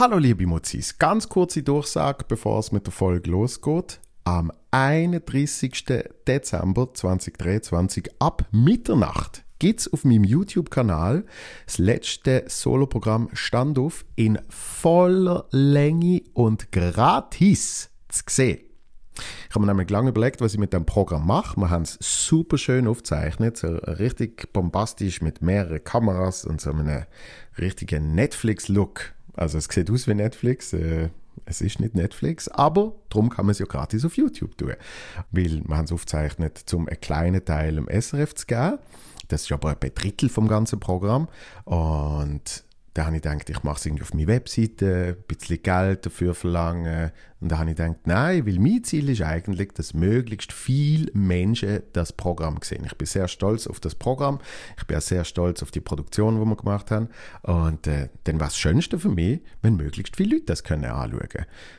Hallo liebe Mozis, ganz kurze Durchsage, bevor es mit der Folge losgeht. Am 31. Dezember 2023 ab Mitternacht gibt's auf meinem YouTube-Kanal das letzte Soloprogramm Standoff in voller Länge und gratis zu sehen. Ich habe mir nämlich lange überlegt, was ich mit dem Programm mache. Wir haben es super schön aufgezeichnet, so richtig bombastisch mit mehreren Kameras und so einem richtigen Netflix-Look. Also es sieht aus wie Netflix, äh, es ist nicht Netflix, aber darum kann man es ja gratis auf YouTube tun. Weil wir haben es aufgezeichnet, um einen kleinen Teil im SRF zu geben. Das ist aber etwa ein Drittel vom ganzen Programm. Und da habe ich gedacht, ich mache es irgendwie auf meine Webseite, ein bisschen Geld dafür verlangen. Und da habe ich gedacht, nein, weil mein Ziel ist eigentlich, dass möglichst viele Menschen das Programm sehen. Ich bin sehr stolz auf das Programm. Ich bin auch sehr stolz auf die Produktion, die wir gemacht haben. Und äh, dann war das Schönste für mich, wenn möglichst viele Leute das können anschauen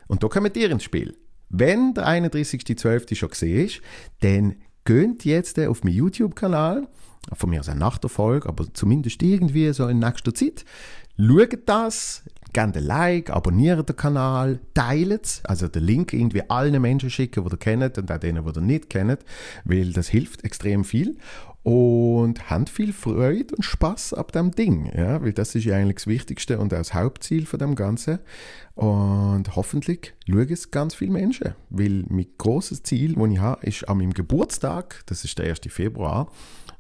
Und da kommen ihr ins Spiel. Wenn der 31.12. schon gesehen ist, dann geht jetzt äh, auf meinen YouTube-Kanal von mir aus ein Nachterfolg, aber zumindest irgendwie so in nächster Zeit. Schaut das, gebt ein Like, abonniert den Kanal, teilt es, also den Link irgendwie allen Menschen schicken, die ihr kennt und auch denen, die ihr nicht kennt, weil das hilft extrem viel. Und habt viel Freude und Spaß ab dem Ding, ja, weil das ist ja eigentlich das Wichtigste und auch das Hauptziel von dem Ganzen. Und hoffentlich schauen es ganz viele Menschen, weil mein großes Ziel, das ich habe, ist an meinem Geburtstag, das ist der 1. Februar,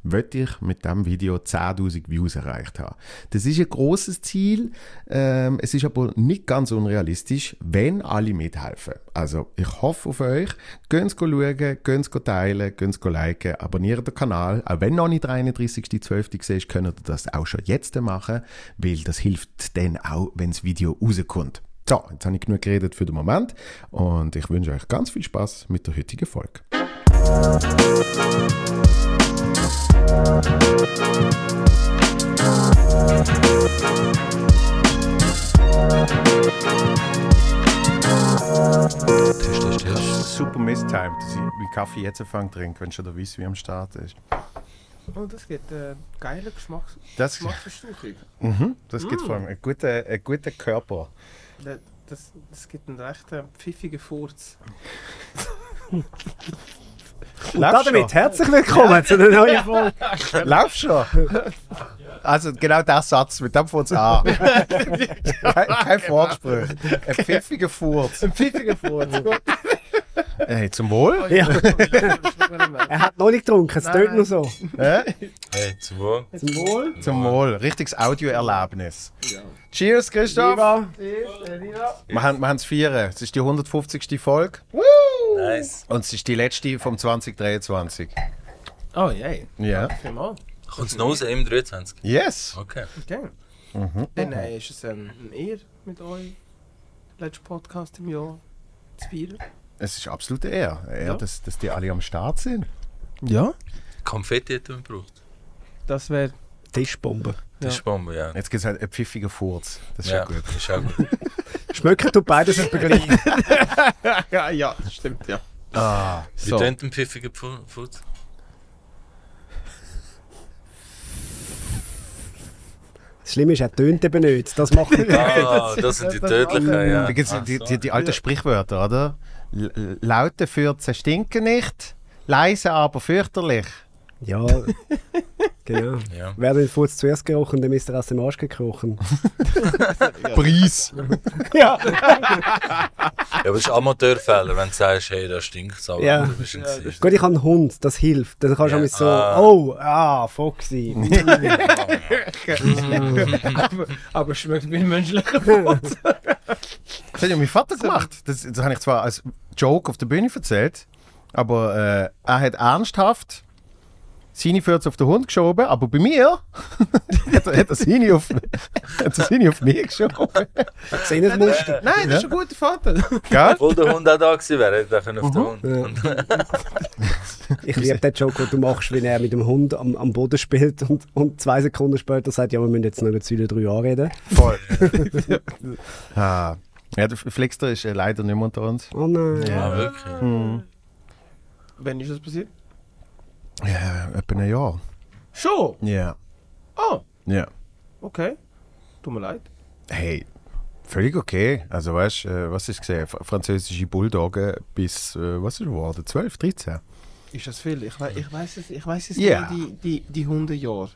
möchte ich mit dem Video 10.000 Views erreicht haben. Das ist ein großes Ziel, ähm, es ist aber nicht ganz unrealistisch, wenn alle mithelfen. Also ich hoffe auf euch, gehen schauen, gehen teilen, gehen liken, abonnieren den Kanal. Auch wenn noch nicht der 31.12. siehst, könnt ihr das auch schon jetzt machen, weil das hilft dann auch, wenn das Video rauskommt. So, jetzt habe ich genug geredet für den Moment und ich wünsche euch ganz viel Spaß mit der heutigen Folge. Test, test, test. Super Misstime, dass ich meinen Kaffee jetzt anfange zu trinken, wenn schon der Weiss wie am Start ist. Oh, das gibt einen geilen Geschmacks Das, Geschmacksverstärkung. das gibt vor allem einen guten, einen guten Körper. Da- Das, das gibt einen rechten pfiffigen Furz. Und damit herzlich willkommen zu der neuen Folge. schon. Lauf schon. Also genau der Satz, mit dem fängt es an. Kein, kein Vorgespräch. Ein pfiffiger Furz. Ein pfiffiger Furz. Gut. Hey, zum Wohl. Ja. Ja. Er hat noch nicht getrunken, es tönt Nein. nur so. Hä? Hey, zu wo? Zum Wohl. Zum Wohl. Richtiges Audioerlebnis. Cheers, Christoph. Wir haben, wir haben es feiern. Es ist die 150. Folge Nice. und es ist die letzte vom 2023. Oh, yay. Ja. Prima. Kommt es noch raus, M23? Yes. Okay. Okay. Dann äh, ist es ein, ein Ehr mit euch. Letzter Podcast im Jahr. Zu feiern. Es ist absolut eine Ehre, eine Ehre Ja. dass, dass die alle am Start sind. Ja. Konfetti hätten wir gebraucht. Das wäre... Tischbombe. Das ist Bombe, ja. Jetzt gibt es halt einen pfiffigen Furz. Das ist ja ja, gut. Ist auch gut. Schmecken tut beides etwa gleich. Ja, ja, das stimmt, ja. Ah, Wie so. so. tönt ein pfiffiger Pfu- Furz? Das Schlimme ist, er tönt eben nicht. Das macht er. Ah, das sind die tödlichen, ja. Ah, Da gibt's Ach die, so. die, die alten Sprichwörter, oder? L- l- Laute Fürze stinken nicht, leise aber fürchterlich. Ja, genau. Ja. Wer den Fuß zuerst gerochen, dann ist er aus dem Arsch gekrochen. Preis! ja, aber es ist Amateurfehler, wenn du sagst, hey, da stinkt es aber. Ja. Du bist ein Gesicht. Gut, ich habe einen Hund, das hilft. Dann kannst du Ja. yeah. so, Ah. oh, ah, Foxy. aber, aber schmeckt mir menschlich. Das hat ja mein Vater gemacht. Das, das habe ich zwar als Joke auf der Bühne erzählt, aber äh, er hat ernsthaft seine Fürze auf den Hund geschoben, aber bei mir hat er, hat er, seine, auf, hat er seine auf mich geschoben. Sehen das Muster? Nein, das ist ein guter Vater. Gell? Obwohl der Hund auch da gewesen wäre, hätte er können auf den Mhm. Hund. Und Ich liebe den Joke, den du machst, wenn er mit dem Hund am, am Boden spielt und, und zwei Sekunden später sagt, ja, wir müssen jetzt noch nicht zu den drei Jahren reden. Voll. ah. Ja, der Flixter ist äh, leider nicht mehr unter uns. Oh nein. ja, Ah, wirklich. Mhm. Wann ist das passiert? Ja, etwa ein Jahr. Schon. Ja. Oh, Ja. okay. Tut mir leid. Hey, Völlig okay. Also weißt du, äh, was ist gesehen? Fr- Französische Bulldoggen bis, äh, was ist geworden? 12, 13? Ist das viel? Ich, we- ich weiß es, ich weiß es Ja. nicht, die, die, die Hundejahr.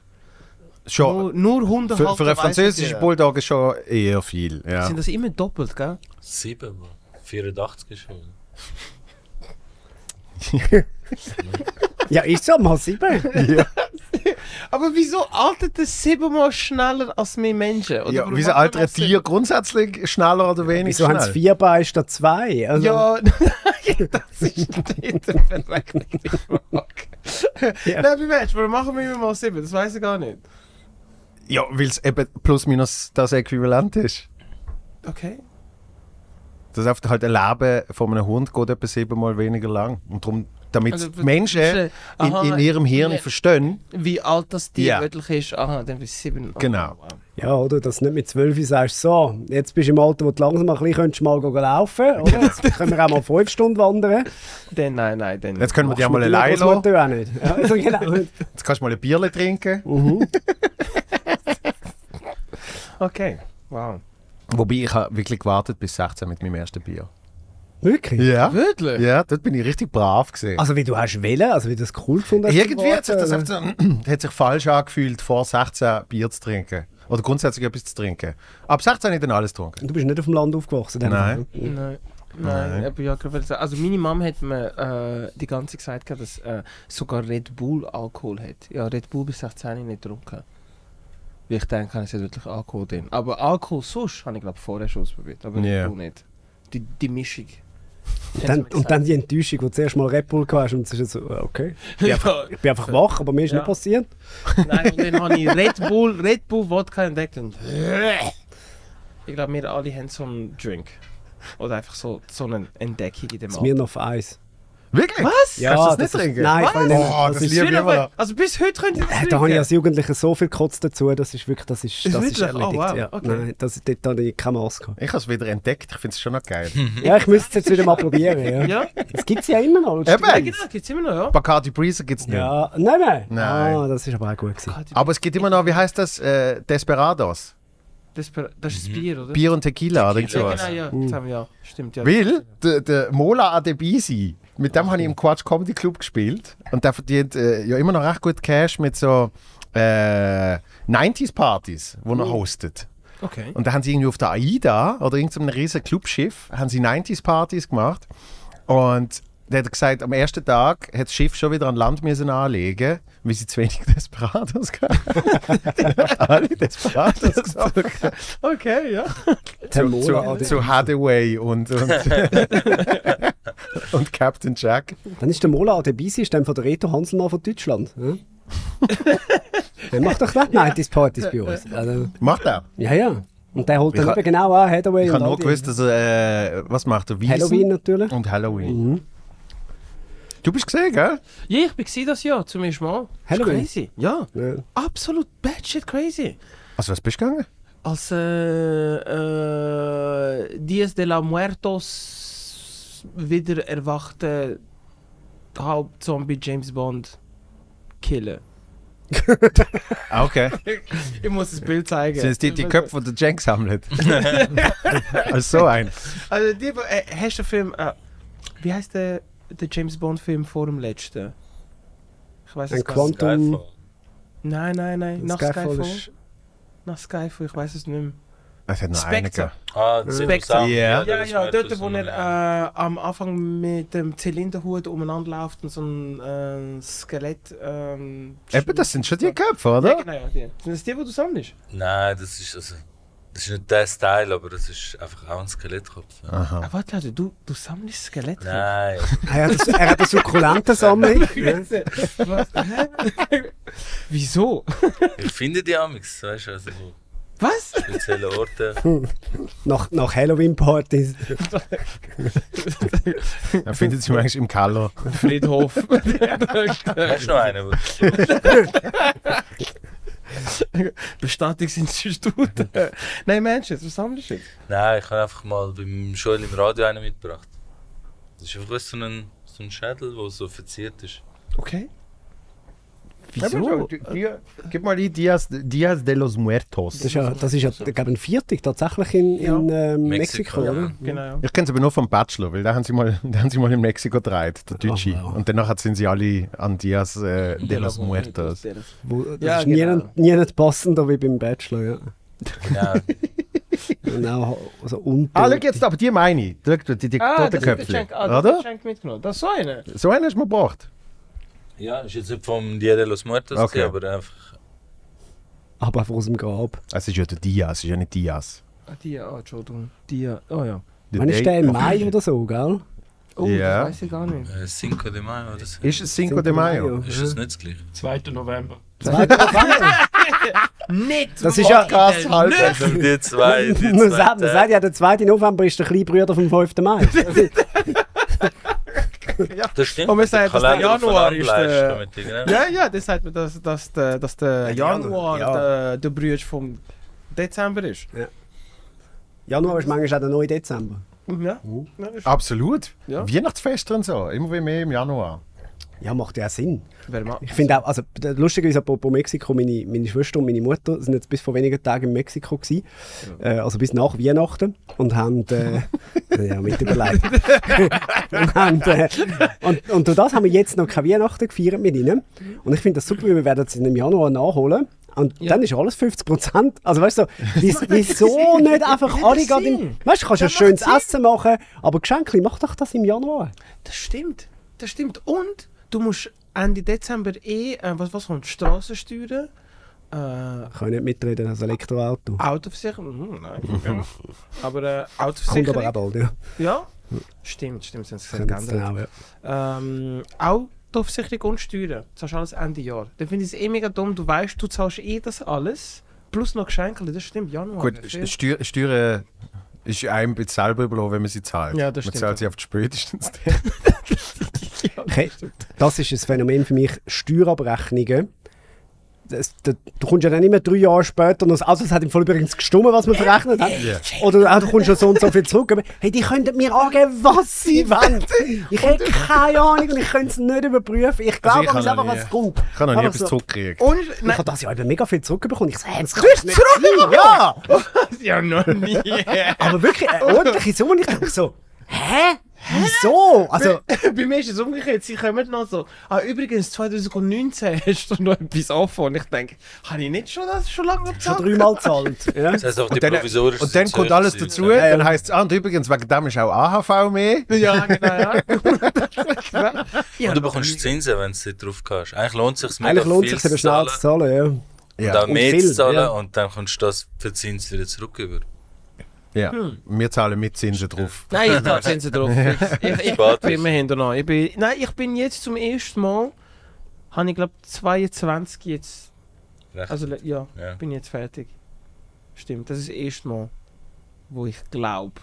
Schon, Nur, nur Hunde für, für einen französischen Bull. Bulldoggen schon eher viel. Ja. Sind das immer doppelt, gell? 7, Mann. 84 ist schon. Ja, ist so, mal sieben. Aber wieso altert das siebenmal schneller als wir Menschen? Oder Ja, warum wieso macht man altern das Tiere grundsätzlich schneller oder weniger Wieso haben schnell? es vier Beine statt zwei? Also, Ja, nein, das ist nicht der perfekte Frage. Ja. Nein, wie meinst du, warum machen wir immer mal sieben? Das weiß ich gar nicht. Ja, weil es eben plus minus das Äquivalent ist. Okay. Das heißt halt ein Leben von einem Hund geht etwa siebenmal weniger lang. Und darum, damit Also, die Menschen verstehe. in, Aha, in ihrem Hirn ja. verstehen, Wie alt das Tier Ja. wirklich ist? Aha, dann bis sieben. Oh, Genau. wow. ja oder? Dass du nicht mit zwölf sagst, so, jetzt bist du im Alter, wo du langsam ein bisschen könntest mal gehen laufen oder? Jetzt können wir auch mal fünf Stunden wandern. Dann, nein, nein, dann. jetzt können wir die Machst auch mal mit deiner allein lassen. Großmutter auch nicht. Ja, also, genau. Jetzt kannst du mal ein Bierchen trinken. Okay. Wow. Wobei ich habe wirklich gewartet bis 16 mit meinem ersten Bier. Wirklich? Ja? Wirklich? Ah. Ja, dort bin ich richtig brav gesehen. Also wie du hast wählen, also wie du das cool gefunden hast. Irgendwie hat sich das oder? einfach so, hat sich falsch angefühlt, vor 16 Bier zu trinken. Oder grundsätzlich etwas zu trinken. Ab 16 habe ich dann alles getrunken. Du bist nicht auf dem Land aufgewachsen. dann? Nein. Nein. Nein, aber ja, gerade sagen. Also meine Mama hat mir äh, die ganze Zeit gesagt, dass äh, sogar Red Bull Alkohol hat. Ja, Red Bull bis 16 nicht getrunken. Weil ich denke, es hat wirklich Alkohol drin. Aber Alkohol sonst habe ich glaube vorher schon ausprobiert, aber Ja. Red Bull nicht. Die, die Mischung. Dann, und dann die Enttäuschung, wo du zuerst mal Red Bull gehabt hast und es ist so, okay. ja. Ich bin einfach wach, aber mir ist Ja. nicht passiert. Nein, und dann habe ich Red Bull, Red Bull Wodka entdeckt und ich glaube, wir alle haben so einen Drink. Oder einfach so, so eine Entdeckung in dem Es mir noch auf Eis. Wirklich? Was? Ja, Kannst du das nicht trinken? Ist, nein, ich Was? kann nicht. Oh, das das ist, liebe ich immer noch. Also bis heute könnt ihr das äh, da habe ich trinken. als Jugendlicher so viel gekotzt dazu, das ist wirklich, das ist, Ist das ist wirklich? Oh, erledigt. wow, ja. okay. Nein, das, dort habe ich keine Maske gehabt. Ich habe es wieder entdeckt, ich finde es schon noch geil. Ja, ich müsste es jetzt wieder mal probieren. Ja. Ja, Das gibt es ja immer noch. ja Eben! genau, gibt's immer noch, ja. Bacardi Breezer gibt es nicht. Ja, nein, nein. Nein. Ah, das ist aber auch gut gewesen. Aber es gibt immer noch, wie heißt das, äh, Desperados. Das, Bier- das ist das Bier, oder? Mhm. Bier und Tequila, oder ja, sowas. Mhm. genau, ja. Das haben wir, ja. Stimmt, ja. Weil der, der Mola Adebisi, mit dem habe ich im Quatsch Comedy Club gespielt und der verdient äh, ja immer noch recht gut Cash mit so äh, 90s-Partys, wo Hm. er hostet. Okay. Und da haben sie irgendwie auf der AIDA oder irgendeinem riesen Clubschiff haben sie 90s-Partys gemacht. Und der hat gesagt, am ersten Tag hat das Schiff schon wieder an Land müssen anlegen, weil sie zu wenig Desperados hatten. Alle Desperados gesagt. Okay, ja. Zu, zu, Mola- zu Hathaway und, und, und Captain Jack. Dann ist der Mola Adebisi, ist dann von der Reto Hanselmann von Deutschland. Ja? der macht doch nicht Nighties Partys bei uns. Also, Macht er. ja, ja. Und der holt Ich dann ha- eben genau an, Hathaway Ich und habe all nur die- gewusst, dass er, äh, was macht er? Wiesen Halloween natürlich. Mhm. und Halloween. Du bist gesehen, gell? Ja, ich bin gewesen das Jahr zum ersten Mal. Das ist Halloween. Crazy. Ja. Ja. Absolut batshit crazy. Also was bist du gegangen? Als äh, äh, Dias de la Muertos wieder erwachte Hauptzombie James Bond killen. Ah, okay. Ich muss das Bild zeigen. Sind es die, die Köpfe, die der Jank sammelt? also so ein. Also, die, äh, hast du den Film. Äh, wie heißt der, der James Bond-Film vor dem letzten? Ich weiß Ein es gar Quant- nicht. Quantum- Skyfall. Nein, nein, nein. Nach Skyfall Skyfall. ist- Nach Skyfall, ich weiß es nicht mehr. Es hat noch einen Spectre. gegeben. Ah, Spectre. Ja. Ja, ja, dort, wo er äh, am Anfang mit dem Zylinderhut umeinander läuft und so ein äh, Skelett. Ähm, Eben, das sind schon die Köpfe, Ja, oder? genau, ja, die. Sind das die, die du sammelst? Nein, das ist also. Das ist nicht der Style, aber das ist einfach auch ein Skelettkopf. Ja. Ah, warte, Leute, du, du sammelst Skelette? Nein, Er hat, eine- Ah, er hat eine Sukkulentensammlung. ja. Was? Hä? Wieso? ich finde die Amix, weißt du, also so Was? spezielle Orte. Nach, nach Halloween-Partys. genau. Er findet sie manchmal im Keller. Friedhof. Hast du noch einen? wo- Bestattungsinstitut. Nein, Mensch, jetzt, was sammelst du jetzt? Nein, ich habe einfach mal beim Joel im Radio einen mitgebracht. Das ist einfach so ein, so ein Schädel, der so verziert ist. Okay. Wieso? Gib mal die Diaz, Diaz de los Das Muertos. ist ja, das ist ja ich glaube, ein Viertig tatsächlich in, Ja. in ähm, Mexiko, Mexiko, ja. oder? Genau, ja. Ich kenne es aber nur vom Bachelor, weil da haben sie mal, da haben sie mal in Mexiko gedreht, der Deutsche. wow. Und danach sind sie alle an Diaz äh, Oh, de los Muertos. Ah, Wo, das Ja, ist nie, genau. nie nicht passender wie beim Bachelor, ja. Genau. Genau, also unten. Ah, schau jetzt, aber die meine ich. Schau, die, die, die Ah, das hat der Totenköpfe. Cenk, ah, das hat der oder? Cenk mitgenommen. Das ist so einer. So einen hast du mir gebracht. ja, ist jetzt nicht vom Dia de los Muertos, Okay. gewesen, aber einfach. Aber einfach aus dem Grab. Ah, Es ist ja der Diaz, es ist ja nicht Diaz. Ah, die, ah, Entschuldigung. Die, oh ja. Wann ist der im Mai oder so, gell? Oh, Ja. das weiß ich gar nicht. Äh, Cinco de Mayo oder so. Ist es Cinco de Mayo? Ist das nicht das gleiche? 2. November. Nicht! Das ist ja. Krass, halt. Also die zwei, die zwei Man sagt, man sagt ja, der 2. November ist der kleine Bruder vom 5. Mai. Das stimmt. Und wir der sagen, dass Kalender der Januar ist der- aufeinander ist, damit die- Ja, ja, das sagt man, dass, dass, der, dass der Januar ja. der, der Bruder vom Dezember ist. Januar ist manchmal auch der 9. Dezember. Ja, ja, ist- Absolut. Ja. Weihnachtsfeste und so. Immer wie mehr im Januar. Ja, macht ja auch Sinn. wer mag- Ich finde auch, also d- lustigerweise apropos Mexiko, meine, meine Schwester und meine Mutter sind jetzt bis vor wenigen Tagen in Mexiko gewesen, äh, also bis nach Weihnachten und haben äh, ja, mit überlegt. und, haben, äh, und, und durch das haben wir jetzt noch keine Weihnachten gefeiert mit ihnen und ich finde das super, weil wir werden es im Januar nachholen. Und dann ist alles 50 Prozent. Also weißt du, wieso- wieso nicht einfach alle gerade im... Weißt du, kannst ja schönes Essen machen, aber Geschenke, mach doch das im Januar. Das stimmt. Das stimmt. Und du musst Ende Dezember eh, äh, was, was kommt, Straßensteuern, äh, Ich kann nicht mitreden, das Elektroauto. Autoversicherung, hm, nein. ja. Aber äh, Kommt aber auch Autoversicherung, bald, ja. ja. Stimmt, stimmt, sind sie Könnte es dann geändert. auch, ja. Ähm, Autoversicherung und Steuern. Du zahlst alles Ende Jahr. Dann finde ich es eh mega dumm. Du weißt, du zahlst eh das alles. Plus noch Geschenke. Das stimmt, Januar. Gut, Oh, Das St- ist- Steuer- Steuern ist einem jetzt selber überlassen, wenn man sie zahlt. Ja, das man stimmt. zahlt sie oft spätestens. Okay. Das ist ein Phänomen für mich, Steuerabrechnungen. Das, da, du kommst ja dann immer drei Jahre später noch, also es hat im Fall übrigens gestummen, was Äh, wir verrechnet haben. Oder auch, du kommst schon so und so viel zurück. Aber, hey, die könnten mir angeben, was sie wollen. Ich hätte keine Ahnung und ich könnte es nicht überprüfen. Ich glaube, Also ich es habe ist einfach noch was nie- kommt. Ich habe noch nie Aber Also, etwas so- zurückgekriegt. Und, Ich nein, habe das Jahr eben mega viel zurückbekommen. Ich sage, hey, das Du hast kannst nicht sein. Ja! ja noch nie. Aber wirklich, eine ordentliche Summe. Und ich dachte so, hä? Wieso? Also, Bei mir ist es umgekehrt. Sie kommen noch so. Ah, übrigens, 2019 hast du noch etwas offen. Und ich denke, habe ich nicht schon das schon lange schon bezahlt? dreimal zahlt. Ja. Das heißt auch die dann, provisorischen und dann kommt alles dazu, dann heisst es, ah, und übrigens, wegen dem ist auch AHV mehr. Ja, genau. Ja. ja, Und du bekommst Zinsen, wenn du sie drauf kannst. Eigentlich lohnt es sich mega Eigentlich lohnt viel es sich, eben zu schnell zahlen. zu zahlen, ja. Und auch Und mehr viel, zu zahlen ja. und dann kommst du das für Zins wieder zurück über. Ja, Hm. wir zahlen mit Zinsen drauf. Nein, ich zahle Zinsen drauf. Ich, ich, ich Spart bin ist. mir hinterher. Ich bin, nein, ich bin jetzt zum ersten Mal, habe ich glaube 22 jetzt. Recht. Also le- ja, Ja. bin jetzt fertig. Stimmt, das ist das erste Mal, wo ich glaube,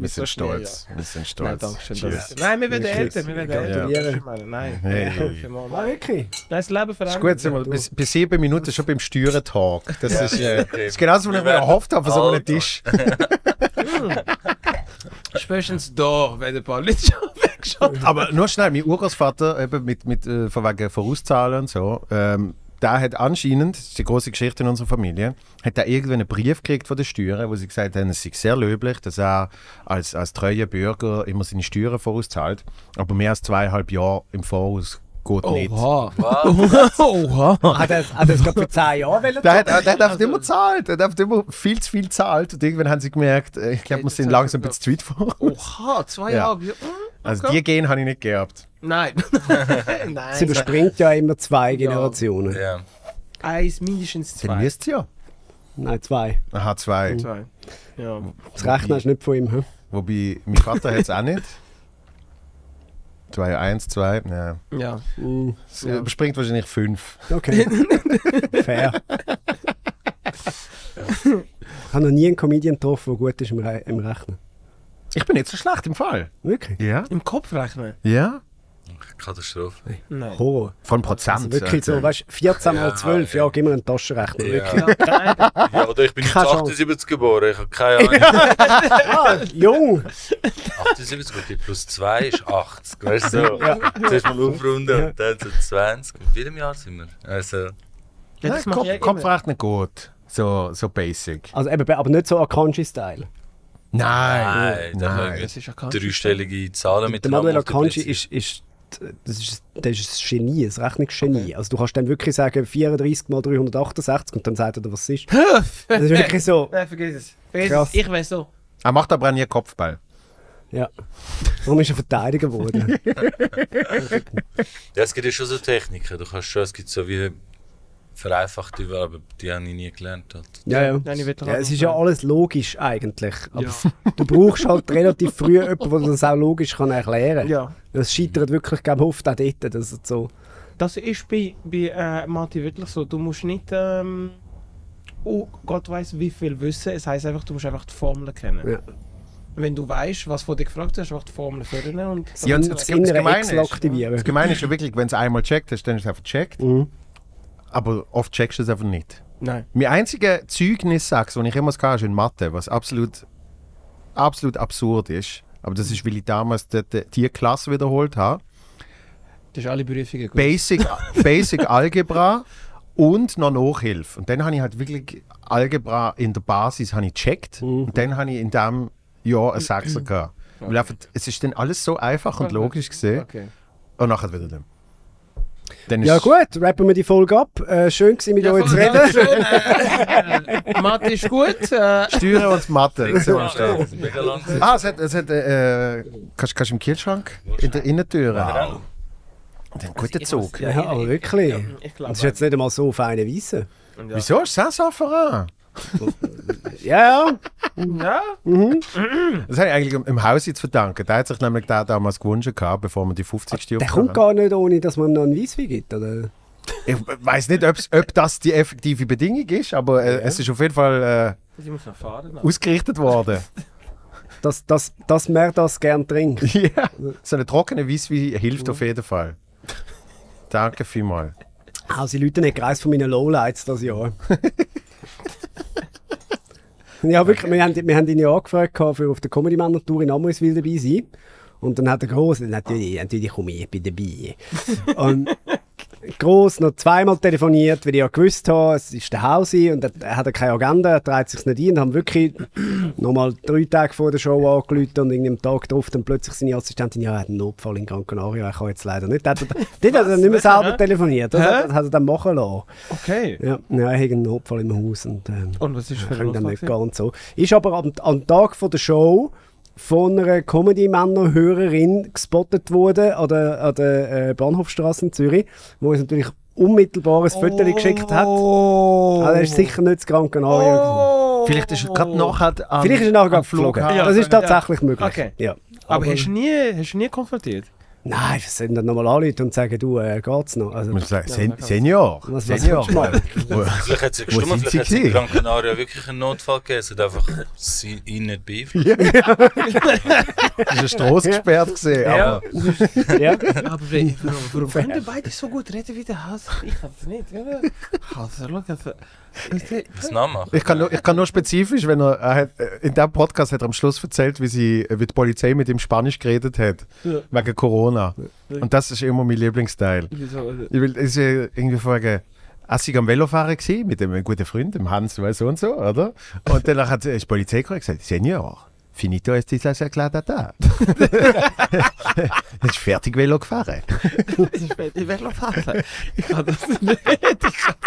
Wir bin. so sind schnell, stolz. Wir sind Ja. Nein, stolz. danke schön. Cheers. Das, nein, wir werden Cheers. älter, wir werden Ja. älter. Ja. das ist meine- Nein, Hey. danke mal. Ah, nein, wirklich? nein, das Leben Das ist verändert. gut, sind wir bis, bis sieben Minuten schon beim Steuern-Talk. Das ist, äh, okay. das ist genau das, was Wir ich mir werden erhofft habe, von so einem alt. Tisch. Spätestens da, wenn ein paar Leute schon wegschauen. Aber nur schnell, mein Urgroßvater eben mit, mit äh, von wegen Vorauszahlen und so, ähm, der hat anscheinend, das ist eine große Geschichte in unserer Familie, hat er irgendwann einen Brief gekriegt von den Steuern, wo sie gesagt haben, es sei sehr löblich, dass er als, als treuer Bürger immer seine Steuern vorauszahlt, aber mehr als zweieinhalb Jahre im Voraus geht nicht. Oha. Oha. Hat er hat er es gerade für 10 Jahre wollen? Der hat, der hat einfach immer Also- gezahlt, der hat immer viel zu viel gezahlt und irgendwann haben sie gemerkt, äh, ich glaube, wir Okay, das sind hat langsam ein schon bisschen zu weit vor. Oha, zwei Ja. Jahre. Hm, Also okay. die gehen habe ich nicht geerbt. Nein. Sie Nein. überspringt ja immer zwei Generationen. Ja. Eins, mindestens Dann zwei. Oh. müsst ihr ja. Nein, zwei. Aha, zwei. Zwei. Ja. Das Rechnen ist nicht von ihm. Hm? Wobei, mein Vater hat es auch nicht. 2, 1, 2, ja. ja. Es überspringt wahrscheinlich 5. Okay. Fair. Ich habe noch nie einen Comedian getroffen, der gut ist im, Re im Rechnen. Ich bin nicht so schlecht im Fall. Wirklich? Ja? Im Kopf rechnen. Ja? Katastrophe. Nein. Horror. Vor allem Prozent. Also wirklich so, weißt du, 14 mal Ja, 12, ja, ja. gib mir einen Taschenrechner. wirklich. Ja. ja, oder ich bin jetzt Keine Chance. 78 geboren, ich habe keine Ahnung. Ah, jung! 78 gut, die plus 2 ist 80. Weißt du, so. zuerst mal aufrunden und dann so 20. In welchem Jahr sind wir? Also, Ja, Nein, das mache ich ja Kopf, immer. Kopfrechnen geht. So, so basic. Also eben, aber nicht so Akanji-Style. Nein, nein, da nein. können Das ist ja wir krass. dreistellige Zahlen mit Der Manuel Akanji ist, ist, das ist, das ist ein Genie, ein Rechnungsgenie. Also du kannst dann wirklich sagen 34 mal 368 und dann sagt er dir, was es ist. Das ist wirklich so. Nein, vergiss es. Vergiss Krass. es. Ich weiß so. Er macht aber auch nie Kopfball. Ja. Warum ist er Verteidiger geworden? Ja, es gibt ja schon so Techniken. Du kannst schon, es gibt so wie vereinfachte, aber die habe ich nie gelernt. Halt. ja, ja. Nein, ich will doch ja, auch es noch ist ja sagen. alles logisch eigentlich. Aber du brauchst halt relativ früh jemanden, der das auch logisch kann erklären kann. Ja. Das scheitert wirklich, glaube ich, oft auch dort, dass es so... Das ist bei, bei äh, Mati wirklich so. Du musst nicht, ähm, oh Gott weiß wie viel wissen. Es heisst einfach, du musst einfach die Formel kennen. Ja. Wenn du weißt, was von dir gefragt wird, hast du einfach die Formel vorne und Ja, und das das Gemeine innere ist- Excel aktivieren. Das Gemeine ist ja wirklich, wenn du es einmal checkt hast, dann ist es einfach checkt. Aber oft checkst du es einfach nicht. Nein. Mein einziger Zeugnissachs, den ich immer hatte, ist in Mathe, was absolut, absolut absurd ist. Aber das ist, weil ich damals die, die, die Klasse wiederholt habe. Das ist alle Berufungen gut. Basic, Basic Algebra und noch Nachhilfe. Und dann habe ich halt wirklich Algebra in der Basis habe ich gecheckt Mhm. und dann habe ich in diesem Jahr einen Sechser gehabt. Weil einfach, es ist dann alles so einfach und logisch gesehen. Okay. Und nachher wieder nicht. Dann ist Ja gut, rappen wir die Folge ab. Äh, schön gewesen, mit euch zu reden. reden. Mati ist gut. Äh, Steuern und Mathe. So am Start. mega langsam. Ah, es hat, es hat äh, äh, kannst, kannst du im Kühlschrank? In der Innentür. Wow. Ein guter Zug. Ja, aber wirklich. ich Und glaube. es ist jetzt nicht einmal so auf eine Weise. Wieso ist das so voran? Ja, ja. Ja, Das habe ich eigentlich im- im Haus zu verdanken. Der hat sich nämlich da damals gewünscht, gehabt, bevor wir die 50. Der kommt gar nicht ohne, dass man ihm noch einen Weisswein gibt, oder? Ich weiß nicht, ob's, ob das die effektive Bedingung ist, aber äh, es ist auf jeden Fall ich muss noch fahren. äh, ausgerichtet worden. Dass, dass, dass man das gern trinkt. ja. So eine trockene Weisswein hilft auf jeden Fall. Danke vielmals. Auch sie Also, Leute nicht gereist von meinen Lowlights das Jahr. ja, wirklich, wir haben, wir haben ihn ja angefragt, gehabt, für auf der comedy männer tour in Amoriswil dabei zu sein. Und dann hat er groß, natürlich, natürlich komme ich, ich bin dabei. Und groß noch zweimal telefoniert, weil ich ja gewusst habe, es ist der Hausi und er, er hat keine Agenda, er trägt sich nicht ein und haben wirklich nochmal drei Tage vor der Show angelüht und irgendeinem Tag drauf dann plötzlich seine Assistentin, ja, er hat einen Notfall in Gran Canaria, ich kann jetzt leider nicht. Dort hat er, dort hat er nicht mehr selber telefoniert, das hat, das hat er dann machen lassen. Okay. Ja, ja ich habe einen Notfall im Haus und ähm, Und was ist für können dann nicht ein ganz so. Ist aber am, am Tag von der Show von einer Comedy-Männer-Hörerin gespottet worden an der, an der äh, Bahnhofstrasse in Zürich, wo uns natürlich unmittelbar ein Foto geschickt hat. Oh. Also er ist sicher nicht zu Gran Canaria. gewesen. Vielleicht ist er gerade nachher an, Vielleicht ist er nachher am gerade geflogen. Flughafen. Ja, das ist ja. tatsächlich möglich. Okay. Ja. Aber, hast du nie, hast du nie konfrontiert? Nein, wir sind dann nochmal anrufen und sagen, du, äh, geht's noch? Also, Ich muss sagen, Sen Senior. Was- was Senior. willst du Vielleicht hat es ja Wo gestimmt, sind vielleicht hat es sie in gewesen? Gran Canaria wirklich einen Notfall gegeben. Es hat einfach sie, ihn nicht beeinflusst. ist eine Straße gesperrt gesehen. Aber ja. Aber warum, warum können die beide so gut reden wie der Haus? Ich kann es nicht. oder? Hauser, schau, also, Das nachmachen. ich, kann nur, ich kann nur spezifisch, wenn er, er hat, äh, in diesem Podcast hat er am Schluss erzählt, wie, sie, äh, wie die Polizei mit ihm Spanisch geredet hat. Ja. Wegen Corona. Und das ist immer mein Lieblingsteil. Wieso? Ich will ich will irgendwie ah, fragen, als ich am Velofahren war, mit einem guten Freund, dem Hans, weißt so und so, oder? Und danach hat ist die Polizei gekommen und gesagt, Senior, finito ist dieser Sekladata. da. Jetzt ist fertig Velo gefahren. Ich werde ich werd noch fahren. Ich kann das nicht.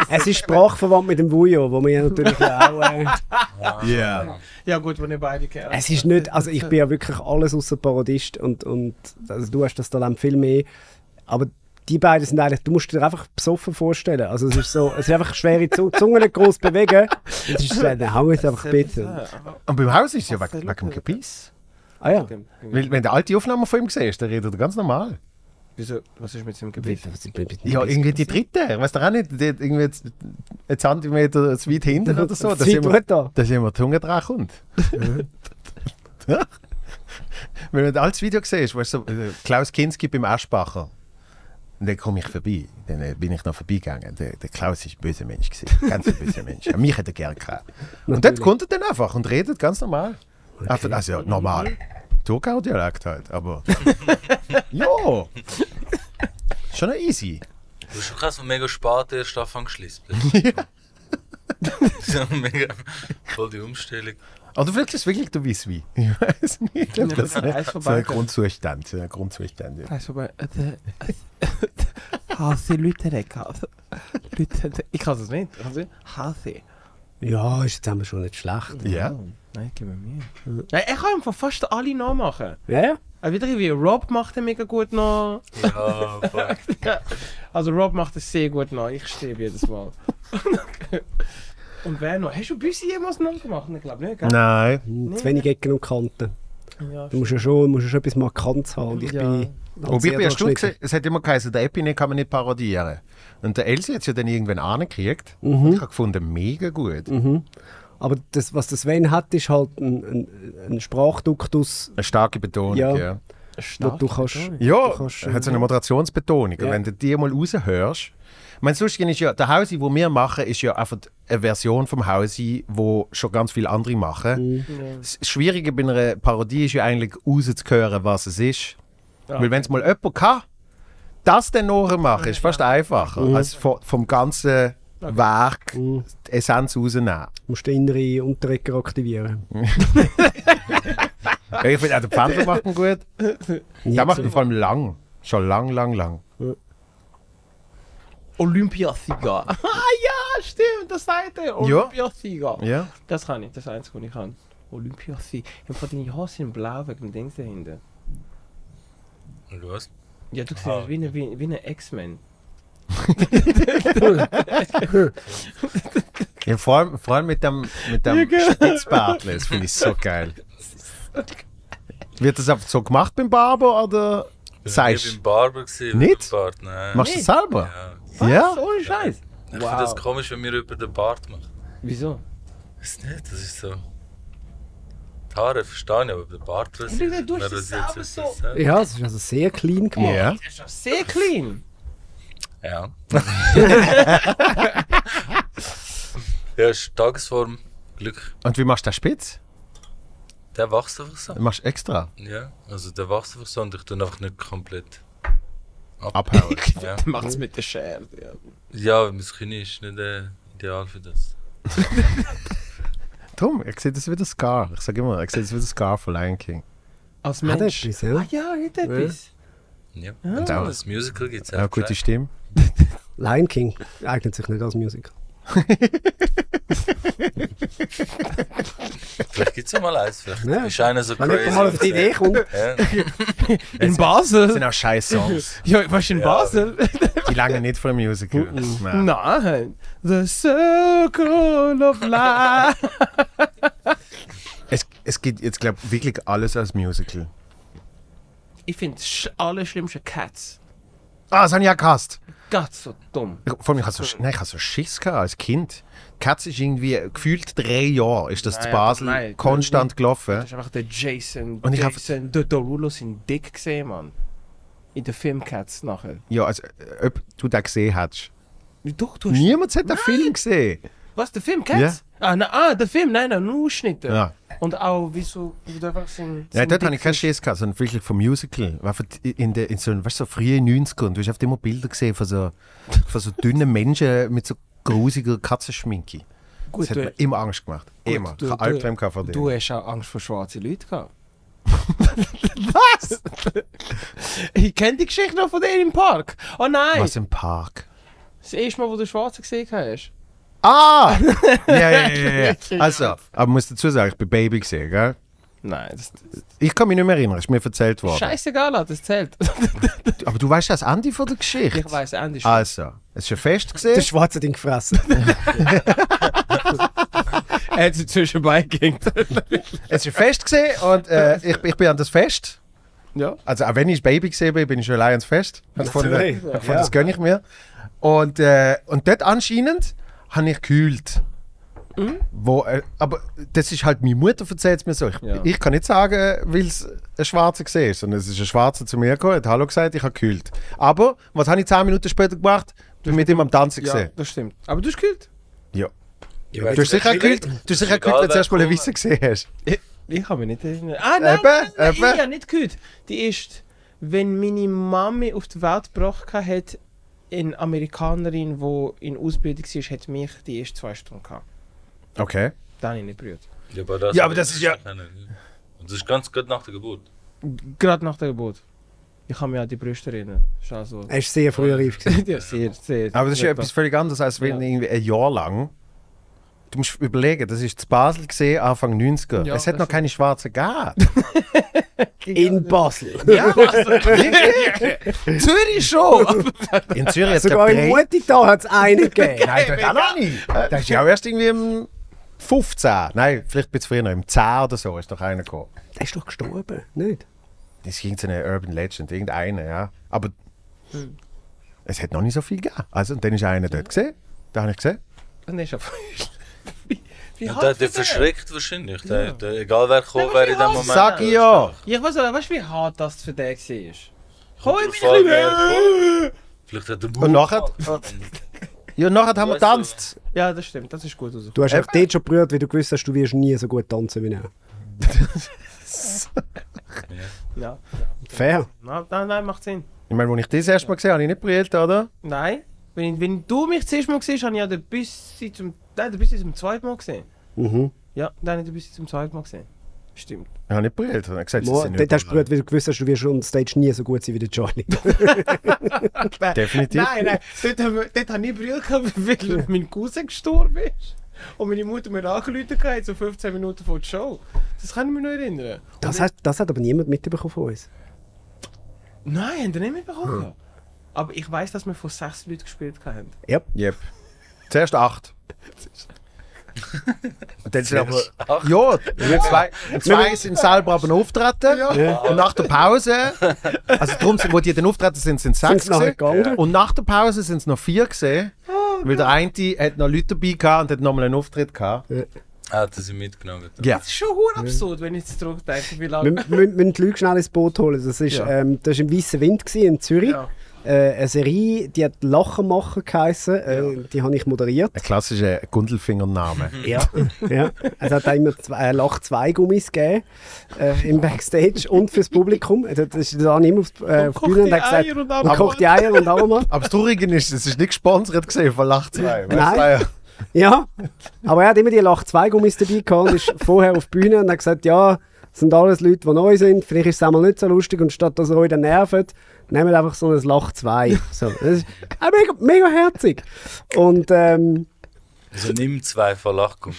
es ist sprachverwandt mit dem Vujo, wo wir natürlich auch... Äh, Ja. Yeah. Ja gut, wenn ihr beide kennt. Es ist nicht, also ich bin ja wirklich alles außer Parodist und, und also du hast das Talent viel mehr, aber die beiden sind eigentlich, du musst dir einfach besoffen vorstellen, also es ist so, es ist einfach schwere Zunge, Zunge nicht groß bewegen, es ist so, dann hau jetzt einfach bitte. Und beim Haus ist es ja wegen, wegen dem Gebiss. Ah ja, Weil, wenn du alte Aufnahmen von ihm siehst, dann redet er ganz normal. Wieso? Was ist mit seinem Gebiss? Ja, irgendwie die dritte. Ich weiß doch auch nicht, die hat irgendwie jetzt einen Zentimeter zu weit hinten oder so. Das Das ist immer, da. dass immer die Zunge dran kommt. Wenn du das altes Video siehst, weißt du, so, äh, Klaus Kinski beim Aschbacher. Und dann komme ich vorbei. Dann äh, bin ich noch vorbeigegangen. Der, der Klaus war ein böser Mensch. Gewesen. Ganz ein böser Mensch. Ja, Mich hätte er gerne gehabt. Und dort Natürlich. kommt er dann einfach und redet ganz normal. Also, also normal. Thurgau-Dialekt halt, aber. jo! Schon noch easy. Du hast schon krass, wo mega spät erst anfangen geschlitzt. Ja. mega, voll die Umstellung. Oder vielleicht ist es wirklich du weißt wie. Ich weiß nicht. ob Das Ja, alles ist so vorbei. ein Grundzustand. So ein Grundzustand. ja. Weißt du, aber. äh, äh, äh, Hase Lüterek. Hase Lüterek. Ich kann es nicht. Kannst du? Hase. Ja, ist jetzt haben wir schon nicht schlecht. Ja. Oh, Nein, gib mir Mühe. Nein, ich kann einfach fast alle nachmachen. Ja, ja. Also wieder wie Rob macht er mega gut nach. Ja, fuck. Also Rob macht es sehr gut nach. Ich sterbe jedes Mal. Und wer noch? Hast du Büssi jemals nachgemacht? Ich glaube nicht, gell? Nein. Hm, Zu wenig Ecken und Kanten. Ja, Du musst ja schon, musst ja schon etwas Markantes haben. Und ich Ja. bin. Wobei ich bin erstaunt, durchschnittlich. gewesen, es hat immer geheißen, der Epine kann man nicht parodieren. Und der Elsie hat es ja dann irgendwann angekriegt. Und ich habe gefunden, mega gut. Aber das, was der Sven hat, ist halt ein, ein, ein Sprachduktus, Eine starke Betonung, Ja. ja. Ja, wo du kannst. ja kannst, hat so eine Moderationsbetonung. Und Ja. wenn du die mal raushörst, ich meine, sonst ist ja, der Hausi, wo wir machen, ist ja einfach eine Version vom Hausi, wo schon ganz viele andere machen. Mhm. Das Schwierige bei einer Parodie ist ja eigentlich, rauszuhören, was es ist. Weil wenn es mal jemand kann, das dann noch machen, ist fast einfacher, Mhm. als vo- vom ganzen Werk die Essenz rausnehmen. Du musst den inneren Unterrecker aktivieren. Ja, ich finde auch, der Pfandler macht ihn gut. Der macht ihn vor allem lang. Schon lang, lang, lang. Olympiasieger. ah ja, stimmt, das seid ihr. Olympiasieger. Ja. Das kann ich, das ist das Einzige, was ich kann. Olympiasieger. Ich hab gerade deine Haare sind blau wegen dem Dings dahinter. Und was? Ja, du siehst aus wie ein wie, wie ein X-Men. ja vor, allem, vor allem mit dem, mit dem Spitzbärtle, genau. das finde ich so geil. Wird das einfach so gemacht beim Barber oder Ich war sagst beim Barber. Gewesen, Nicht? Bart, nein. Machst du es selber? ja. Ja. Was? Ohne Scheiß. Ich finde das komisch, wenn mir über den Bart macht. Wieso? Ist nicht, das ist so. Die Haare verstehe ich, aber den Bart weiß Und du hast Wer das rasiert selber sich so- selber? Ja, das ist also sehr clean gemacht. Ja. Das ist ja sehr clean. Ja. ja, ist Tagesform, Glück. Und wie machst du das spitz? Der wächst einfach so. Du machst extra. Ja, also der wächst einfach so und ich tue ihn einfach nicht komplett. Abhauen. Ja, Dann macht's mit der Schere. Ja. ja weil mein Kinn ist nicht äh, ideal für das. Drum, ich sehe das wie der Scar. Ich sage immer, ich sehe das wie der Scar von Lion King. Als Hat er Mensch. etwas, ja? Ah ja, hat etwas. Ja. Ah. Und auch- auch das Musical gibt es Ja, gute Stimme. Lion King eignet sich nicht als Musical. Vielleicht gibt es auch mal eins. Vielleicht Ja. ist einer so Wenn crazy. jemand mal auf die und sagt, Idee kommt, Ja. In Das sind Basel? auch scheiß Songs. Ja, warst du in Ja. Basel? Die langen nicht von einem Musical. Nein. Nein. The Circle of Life. Es, es gibt jetzt, glaube ich, wirklich alles als Musical. Ich finde das sch allerschlimmste Cats. Ah, das habe ich auch gehasst. Gott, so dumm. Ich- Vor allem, ich hatte so, nein, ich hatte so Schiss gehabt als Kind. Katz ist irgendwie gefühlt drei Jahre, ist das Nein, zu Basel aber Ah nein. konstant gelaufen. Das ist einfach der Jason. Und ich hab- Jason, der Dorulo sind dick gesehen, Mann. In den Filmcats nachher. Ja, also, äh, ob du den gesehen hättest. Doch, du hast. Niemand hat den Film gesehen. Was, der Film Cats? Ah, na, ah, der Film, nein, nein, nur Ausschnitte. Ja. Und auch, wieso, wie du einfach sind. Nein, dort hatte ich keinen Schiss, gehabt, sondern wirklich vom Musical. Weil einfach In, der, in so, weißt, so frühen 90ern, du hast oft immer Bilder gesehen von so, von so dünnen Menschen mit so grusiger Katzenschminke. Gut, Das hat du- mir immer Angst gemacht. gut, immer. du- Ich du- habe Albträume gehabt vor Du dir. hast auch Angst vor schwarzen Leuten gehabt. Was? ich kenne die Geschichte noch von denen im Park. Oh nein! Was im Park? Das erste Mal, wo du Schwarze gesehen hast. Ah! ja, ja, ja, ja. Also, aber ich muss dazu sagen, ich bin Baby gesehen, gell? Nein, das Ich kann mich nicht mehr erinnern, ist mir erzählt worden. ist scheißegal, Alter, das zählt. Aber du weißt das Andi von der Geschichte. ich weiß, Andy ist Also, es ist ein Fest der gesehen. Schwarze Ding gefressen. Er hat sie zwischenbei gehängt. Es ist ein Fest gesehen und äh, ich, ich bin an das Fest. ja. Also, auch wenn ich Baby gesehen bin, bin ich schon allein ans Fest. Und von der, Natürlich. von Das gönne ich mir. Und, äh, und dort anscheinend habe ich gekühlt. Mhm. Wo, äh, aber das ist halt, meine Mutter erzählt es mir so. Ich, Ja. ich kann nicht sagen, weil es ein Schwarzer gesehen ist, sondern es ist ein Schwarzer zu mir gekommen, hat Hallo gesagt, ich habe gekühlt. Aber, was habe ich zehn Minuten später gemacht? Du hast mit ihm am Tanzen Ja, gesehen. das stimmt. Aber du hast gekühlt. Ja. Ja, Du hast sicher gekühlt, du hast sicher gekühlt, wenn du erst mal eine Weisse gesehen hast. Ich habe mich nicht erinnern. Ah, nein, Eben, nein, nein, eben. ich habe nicht gehört. Die ist, wenn meine Mami auf die Welt gebracht hat, eine Amerikanerin, die in Ausbildung war, hat mich die ersten zwei Stunden gehabt. Okay. Dann habe ich nicht berührt. Ja, aber das, Ja, aber das ist ja- Und das ist ganz gut nach der Geburt. Gerade nach der Geburt. Ich kann mich an die Brüste erinnern. Ist also Er ist sehr früh reif. gewesen. ja, sehr, sehr. Aber das ist ja etwas völlig anderes, als wenn Ja. irgendwie ein Jahr lang. Du musst überlegen, das ist zu Basel gesehen, Anfang 90er. Ja, es hat das noch ist- keine Schwarzen gegeben. In Basel. Ja, also, Zürich schon! In Zürich hat es Sogar im Nein, Mutigtal hat es einen gegeben. dort auch noch nicht. Das ist ja auch erst irgendwie im 15. Nein, vielleicht ein bisschen früher, noch, im 10 oder so ist doch einer gekommen. Der ist doch gestorben, nicht? Das ist irgendeine Urban Legend, irgendeine, ja. Aber Hm. es hat noch nicht so viel gegeben. Also, und dann ist einer dort gesehen. Da habe ich gesehen. dann ist er Wie, wie Und hart der, war der verschrickt wahrscheinlich. Der, der, egal wer gekommen Ja, wäre in dem aber Moment. Sag ja! Ja, Ich weiß auch, weißt du, wie hart das für den war? Komm, ich drauf bin an, wer nicht Vielleicht hat der Und nachher? Ja, und nachher haben wir Weißt du- getanzt. Ja, das stimmt, das ist gut rausgekommen. Du hast auch dort schon berührt, weil du gewusst hast, du wirst nie so gut tanzen wie er. Ja. Fair. Nein, nein, nein, macht Sinn. Ich meine, als ich das erste Mal gesehen habe, habe ich nicht brüllt, oder? Nein. Wenn, wenn du mich zuerst mal siehst, habe ich ja den Bissi zum. Nein, den Bissi zum zweiten Mal gesehen. Mhm. Ja, dann habe ich den Bissi zum zweiten Mal gesehen. Stimmt. Ich habe nicht brüllt. Ich habe gesagt, sie Mo, sind dort hast du überall. berührt, weil du gewusst hast, du wirst on Stage nie so gut sein wie der Johnny. Definitiv. Nein, nein, dort, haben wir- dort habe ich Brille gehabt, weil mein Cousin gestorben ist. Und meine Mutter mir angeläutet hat, so 15 Minuten vor der Show. Das kann ich mich noch erinnern. Das hat, das hat aber niemand mitbekommen von uns. Nein, haben die nicht mitbekommen. Aber ich weiß, dass wir vor sechs Leuten gespielt haben. Yep. Yep. Zuerst acht. Und dann sind aber. Zuerst acht. Ja, und zwei, und zwei sind selber aber noch auftreten. Und nach der Pause, also darum, sind- wo die dann auftreten sind, sind Sind's sechs. nachher gewesen. gegangen? Und nach der Pause sind es noch vier gesehen. Weil der eine hat noch Leute dabei gehabt und hat nochmal einen Auftritt gehabt. Hat er sie mitgenommen. Ja. Das ist schon hure absurd, wenn ich jetzt zurückdenke, wie Wir lange. mü- mü- müssen die Leute schnell ins Boot holen. Das ist, Ja. ähm, das ist im Weißen Wind gewesen, in Zürich. Ja. Äh, eine Serie, die hat Lachenmacher geheißen. Äh, Die habe ich moderiert. Ein klassischer Gundelfinger-Name. Mhm. Ja. ja. Es hat auch immer zwei, äh, Lach zwei Gummis gegeben äh, im Backstage und fürs Publikum. Äh, Das ist dann immer auf die, äh, auf die kocht Bühne und die hat gesagt, Eier und und Aromat. kocht die Eier und Aromat. Aber das Traurige ist, es ist nicht gesponsert gesehen von Lach 2. Nein. Ja, aber er hat immer die Lach 2 Gummis dabei gehabt und ist vorher auf die Bühne und hat gesagt, ja, das sind alles Leute, die neu sind, vielleicht ist es einmal nicht so lustig und statt dass ihr euch dann nervt, nehmt einfach so ein Lach 2. So, das ist auch mega, mega herzig. Und ähm, Also nimm zwei von Lachgummi.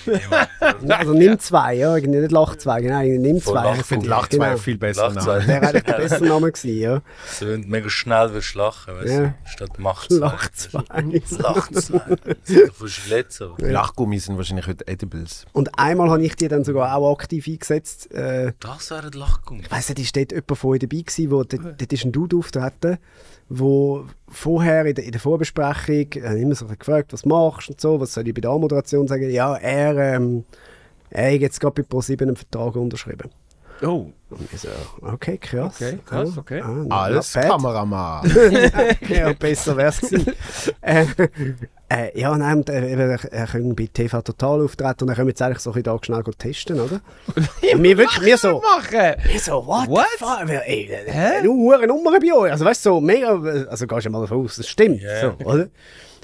also nimm zwei, ja, irgendwie nicht Lach 2, genau, irgendwie nimm Voll zwei. Lach- Ich finde Lach 2 genau. viel besser. Lach zwei. Name. Wäre eigentlich der bessere Name gewesen, ja. Also wenn du mega schnell wirst lachen, weißt Ja. du? Statt Macht zwei. Lach halt. 2. Lach zwei. halt. Du wirst verletzen. Lachgummis sind wahrscheinlich heute Edibles. Und einmal habe ich die dann sogar auch aktiv eingesetzt. Äh, Das wäre ein Lachgummi. Weißt du, da war dort jemand von euch dabei, gewesen, wo, dort, dort ist ein Dude auftreten, wo vorher in der, in der Vorbesprechung äh, immer so gefragt, was machst du und so, was soll ich bei der Anmoderation sagen? Ja, er, ähm, er hat jetzt gerade bei ProSieben einen Vertrag unterschrieben. Oh, Und ich so, okay, krass. Okay, krass, okay. Ah, not Als bad. Kameramann. Ja, besser wär's gewesen. äh, äh, ja, nein, und, äh, eben, er, er können bei TV Total auftreten und dann können wir jetzt eigentlich so ein bisschen da schnell testen, oder? und wir wirklich, wir so... machen! Ich so, what, What? the fuck? Wir- Ey, äh, Hä? eine hohe Nummer bei euch. Also weißt du, so mega, also gehst du mal davon aus, das stimmt. Ja. So, oder?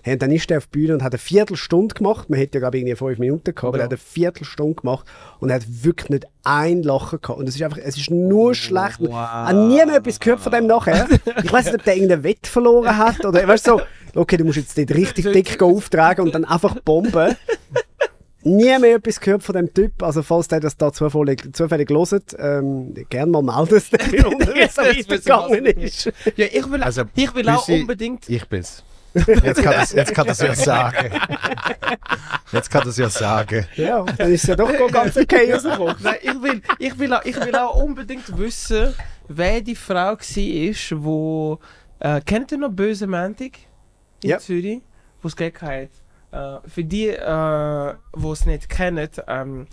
Hey, und dann ist er auf die Bühne und hat eine Viertelstunde gemacht. Man hätte ja, glaube ich, irgendwie fünf Minuten gehabt, aber er hat eine Viertelstunde gemacht und er hat wirklich nicht ein Lachen gehabt. Und es ist einfach, es ist Oh, nur schlecht. Ich habe nie mehr etwas gehört von dem nachher. Ich weiß nicht, ob der irgendeinen Wett verloren hat oder, weißt du, so, okay, du musst jetzt dort richtig dick auftragen und dann einfach bomben nie mehr etwas gehört von dem Typ. Also falls der das da zufällig, zufällig hört, ähm, gerne mal melden, dass der unten wie es so Das wissen weitergegangen wir. ist. Ja, ich will, Also, ich will auch Büssi- unbedingt. Ich bin's. Jetzt kann das, jetzt kann das ja sagen. Jetzt kann das ja sagen. Ja, dann ist es ja doch ganz okay rausgekommen. Nein, ich will, ich, will auch, ich will auch unbedingt wissen, wer die Frau war, eh, die. Äh, kennt ihr noch Böse Mantik in Ja. Zürich? Wo es gegeben hat, Äh, für die, äh, die es nicht kennen, ähm,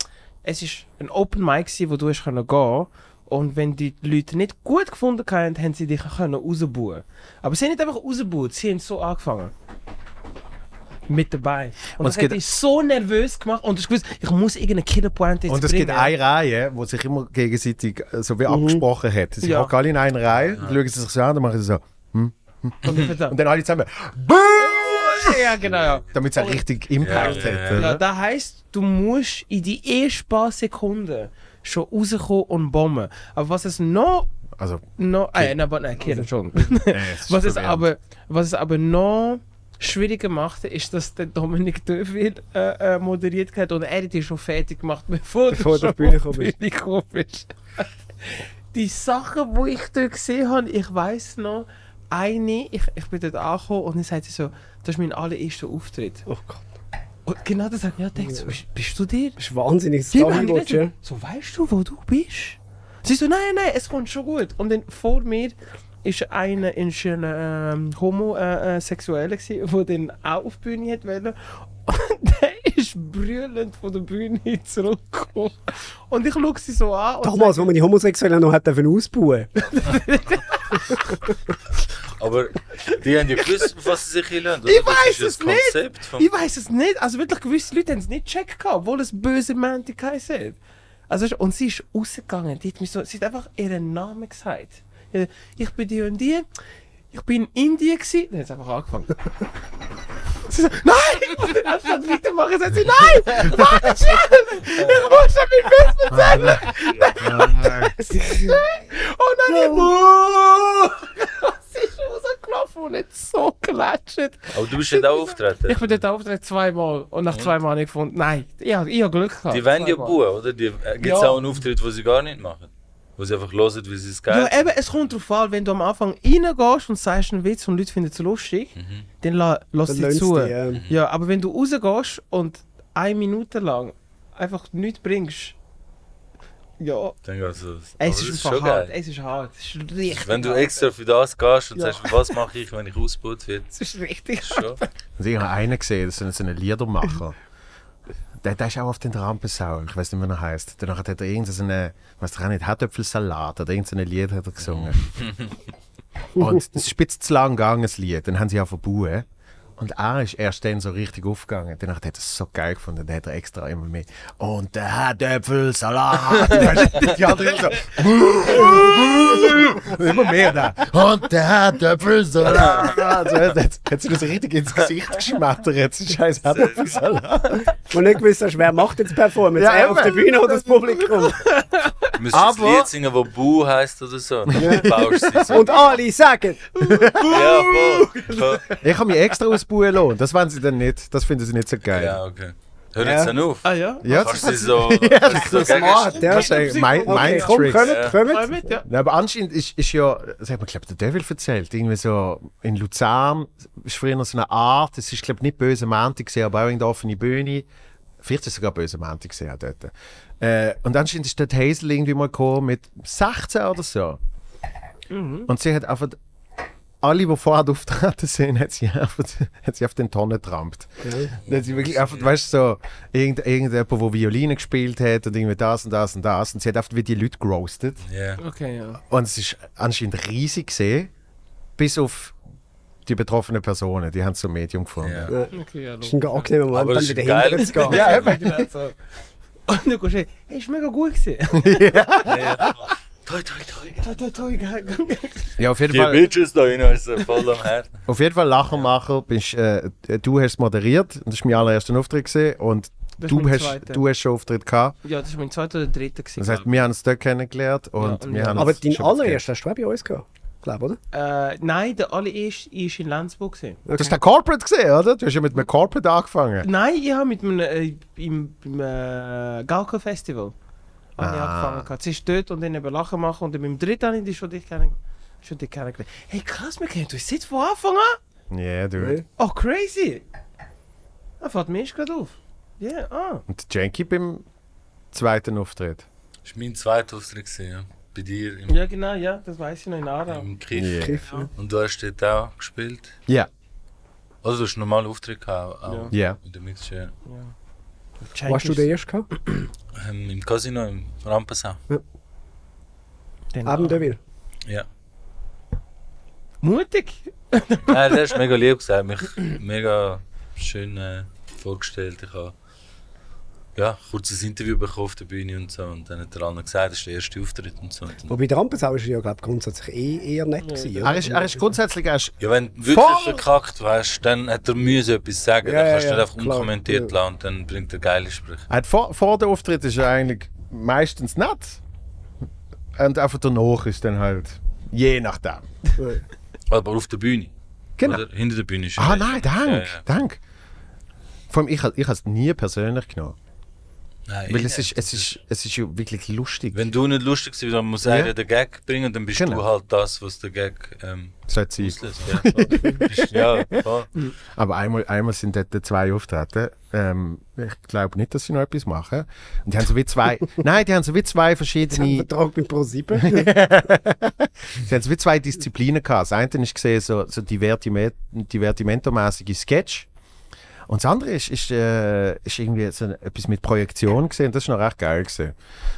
es ist ein Open Mic, gewesen, wo du hast können gehen und wenn die Leute nicht gut gefunden haben, haben sie dich können rausbauen. Aber sie haben nicht einfach rausgebaut, sie haben so angefangen. Mit dabei. Und Und, es das hat gibt- mich so nervös gemacht und ich wusste, ich muss irgendeine Killerpointe jetzt Und es bringen. gibt eine Reihe, die sich immer gegenseitig äh, so wie abgesprochen hat. Sie Ja. hocken alle in einer Reihe, schauen sie sich so an, dann machen sie so. Und ich verdammt. Und dann alle zusammen. Buh! Ja, genau. Ja. Damit es einen richtig Impact Ja, ja, hat. ja. oder? Ja, das heisst, du musst in die ersten paar Sekunden schon rauskommen und bomben. Aber was es noch. Also, noch äh, nein, aber nein, Kinder, Entschuldigung. äh, es ist Was es, verwirrend. aber, was es aber noch schwieriger machte, ist, dass der Dominik Döfil äh, äh, moderiert hat und er hat die schon fertig gemacht, bevor, Bevor du du schon auf die Bühne auf gekommen die Bühne gekommen bist. die Sachen, die ich dort gesehen habe, ich weiß noch, eine, ich, ich bin dort angekommen und dann sagt sie so, das ist mein allererster Auftritt. Oh Gott. Und genau das habe ich mir gedacht, so, bist, bist du dir? Das ist wahnsinnig. Das Die kann ich haben nicht, ja. gesagt, so weißt du, wo du bist? Sie so, nein, nein, es kommt schon gut. Und dann vor mir ist einer ist ein ähm, Homosexueller, gewesen, der den auch auf die Bühne hat wollte. Und der ist brüllend von der Bühne zurückgekommen. Und ich schaue sie so an. Und Damals, wo man die Homosexuellen noch hat dürfen ausbauen Aber die haben ja gewusst, auf was sie sich einlassen. oder? Ich Das weiß ist ja das es nicht. Konzept vom- Ich weiß es nicht. Also wirklich gewisse Leute haben es nicht gecheckt, gehabt, obwohl es böse Mänti hat. Also, weisst du, und sie ist rausgegangen. Die hat mir so, sie hat einfach ihren Namen gesagt. Ja, Ich bin die und die. Ich bin in Indien gsi. Dann hat sie einfach angefangen. sie sagt, nein! Und dann anstatt weitermachen, sagt sie, nein! Warte schnell! Ich muss schon mein Business ändern! Und dann ich, Sie ist rausgelaufen und hat so gelatscht. Aber du bist nicht auch auftreten. Ich bin dort aufgetreten zweimal und nach zweimal habe ich gefunden, nein, ich habe ich hab Glück gehabt. Die wollen ja Zweimal. buhen, oder? Gibt es Ja. auch einen Auftritt, den sie gar nicht machen? Wo sie einfach hören, wie sie es geht? Ja, eben, es kommt darauf an, wenn du am Anfang reingehst und sagst einen Witz und Leute finden es lustig, Mhm. dann la- lass Dann sie lönt's zu. die, ja. Mhm. Ja, aber wenn du rausgehst und eine Minute lang einfach nichts bringst, ja, Dann geht's los. Aber es das ist, ist einfach schon hart, geil. es ist hart, es ist richtig Wenn du Genau. hart. extra für das gehst und Ja. sagst, was mache ich, wenn ich ausgebaut werde, Es ist richtig ist schon. Also ich habe einen gesehen, das ist so ein Liedermacher. Der, der ist auch auf den Rampensau, ich weiß nicht, wie er heißt. Danach hat er irgendeinen, weiß ich auch nicht, Hartöpfelsalat oder irgendein Lied hat er gesungen. Und das ist spitz zu lang gegangen, das Lied. Dann haben sie auch verbuhen. Und er ist erst dann so richtig aufgegangen. Danach hat er es so geil gefunden. Dann hat er extra immer mit. Und der Hartöpfelsalat. Die anderen immer so. immer mehr da. Und der Hartöpfelsalat. Also, er hat, hat sie das richtig ins Gesicht geschmettert. Scheiß Hartöpfelsalat. Wo nicht gewusst hast, wer macht jetzt die Performance? Ja, er auf der eben. Bühne oder das Publikum? Du müsstest ein Aber- Oh, Lied singen, das Bu heisst oder so. Und dann baust du sie so. Und alle sagen, ja, voll. voll. Ich habe mich extra ausbuhen lassen. Das wollen sie dann nicht. Das finden sie nicht so geil. Ja, okay. Hör jetzt dann auf. Ah ja? Ja, Kannst das du sie so. so ist smart. gegenst- Das ist eigentlich mein, mein okay, komm, Trick. Ja. kommt, Voll kommt. mit, ja. Ja, aber anscheinend ist, ist ja, das hat mir, glaube der Devil erzählt, irgendwie so in Luzern ist früher noch so eine Art, es ist, glaube nicht böse Montag gewesen, aber auch in der offenen Bühne. Vielleicht ist es sogar böse Montag gewesen auch dort. Äh, und anscheinend ist dort Hazel irgendwie mal gekommen mit 16 oder so. Und sie hat einfach alle, die vorher auftreten sind, hat sie einfach, hat sie auf den Tonnen getrampt. Dann hat sie wirklich einfach, weißt du, so, irgend, irgendjemand, der Violine gespielt hat und irgendwie das und das und das. Und sie hat einfach wie die Leute gerostet. Ja. Okay, ja. Und es ist anscheinend riesig gesehen, bis auf die betroffenen Personen, die haben so ein Medium gefunden. Ja. Okay, ja, Das ist ein angenehmer Moment, Aber dann das ist wieder ein hinterher geiles zu gehen. Ja, eben. Und du gehst hin, hey, ist mega gut gewesen. Toi, toi, toi. toi, toi, toi, gell, gell. Ja, auf jeden Die Fall, Bitches da rein, also voll am Herd. auf jeden Fall Lachermacher, bist, äh, du hast moderiert, und das war mein allererster Auftritt gewesen, und Das ist du mein hast, zweiter. du hast schon Auftritt gehabt. Ja, das war mein zweiter oder dritter. gewesen, Das heißt, glaub wir haben uns dort kennengelernt und Ja, und wir ja. haben Aber uns dein schon was allererster hast du auch bei uns gehabt, glaube oder? ich. äh, Nein, der allererste war in Lenzburg. gewesen. Du hast den Corporate gesehen, oder? Du hast ja mit einem Corporate angefangen. Nein, ich habe mit einem äh, im, im äh, Galko Festival habe ich Ah. angefangen. gehabt. Sie ist dort und dann eben Lachen machen und dann beim dritten habe ich dich schon dich kennen- schon dich kennengelernt. Hey krass, wir kennen uns seit von Anfang an. Ja, du. Oh crazy. Da fällt mir erst gerade auf. Ja, ah. Und Janky beim zweiten Auftritt. Das war mein zweiter Auftritt, gewesen, ja. bei dir im, Ja genau, ja, das weiß ich noch in Aarau. im Kiff. Ja. Und du hast dort auch gespielt. Ja. Also du hast normal Auftritt gehabt, auch Ja. in der Mixture. Wo hast du den erst gehabt? Ähm, Im Casino, im Rampensau. Den Abendeville. Ja. Mutig! Nein, der ist mega lieb gesagt, mich mega schön äh, vorgestellt. Ich habe ja, kurz ein Interview bekommen auf der Bühne und so. Und dann hat er allen gesagt, das ist der erste Auftritt und so. Und dann, Wobei der Rampensau ist ja, glaube ich, grundsätzlich eh eher nett gewesen. Äh, Er ist, er ist grundsätzlich erst ja, wenn du wirklich Voll! verkackt wärst, dann hat er Mühe etwas sagen. Ja, dann kannst du ja, nicht einfach klar. unkommentiert Ja. lassen und dann bringt er geile Sprüche. Er hat vor, vor dem Auftritt ist er eigentlich meistens nett. Und einfach danach ist dann halt je nachdem. äh, Aber auf der Bühne. Genau. Oder? Hinter der Bühne ist er Ah meistens. nein, dank, Ja, ja. dank. Vor allem, ich, ha- ich habe es nie persönlich genommen. Nein, Weil ich es ist, nicht. es ist, es ist ja wirklich lustig. Wenn du nicht lustig bist, dann muss einer Ja. den Gag bringen und dann bist Genau. du halt das, was der Gag ähm, Sollte sein. auslöst. Ja, voll. ja, voll. Aber einmal, einmal sind dort zwei Auftritte. Ähm, ich glaube nicht, dass sie noch etwas machen. Und die haben so wie zwei. nein, die haben so wie zwei Ein verschiedene. Vertrag mit ProSieben. Sie haben so wie zwei Disziplinen gehabt. Das eine ist gesehen, so, so divertime- divertimentomäßige Sketch. Und das andere ist, ist, äh, ist irgendwie so etwas mit Projektion gesehen. Das ist noch recht geil gesehen.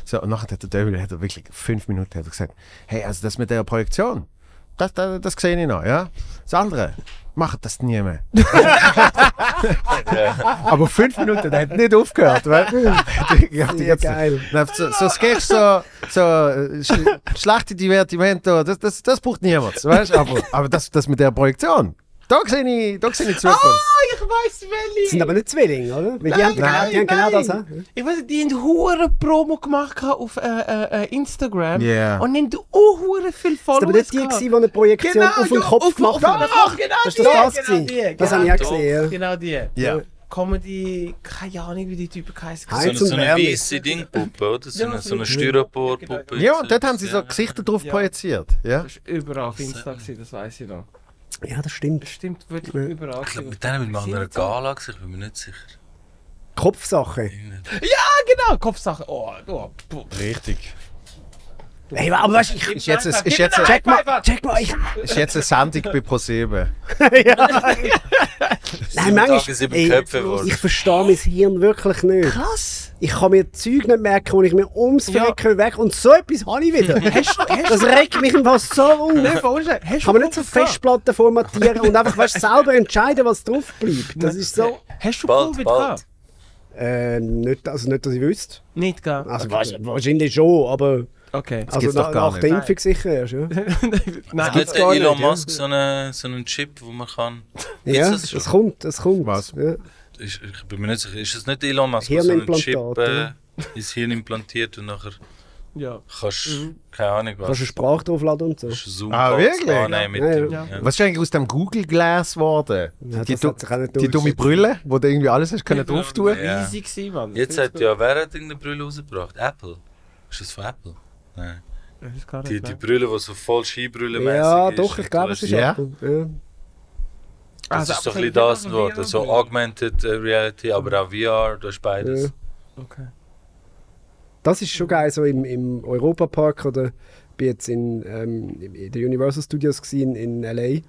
So, und nachher hat der Devil hat er wirklich fünf Minuten hat er gesagt, hey, also das mit der Projektion, das, das, das sehe ich noch, ja. Das andere, macht das nie mehr. Aber fünf Minuten, der hat nicht aufgehört, weil ich hab die jetzt Geil. Nein, So, so Sketch, so, so äh, sch schlechte Divertimento, das, das, das braucht niemand, weißt? Aber, aber das, das mit der Projektion, da sehe ich, da sehe ich die Zukunft. Ah, ich weiß Das sind Welli! aber nicht Zwillinge, oder? Weil die haben, nein, die haben genau das. hä? Ich weiß, die haben hure Promo gemacht gehabt auf äh, äh, äh, Instagram. Yeah. Und haben auch hure viel Das Follower waren aber nicht die, gewesen, die eine Projektion auf den Genau, ja, Kopf auf- gemacht auf- haben. Ach, genau Das die, ist das das genau gewesen. die, Das habe ich genau auch gesehen. ja. Genau die. Ja. Comedy, keine Ahnung, wie die Typen heißen. So, Hi. Heiz und so eine Wärme. weiße Dingpuppe, oder? So Ja, eine, so so eine eine- Styroporpuppe. Ja, und dort haben sie so Ja. Gesichter drauf Ja. projiziert. Ja. Das war überall auf Insta, gewesen, das weiß ich noch. Ja, das stimmt. Stimmt, wirklich überall. Ich glaube, gewesen. mit denen will man an einer Sind so- Gala gewesen, ich bin mir nicht sicher. Kopfsache. Ja, genau, Kopfsache. Oh, oh. puh. Richtig. Hey, aber weißt du, ich, Ist jetzt, ist, Gib jetzt, mir check mal. Pfeifer. check mal, ich, ist jetzt eine Sendung bei ProSieben. nein, Tage sieben manchmal, Köpfe geworden. ich verstehe mein Hirn wirklich nicht. Krass! Ich kann mir Zeug nicht merken, und ich mir ums Ja. Verrecken weg und so etwas habe ich wieder. das regt mich im Fall so Nein, auf. voll schön. Hast Kann du man nicht so Promo gehabt? Festplatten formatieren und einfach weißt, selber entscheiden, was drauf bleibt. Das ist so... Hast du Bald, Covid bald. gehabt? Äh, nicht, also nicht, dass ich wüsste. Nicht gehabt. Also wa- wahrscheinlich schon, aber... Okay. Also gibt's doch na, gar nach der nicht. Impfung sicher erst, ja. Nein, Hat gar der Elon nicht, ja. Musk so, einen, so einen Chip, wo man kann. Ja, das schon? es kommt, es kommt. Was? Ja. Ist, ich bin mir nicht sicher, ist das nicht Elon Musk, der so einen Hirnimplantat, Chip äh, ja. ins Hirn implantiert und nachher ja. kannst keine Ahnung Kannst du was. Sprache draufladen und so. Kannst du Zoom Ah, wirklich? annehmen mit Ja, dem. ja. Ja. Was ist eigentlich aus dem Google Glass geworden? Ja, die das du- hat sich auch nicht die dumme durchgesetzt. Brille, wo du irgendwie alles hast können Überall. drauf tun. Ja. Easy gewesen, Mann. Jetzt hat ja wer hat irgendeine Brille rausgebracht? Apple. Ist das von Apple? Nein. Die, die Brille, die so voll Skibrille Ja, doch, ich glaube, es ist Ja. Apple. Ja. Also Das ist so ein bisschen das geworden. So Augmented äh, Reality, aber auch VR, da ist beides. Ja. Okay. Das ist schon geil, so im, im Europapark oder bin jetzt in, ähm, in den Universal Studios gewesen, in L.A.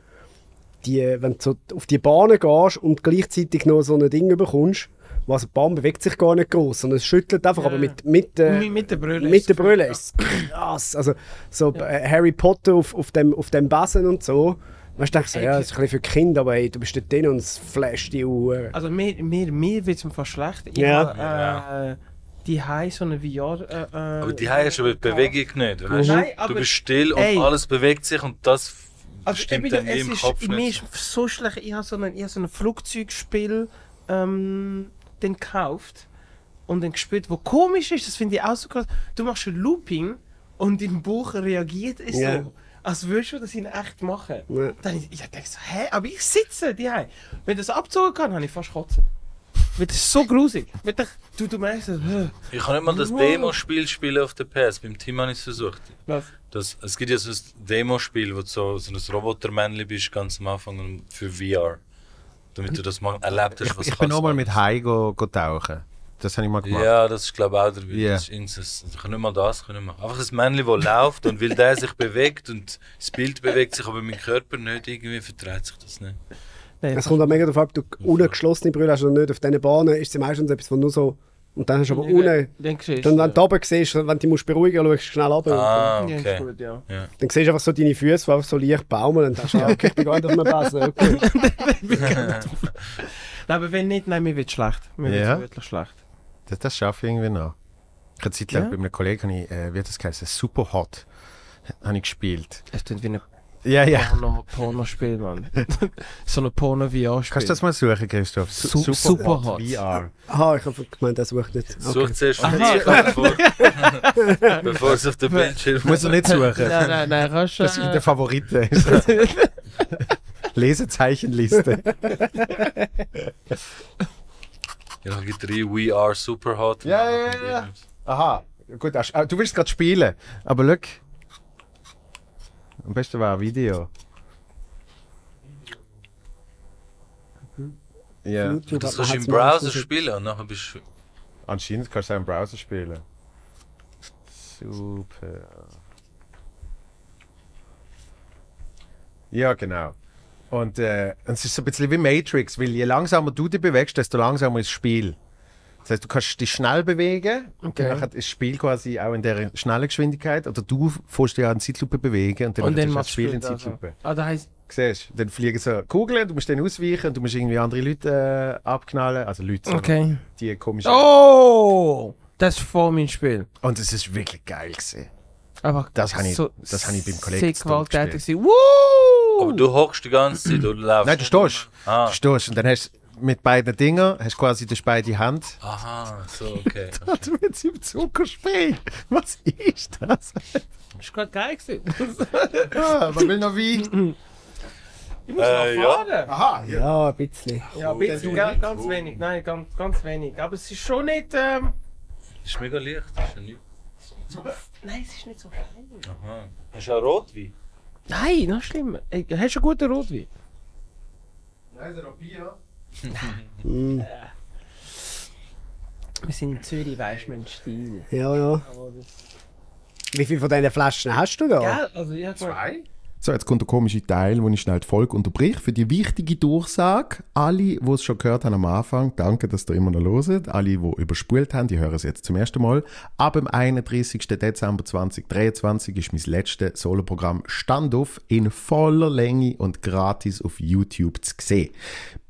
Die, äh, wenn du so auf die Bahnen gehst und gleichzeitig noch so ein Ding bekommst, was die Bahn bewegt sich gar nicht groß, sondern es schüttelt einfach, Ja, aber ja. mit, mit, äh, Mit- mit der Brille Mit ist der es Brille ist es krass. Also, so äh, Harry Potter auf, auf, dem, auf dem Besen und so. Weißt du, denkst du, so, ja, das ist ein bisschen für Kinder, aber hey, du bist dort drin und es flasht die Uhr. Also mir, mir, mir wird es mir fast schlecht. Ich Ja. hab, äh, die haben so eine VR. Äh, äh, Aber die haben ja schon mit Bewegung nicht. Weißt? Nein, du? aber- du bist still und Ey. alles bewegt sich und das f- Also ich bin stimmt ja, dann wie es im ist, Kopf mir nicht. ist so schlecht. Ich habe so ein, ich hab so ein Flugzeugspiel ähm, den gekauft und dann gespielt, wo komisch ist, das finde ich auch so krass. Du machst ein Looping und dein Bauch reagiert es Ja. so. Als würdest du das in echt machen. Ja. Dann ich, ich denke so, hä, aber ich sitze die Wenn das abzogen kann, habe ich fast kotzen. Weil das ist so grusig. Weil ich, du, du merkst, so, äh, Ich kann nicht mal das Wow. Demospiel spielen auf der PS. Beim Team habe ich es versucht. was? Das, es gibt ja so ein Demospiel, wo du so, so ein Robotermännchen bist, ganz am Anfang und für VR. Damit du das mal erlebt hast, was Ich bin kannst auch mal du mit alles. Hai go, go tauchen. Das habe ich mal gemacht. Ja, das ist glaube ich auch dabei. Ja. Das ist irgendwas- ich kann nicht mal das können machen. Einfach ein Männchen, das läuft und weil der sich bewegt und das Bild bewegt sich, aber mein Körper nicht, irgendwie verträgt sich das nicht. Nein, Es kommt auch mega darauf ab, ob du unten geschlossene Brille hast oder nicht. Auf diesen Bahnen ist es meistens etwas von nur so. Und dann hast du aber unten. Dann siehst Dann, wenn ja. du oben siehst, wenn du dich musst beruhigen musst, schaust du schnell runter. Ah, Ja, ist okay. gut, ja. Ja. Dann siehst du einfach so deine Füße, die einfach so leicht baumeln. Und dann denkst du, ja, okay, ich bin gar nicht auf einem Besen. Okay. Nein, aber wenn nicht, nein, mir wird schlecht. Mir Ja. wird wirklich schlecht. Das, das schaffe ich irgendwie noch. Ich habe Zeit lang Ja. bei einem Kollegen, habe ich, äh, wie hat das geheißen, Super Hot, habe ich gespielt. Es tut wie ein Ja, ja. Porno, Porno-Spiel, Mann. so ein Porno-VR-Spiel. Kannst du das mal suchen, Christoph? Su Su- Superhot. VR. Aha, Ah, ich habe gemeint, das sucht nicht. Sucht zuerst von dir, bevor, bevor es auf den Bildschirm Muss er nicht suchen. Nein, nein, nein, kannst du. Das ist Äh, der Favorite. Lesezeichenliste. Ja, dann gibt drei We Are Super Hot. Ja, ja, ja, ja. Aha. Gut, ah, sch- ah, du willst gerade spielen. Aber look. Am besten war ein Video. Ja. YouTube Das kannst hat man du halt im mal Browser ausgesucht. spielen und nachher bist du. Anscheinend kannst du auch im Browser spielen. Super. Ja, genau. Und äh, und es ist so ein bisschen wie Matrix, weil je langsamer du dich bewegst, desto langsamer ist das Spiel. Das heißt, du kannst dich schnell bewegen und Okay. dann hat das Spiel quasi auch in der schnellen Geschwindigkeit. Oder du fährst dich auch in Zeitlupe bewegen und dann, und natürlich dann auch machst du in also. Zeitlupe. Ah, da heisst. Siehst du, dann fliegen so Kugeln, du musst dann ausweichen und du musst irgendwie andere Leute äh, abknallen. Also Leute, sondern Okay. die komischen. Oh! Das ist voll mein Spiel. Und es ist wirklich geil gewesen. Einfach Das habe ich- so das habe ich beim Kollegen Sehr zu tun gewalttätig. gewesen. Woo! Aber du hockst die ganze Zeit oder läufst. Nein, du stehst. Ah. Du stehst und dann hast du mit beiden Dingen, hast quasi durch beide Hände. Ah, Aha, so, okay. Du willst im Zucker spielen. Was ist das? Das war gerade geil. gewesen. Ah, man will noch Wein. Ich muss Äh, noch ja. oh, fahren. Aha, ja. Ja, ein bisschen. Ja, ein bisschen, ganz, ganz wenig. Nein, ganz, ganz wenig. Aber es ist schon nicht. Ähm, Ist mega leicht, ist ja nicht. nein, es ist nicht so schlimm. Aha. Hast du auch Rotwein? Nein, noch schlimmer. Ey, hast du einen guten Rotwein? Wir sind in Zürich, weißt du, mit dem Stil. Ja, ja. Aber das- Wie viele von diesen Flaschen hast du da? Gell? Also, ich hab mal- So, jetzt kommt der komische Teil, wo ich schnell die Folge unterbrich für die wichtige Durchsage. Alle, die es schon gehört haben am Anfang, danke, dass ihr immer noch loset. Alle, die überspult haben, die hören es jetzt zum ersten Mal. Ab dem 31. Dezember 2023 ist mein letztes Soloprogramm Standoff in voller Länge und gratis auf YouTube zu sehen.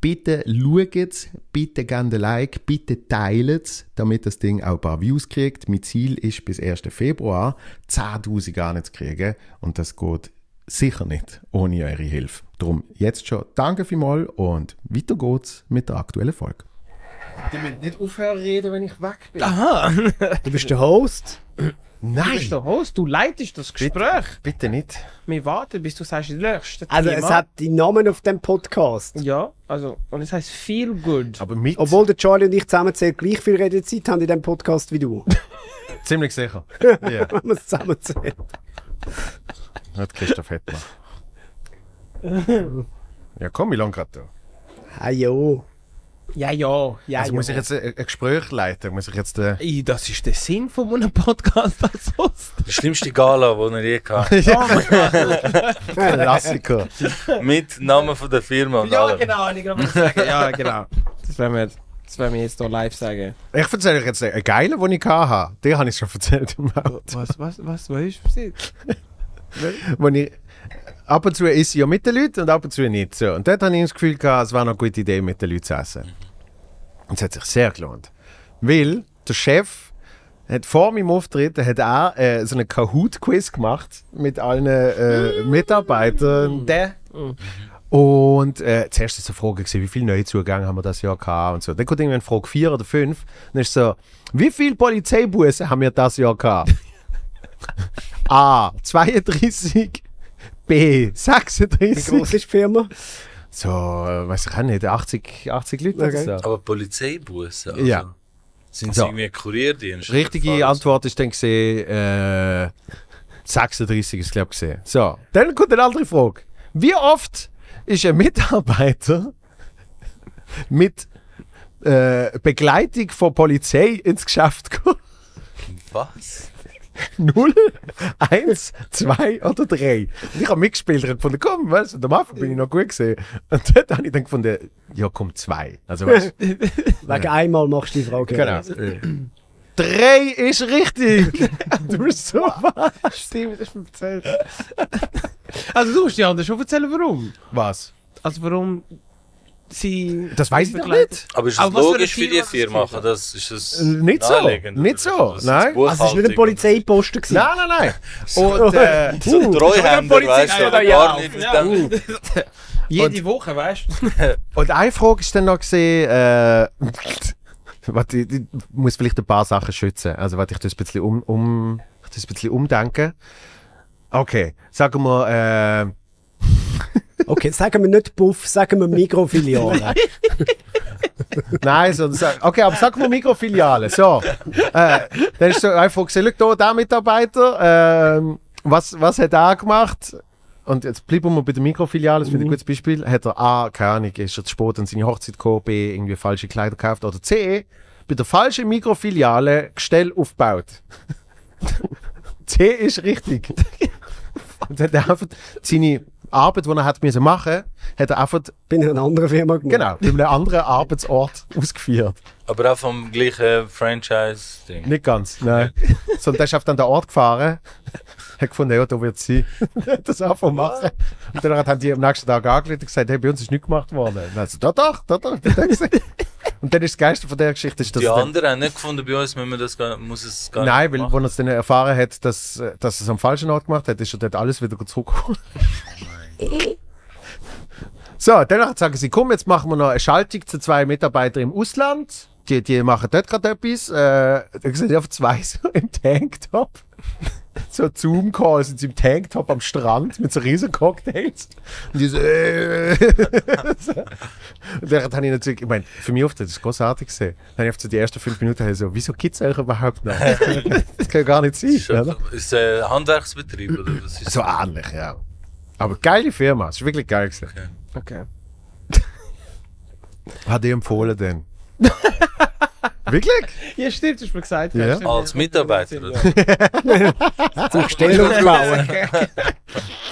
Bitte schaut's, bitte gebt ein Like, bitte teilt damit das Ding auch ein paar Views kriegt. Mein Ziel ist, bis 1. Februar 10.000 Garne zu kriegen und das geht sicher nicht ohne eure Hilfe. Drum jetzt schon danke vielmals und weiter geht's mit der aktuellen Folge. Die müssen nicht aufhören reden, wenn ich weg bin. Aha! Du bist der Host. Du bist Nein, der Host, du leitest das Gespräch. bitte nicht. Wir warten, bis du sagst, das nächste Also, Thema. es hat die Namen auf dem Podcast. Ja, also, und es heißt Feel Good. Aber mit, Obwohl der Charlie und ich zusammen sehr gleich viel Redezeit haben in diesem Podcast wie du. ziemlich sicher. Ja, Wenn man es zusammenzählt. hat Christoph Hettmann. Ja, komm, wie lange gerade da? Ah, jo. Ja, ja, ja. Also ja. muss ich jetzt äh, ein Gespräch leiten? Muss ich jetzt... Äh, Ey, das ist der Sinn von einem Podcast als sonst. Die schlimmste Gala, die er je hatte. genau, Klassiker. Mit Namen von der Firma und allem. genau, ich glaube, Ja, genau. Das werden wir, das werden wir jetzt hier live sagen. Ich erzähle euch jetzt einen geilen, den ich hatte. Den habe ich schon erzählt im Auto. Was, was, was, was ist passiert? wo ich, ab und zu esse ich ja mit den Leuten und ab und zu nicht. So. Und dort hatte ich das Gefühl, gehabt, es wäre noch eine gute Idee, mit den Leuten zu essen. Und es hat sich sehr gelohnt. Weil der Chef hat vor meinem Auftritt hat er, äh, so einen Kahoot-Quiz gemacht mit allen äh, Mm. Mitarbeitern. Der. Und äh, zuerst war so eine Frage, gewesen, wie viele Neuzugänge haben wir das Jahr gehabt und so. Dann kommt irgendwann Frage 4 oder 5 und dann ist so, wie viele Polizeibussen haben wir das Jahr gehabt? A. 32. B. Wie 36. groß ist die Firma? So, äh, weiß ich auch nicht, 80, 80 Leute Okay. oder so. Aber Polizeibussen? Also, Ja. Sind sie So. irgendwie ein Kurierdienst? Richtige Oder fahren Antwort ist dann gesehen, äh, 36 ist, glaube ich, gesehen. So, dann kommt eine andere Frage. Wie oft ist ein Mitarbeiter mit äh, Begleitung von Polizei ins Geschäft gekommen? sie- Was? 0, 1, 2 oder 3. Und ich habe mitgespielt und gefunden, komm, weißt du, am Anfang bin ich noch gut gesehen. Und dort habe ich dann gefunden, ja komm, 2. Also weißt du, Wegen einmal machst du die Frage. Also, genau. 3 ist richtig! du bist so was. Stimmt, das ist mir erzählt. also du musst die anderen schon erzählen, warum. Was? Also warum sie... Das weiß ich doch Begleitet. nicht. Aber ist es Aber was für logisch ein für die Firma Firma? das Kann Das ist das Äh, nicht so. naheliegend? Nicht Oder so. ist das Nein. Also es war nicht ein Buchhaltung oder- Polizeiposten. gewesen. Nein, nein, nein. Und äh, So ein Treuhänder, Polizei- weißt du, Ja, oder ja, gar nicht. ja. dann- Jede Woche, weißt du? Und eine Frage ist dann noch gesehen, äh, warte, ich, ich muss vielleicht ein paar Sachen schützen. Also warte, ich tue es ein bisschen um, um ich tue es ein bisschen umdenken. Okay, sagen wir, äh, Okay, sagen wir nicht Puff, sagen wir Mikrofiliale. äh, nein, so, sag- okay, aber sagen wir Mikrofiliale. So, äh, dann ist so eine Frage, gewesen, schau da, der Mitarbeiter, ähm, was, was hat er gemacht? Und jetzt bleiben wir bei der Mikrofiliale, das finde ich ein gutes Beispiel. Hat er A, keine Ahnung, ist er zu spät an seine Hochzeit gekommen, B, irgendwie falsche Kleider gekauft oder C, bei der falschen Mikrofiliale Gestell aufgebaut. C ist richtig. Und hat er einfach seine Arbeit, die er hat müssen machen, hat er einfach, Bin in einer anderen Firma gemacht. genau, bei einem anderen Arbeitsort ausgeführt. Aber auch vom gleichen Franchise-Ding. Nicht ganz, nein. Sondern der ist einfach an den Ort gefahren, hat gefunden, ja, da wird sie das einfach machen. Und dann haben die am nächsten Tag angerufen und gesagt, hey, bei uns ist nichts gemacht worden. Und dann so, da doch, da doch. da doch. Und dann ist das Geilste von der Geschichte, ist, dass Die er dann- anderen haben nicht gefunden, bei uns müssen wir das gar, muss es gar Nein, nicht weil, machen. wo er es dann erfahren hat, dass, äh, dass er es am falschen Ort gemacht hat, ist er dort alles wieder zurückgekommen. so, danach sagen sie, komm, jetzt machen wir noch eine Schaltung zu zwei Mitarbeitern im Ausland. Die, die machen dort gerade etwas. Äh, dann sind auf zwei so im Tanktop. So Zoom-Call sind sie im Tanktop am Strand mit so riesen Cocktails. Und die so, äh, Und dann habe ich natürlich, ich meine, für mich oft, das ist großartig gesehen. Dann habe ich oft so die ersten fünf Minuten habe ich so, wieso gibt es euch überhaupt noch? das kann ja gar nicht sein, Ist, also- oder? ist ein Handwerksbetrieb oder was ist So ähnlich, ja. Aber geile Firma, es ist wirklich geil gewesen. Okay. Hat ich empfohlen denn? wirklich? Ja, stimmt, hast du mir gesagt. Ja. hast du mir- Als Mitarbeiter, oder? Zum Gestell aufbauen.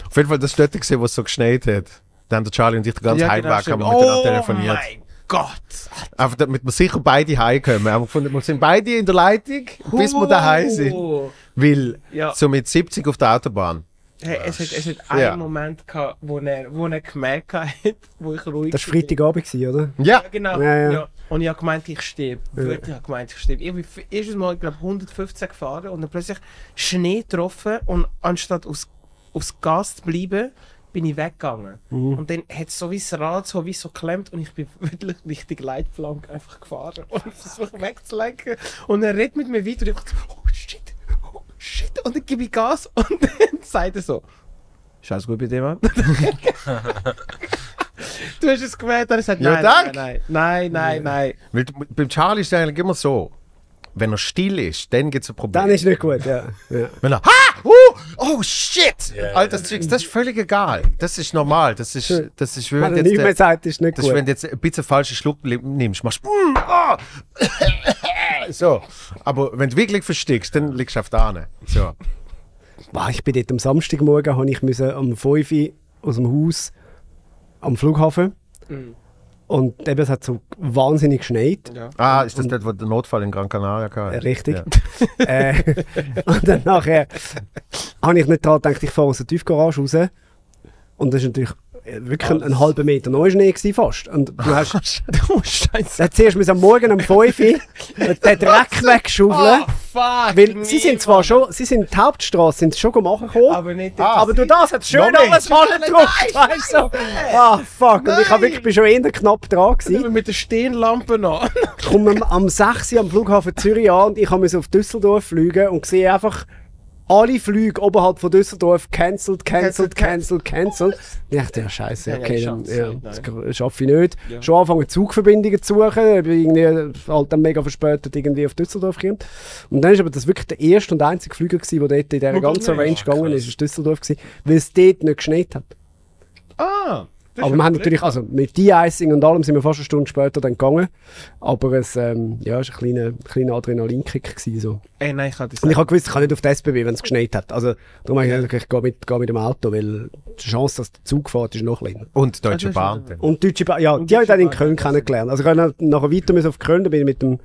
Auf jeden Fall das dort gesehen, was so geschneit hat. Dann haben der Charlie und ich den ganzen Ja, genau, Heimweg haben stimmt. wir miteinander Oh telefoniert. mein Gott! Einfach damit wir sicher beide heimkommen. Aber gefunden, wir sind beide in der Leitung, bis wir daheim sind. Oh. Weil Ja. so mit 70 auf der Autobahn. Hey, es hat, es hat Ja. einen Moment gehabt, wo er, wo er gemerkt hat, wo ich ruhig Das war bin. Freitagabend, gewesen, oder? Ja. Ja, genau. Ja, Ja, ja. Und ich habe gemeint, ich sterbe. Wirklich, ich habe gemeint, ich sterbe. Ich bin f- erstes Mal, ich glaube, 115 gefahren und dann plötzlich Schnee getroffen und anstatt aufs, aufs Gas zu bleiben, bin ich weggegangen. Und dann hat so wie das Rad so wie so geklemmt und ich bin wirklich richtig Leitplank einfach gefahren und versuche wegzulenken. Und er redet mit mir weiter und ich dachte, oh shit, oh shit. Und dann gebe ich Gas und dann sagt er so, ist alles gut bei dir, Mann? du hast es gemerkt, er sagt, Ja, nein, danke. nein, nein, nein, nein, nein. Weil du- beim Charlie ist es eigentlich immer so, wenn er still ist, dann gibt es ein Problem. Dann ist nicht gut, ja. ja. wenn er, ha! Uh! Oh shit! Ja, All das Zeugs, das ist völlig egal. Das ist normal. Das ist, das ist, wie wenn Wenn du er jetzt, nichts mehr der- sagt, ist nicht das ist, wenn gut. du jetzt ein bisschen falschen Schluck li- nimmst, machst du, mm, ah! so. Aber wenn du wirklich verstickst, dann liegst du auf der Ahne. So. Wow, ich bin dort am Samstagmorgen, habe ich müssen um 5 Uhr aus dem Haus am Flughafen. Mhm. Und eben, es hat so wahnsinnig geschneit. Ah, ist das dort, wo der Notfall in Gran Canaria kam? Äh, Richtig. äh, und dann nachher habe ich nicht dran gedacht, ich fahre aus der Tiefgarage raus. Und das ist natürlich äh, wirklich ein, ein halber Meter Neuschnee gewesen, fast. Und du hast, Oh, Scheiße. dann zuerst müssen am Morgen um 5 Uhr den Dreck wegschaufeln. Ah, fuck! Weil sie sind zwar schon, sie sind die Hauptstraße sind sie schon machen gekommen, aber, Aber nicht aber durch das hat schön Noch nicht. alles angedruckt, weißt du? Ah, fuck. Und ich hab wirklich, bin schon eher knapp dran gewesen. mit der Stirnlampe noch. Ah. Ich komme am, am 6 Uhr am Flughafen Zürich an und ich musste auf Düsseldorf fliegen und sehe einfach alle Flüge oberhalb von Düsseldorf cancelled, cancelled, cancelled, cancelled. Und Ich dachte, ja scheiße, Ja, ja, okay, ich dann schaff's ja, nicht, das nein. gr- schaffe ich nicht. Ja. Schon anfangen Zugverbindungen zu suchen, ich bin irgendwie halt dann mega verspätet irgendwie auf Düsseldorf gekommen. Und dann ist aber das wirklich der erste und einzige Flüger gewesen, der dort in Ah, dieser ganzen Range krass. gegangen ist, ist Düsseldorf gewesen, weil es dort nicht geschneit hat. Ah! Aber wir haben natürlich, also mit De-Icing und allem sind wir fast eine Stunde später dann gegangen. Aber es ähm, ja, es war ein kleiner, kleiner Adrenalinkick. Gewesen, so. Ey, nein, ich kann das Und ich habe gewusst, ich kann nicht auf die SBB, wenn es geschneit hat. Also darum habe ich gesagt, ich gehe mit, gehe mit dem Auto, weil die Chance, dass der Zug fährt, ist noch kleiner. Und das Deutsche ist Bahn. wieder- dann. Und Deutsche Bahn, ja, Und die habe ich Deutsche dann in Bahn, Köln ja. kennengelernt. Also ich habe dann nachher weiter müssen auf Köln, da bin ich mit dem,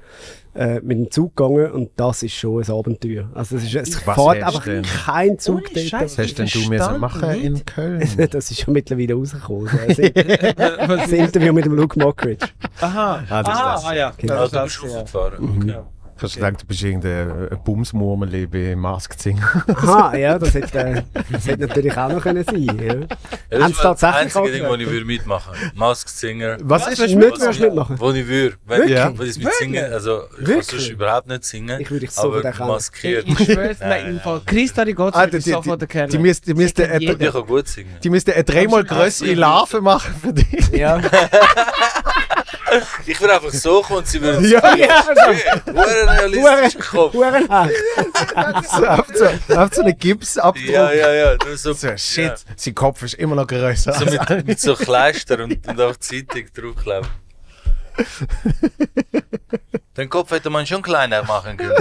äh, mit dem Zug gegangen und das ist schon ein Abenteuer. Also es, ist, es Was fährt hast einfach denn? kein Zug Ohne dort. Scheiß. Was hast denn du Ich mir verstand machen nicht. in Köln? Das ist schon mittlerweile rausgekommen. so. Das das Interview mit dem Luke Mockridge. Aha, Ah, das ah, ist das. ah, ja. Ah, Das du ist bist das, ja. aufgefahren. Okay. Hast du gedacht, du bist irgendein äh, Bumsmurmeli bei Mask Singer? Aha, ja, das hätte, äh, das hätte natürlich auch noch können sein Ja, können. Haben das sie ist das tatsächlich einzige Ding, wo ich angehört? würde mitmachen würde. Mask Singer. Was ist Nicht mehr kannst du nicht machen. Wo ich würde. Wenn Wirklich? ich, weil ich mit singen, also ich kann Wirklich? sonst überhaupt nicht singen. Ich würde dich aber sofort erkennen. maskiert. Ich schwör's, nein, Nein, im Fall. Christa, die geht Ah, wirklich die- die- sofort erkennen. die müsst- die müsst- Sie kennt äh, Ich jeden. kann gut singen. Die müssten eine dreimal größere Larve machen für dich. Ja. Ich würde einfach so kommen und sie würden Ja, ja, Wo er realistisch kommt. Hurenhaft. so, auf so, auf so einen Gipsabdruck. Ja, ja, ja. Nur so, So, shit, sein Kopf ist immer noch größer. Ja. So mit, mit so Kleister und, und auch Zeitung draufkleben. Den Kopf hätte man schon kleiner machen können.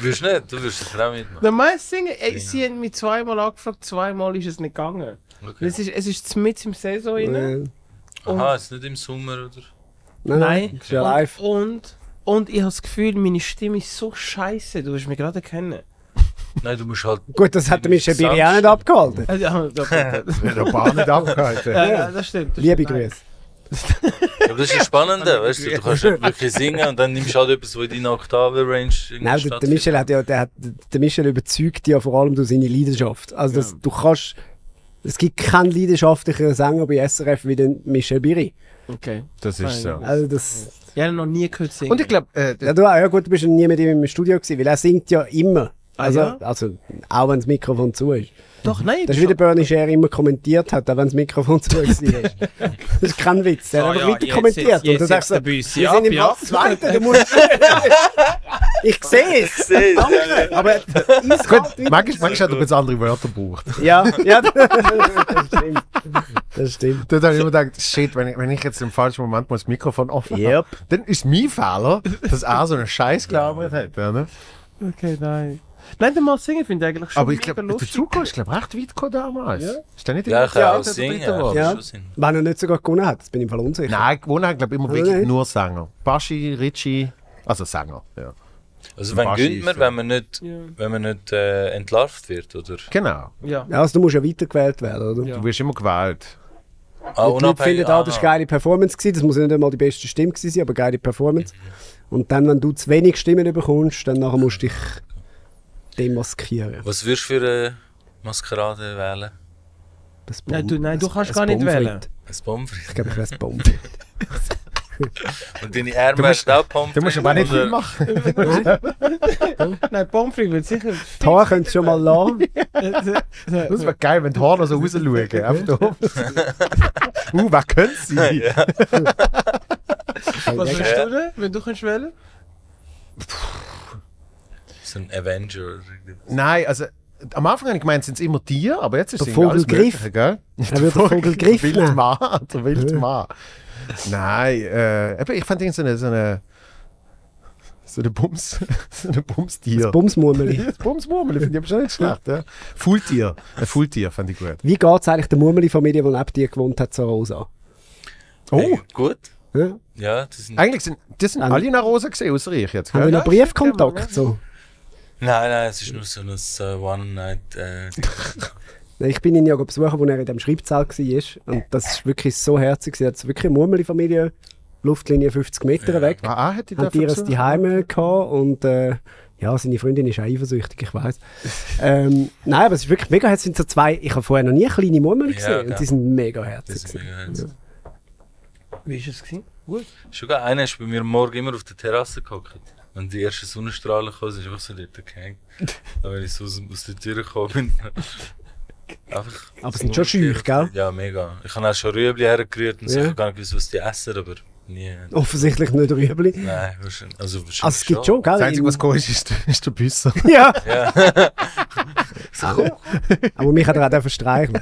Wirst nicht, du wirst sicher auch mitmachen. Der meiste Singer, ey, sie haben mich zweimal angefragt, zweimal ist es nicht gegangen. Okay. Es ist, es ist mit im Saison rein. Äh, Nein, Aha, ist nicht im Sommer, oder? nein. Nein. Ist ja live. Und, und, und ich habe das Gefühl, meine Stimme ist so scheiße, du wirst mich gerade erkennen. Nein, du musst halt. Gut, das hat der Michel Biri auch nicht abgehalten. Also, ja, da- Das wird der Bahn nicht abgehalten. ja, ja, das stimmt. Das Liebe stimmt. Nein. Grüße. Aber das ist das Spannende, weißt du? Du kannst nicht wirklich singen und dann nimmst du halt etwas, was in deiner Oktavenrange Nein, der, der Michel hat ja, der, hat, der Michel überzeugt ja vor allem durch seine Leidenschaft. Also das, du kannst, es gibt keinen leidenschaftlicheren Sänger bei SRF wie den Michel Biri. Okay. Das ist so. Also das, Ich habe noch nie gehört singen. Und ich glaube, äh, ja, du, ja gut, du bist ja nie mit ihm im Studio gewesen, weil er singt ja immer. Ah, Also, ja? also auch wenn das Mikrofon zu ist. Doch, nein. Das ist wie der Bernie Scher immer kommentiert hat, auch wenn das Mikrofon zu ist. Das ist kein Witz. Ah, Der hat Oh einfach weiter kommentiert. und du sagst so, wir Büssi sind im Platz Zweiten, du musst... ich sehe es. sehe es, ja, Danke, aber gut, eiskalt weiter- manchmal, manchmal hat er jetzt halt andere Wörter gebraucht. Ja, ja, das stimmt. Das stimmt. Dort habe ich immer gedacht, shit, wenn ich, wenn ich jetzt im falschen Moment mal das Mikrofon offen Yep. habe, dann ist mein Fehler, dass er so einen Scheiß gelabert hat. ne? Oder? Okay, nein. Nein, der Mal singen finde ich eigentlich schon Aber ich mega glaube, der lustig. Zug ist glaube recht weit gekommen damals. Ist der nicht Ja, ich irgendwie kann zweite auch oder singen. dritte aber geworden? Ja. schon singen. Wenn er nicht sogar gewonnen hat, das bin ich im Fall unsicher. Nein, gewonnen haben glaube ich immer Oder wirklich nicht? nur Sänger. Baschi, Ritchie, also Sänger. Ja. Also, wenn Baschi gönnt ist man, so. wenn man nicht, Ja. wenn man nicht äh, entlarvt wird, oder? Genau. Ja. Ja, Also du musst ja weitergewählt werden, oder? Ja. Du wirst immer gewählt. Ah, Die Leute finden auch, das war geile Performance. Gewesen. Das muss ja nicht einmal die beste Stimme gewesen sein, aber geile Performance. Und dann, wenn du zu wenig Stimmen bekommst, dann nachher musst du dich demaskieren. Was würdest du für eine Maskerade wählen? Das Nein, du- nein, du ein- kannst ein gar nicht Pommes wählen. frites. Ein Pommes Ich glaube, ich wäre ein Bomb. Und deine Ärmel Du musst- hast auch Pommes Du musst aber nicht viel machen. Nein, Pommes frites wird sicher. Äh, Die Haare könntest du schon mal lassen. Das wäre geil, wenn die Haare noch so rausschauen. Auf der Hose. Uh, wer könnte sie? Ja. Was Ja. willst du denn, wenn du kannst wählen? So ein Avenger oder irgendwas. Nein, also am Anfang habe ich gemeint, sind es immer Tiere, aber jetzt ist es Der irgendwie alles Vogelgriff. Mögliche, gell? Er würde den Vogelgriff ne? nehmen. Wildmann, der Wildmann. Nein, äh, eben, ich fand ihn so eine, so eine, so eine Bums, so eine Bumstier. Bumsmurmeli. Das Bumsmurmel, finde ich aber schon nicht schlecht. Ja. Fulltier, ein Fulltier fand ich gut. Wie geht es eigentlich der Murmeli-Familie, die neben dir gewohnt hat, so rosa? Oh, Hey, gut. Ja? Ja, das sind. eigentlich sind, das sind Ähm, alle nach Rosa gesehen, außer ich jetzt, Haben wir gell? noch Briefkontakt? So? Nein, nein, es ist nur so ein äh, One-Night. Äh, Ich bin ihn ja besuchen, als er in dem Schreibsaal war. Und das ist wirklich so herzig. Er hat wirklich eine Murmeli-Familie, Luftlinie 50 Meter weg. Ah, ah, hätte ich Haben die dürfen es die Heime gehabt und äh, ja, seine Freundin ist auch eifersüchtig, ich weiß. ähm, nein, aber es ist wirklich mega herzig. Es sind so zwei, ich habe vorher noch nie kleine Murmeli Ja, gesehen ja. und die sind mega das herzig. ist gewesen. mega herzig. Wie ist es gewesen? Gut. Schon gar einer ist bei mir am morgen immer auf der Terrasse gehockt. Und die ersten Sonnenstrahlen kamen, ist einfach so dort gehängt. Aber wenn ich so aus, aus der Tür gekommen bin. einfach Aber es sind schon scheu, gell? Ja, mega. Ich habe auch schon Rüebli hergerührt und so, Ja. ich habe gar nicht gewusst, was die essen, aber nie. Offensichtlich nicht Rüebli. Nein, wahrscheinlich. Also, wahrscheinlich Also es gibt schon, gell? Das Einzige, was In- komisch ist, ist der Büsser. ja, Ja. aber mich hat er auch dürfen streicheln.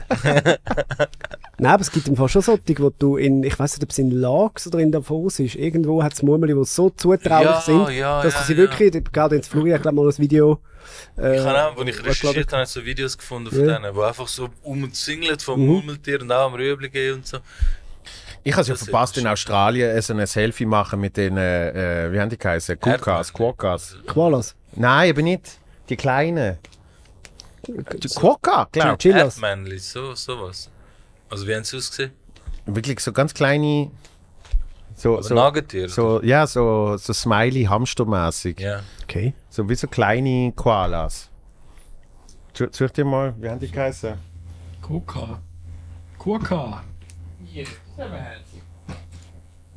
Nein, aber es gibt im Fall schon solche, wo du in, ich weiß nicht, ob es in Lags oder in Davos ist, irgendwo hat es Murmeli, die so zutraulich Ja, sind, ja, dass ja, sie ja. wirklich, ich- gerade jetzt Florian, ich glaube mal ein Video. Äh, Ich habe auch, als ich hochgeladen. recherchiert habe, so Videos gefunden von Ja. denen, die einfach so umzingelt vom Murmeltier und auch am Rüebli gehen und so. Ich habe es ja Das ist verpasst, in Australien äh, so ein Selfie machen mit den, äh, äh, wie haben die geheißen? Kukas, Erdmännchen. Quokkas. Koalas. Nein, eben nicht. Die Kleinen. Äh, Die Quokka, Genau. klar. Chillas. Erdmännchen, so, sowas. Also wie haben sie ausgesehen? Wirklich so ganz kleine. So, Also so, Nagetier. so, ja, so, so smiley hamstermäßig. Ja. Okay. So wie so kleine Koalas. Zu- Such dir mal, wie haben die geheißen? Koka. Kurka.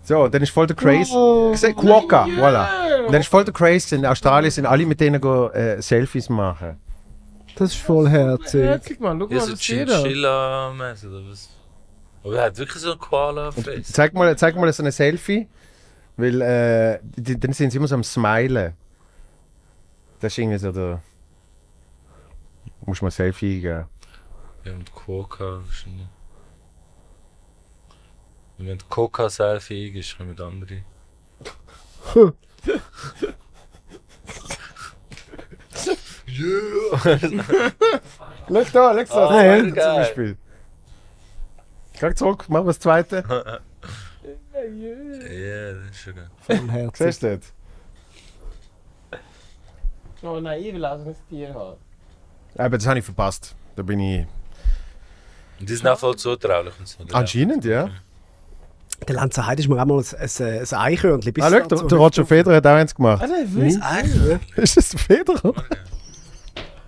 So, dann ist voll der Craze. Gse- Quokka, voilà. Dann ist voll der Craze. In Australien sind alle mit denen go, äh, Selfies machen. Das ist voll herzig. Herzig, Mann. Schau mal, Ja, so was steht da. Chinchilla-mäßig oder was? Aber er hat wirklich so einen Koala-Face. Zeig mal, zeig mal so ein Selfie. Weil äh, die, dann sind sie immer so am Smilen. Das ist irgendwie so der. Muss mal ein Selfie geben. Wir haben Quokka wahrscheinlich. Wenn man Coca-Selfie eingibt, kommen andere. Schau da, schau da, Ah, das zweite geil. zum Beispiel. Geh zurück, mach mal das zweite. Ja, yeah, das ist schon geil. Voll herzig. Siehst du das? Oh nein, ich will auch so ein Tier haben. Ah, Aber das habe ich verpasst. Da bin ich. Und die sind auch voll zutraulich und so. oder? Anscheinend, ja. Der Lanzer Heide ist mir auch mal ein, ein, ein Eichhörnchen. bis Ah, Ah, schau, da der, zur der Roger Federer hat auch eins gemacht. Also, ich will Hüfte. Ist das der Federer?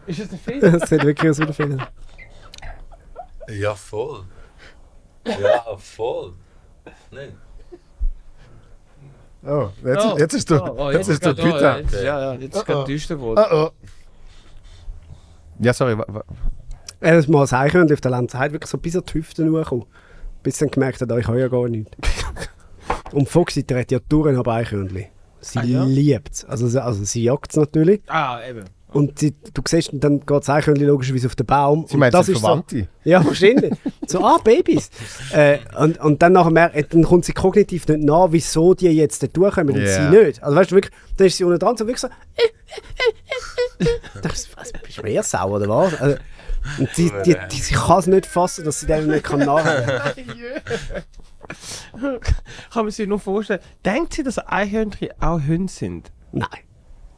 Ist das ein Fisch? Das sieht wirklich aus wie der Feder. Ja, voll. Ja, voll. Nein. Oh, jetzt, Oh. jetzt ist der, Oh, oh, jetzt ist der grad- oh, Peter. jetzt- Ja, ja, jetzt ist gerade düster geworden. Oh, oh. Ja, sorry. wa- wa- Er ist mal ein Eichhörnchen auf der Lanzer Heide, wirklich so bis an die Hüfte hochgekommen. Bis dann gemerkt hat, oh, ich habe ja gar nichts. Und Foxy dreht ja Touren ab Eichhörnchen. Sie Ah, ja? liebt es. Also, sie- also sie jagt es natürlich. Ah, eben. Und sie, du siehst, dann geht das Eichhörnchen logischerweise auf den Baum. Sie und meint, das das sind ist so, Verwandte. Ja, wahrscheinlich. so, ah, Babys. Äh, und, und dann, nachher mer- äh, dann kommt sie kognitiv nicht nach, wieso die jetzt da durchkommen und Ja. sie nicht. Also weißt du wirklich, dann ist sie unten dran so wirklich so. äh, Ich dachte, äh. was, bist du mehr Sau oder was? Also, und sie, die, die, sie kann es nicht fassen, dass sie denen nicht kann nachher. Kann man sich nur vorstellen. Denkt ihr, dass Eichhörnchen auch Hunde sind? Nein.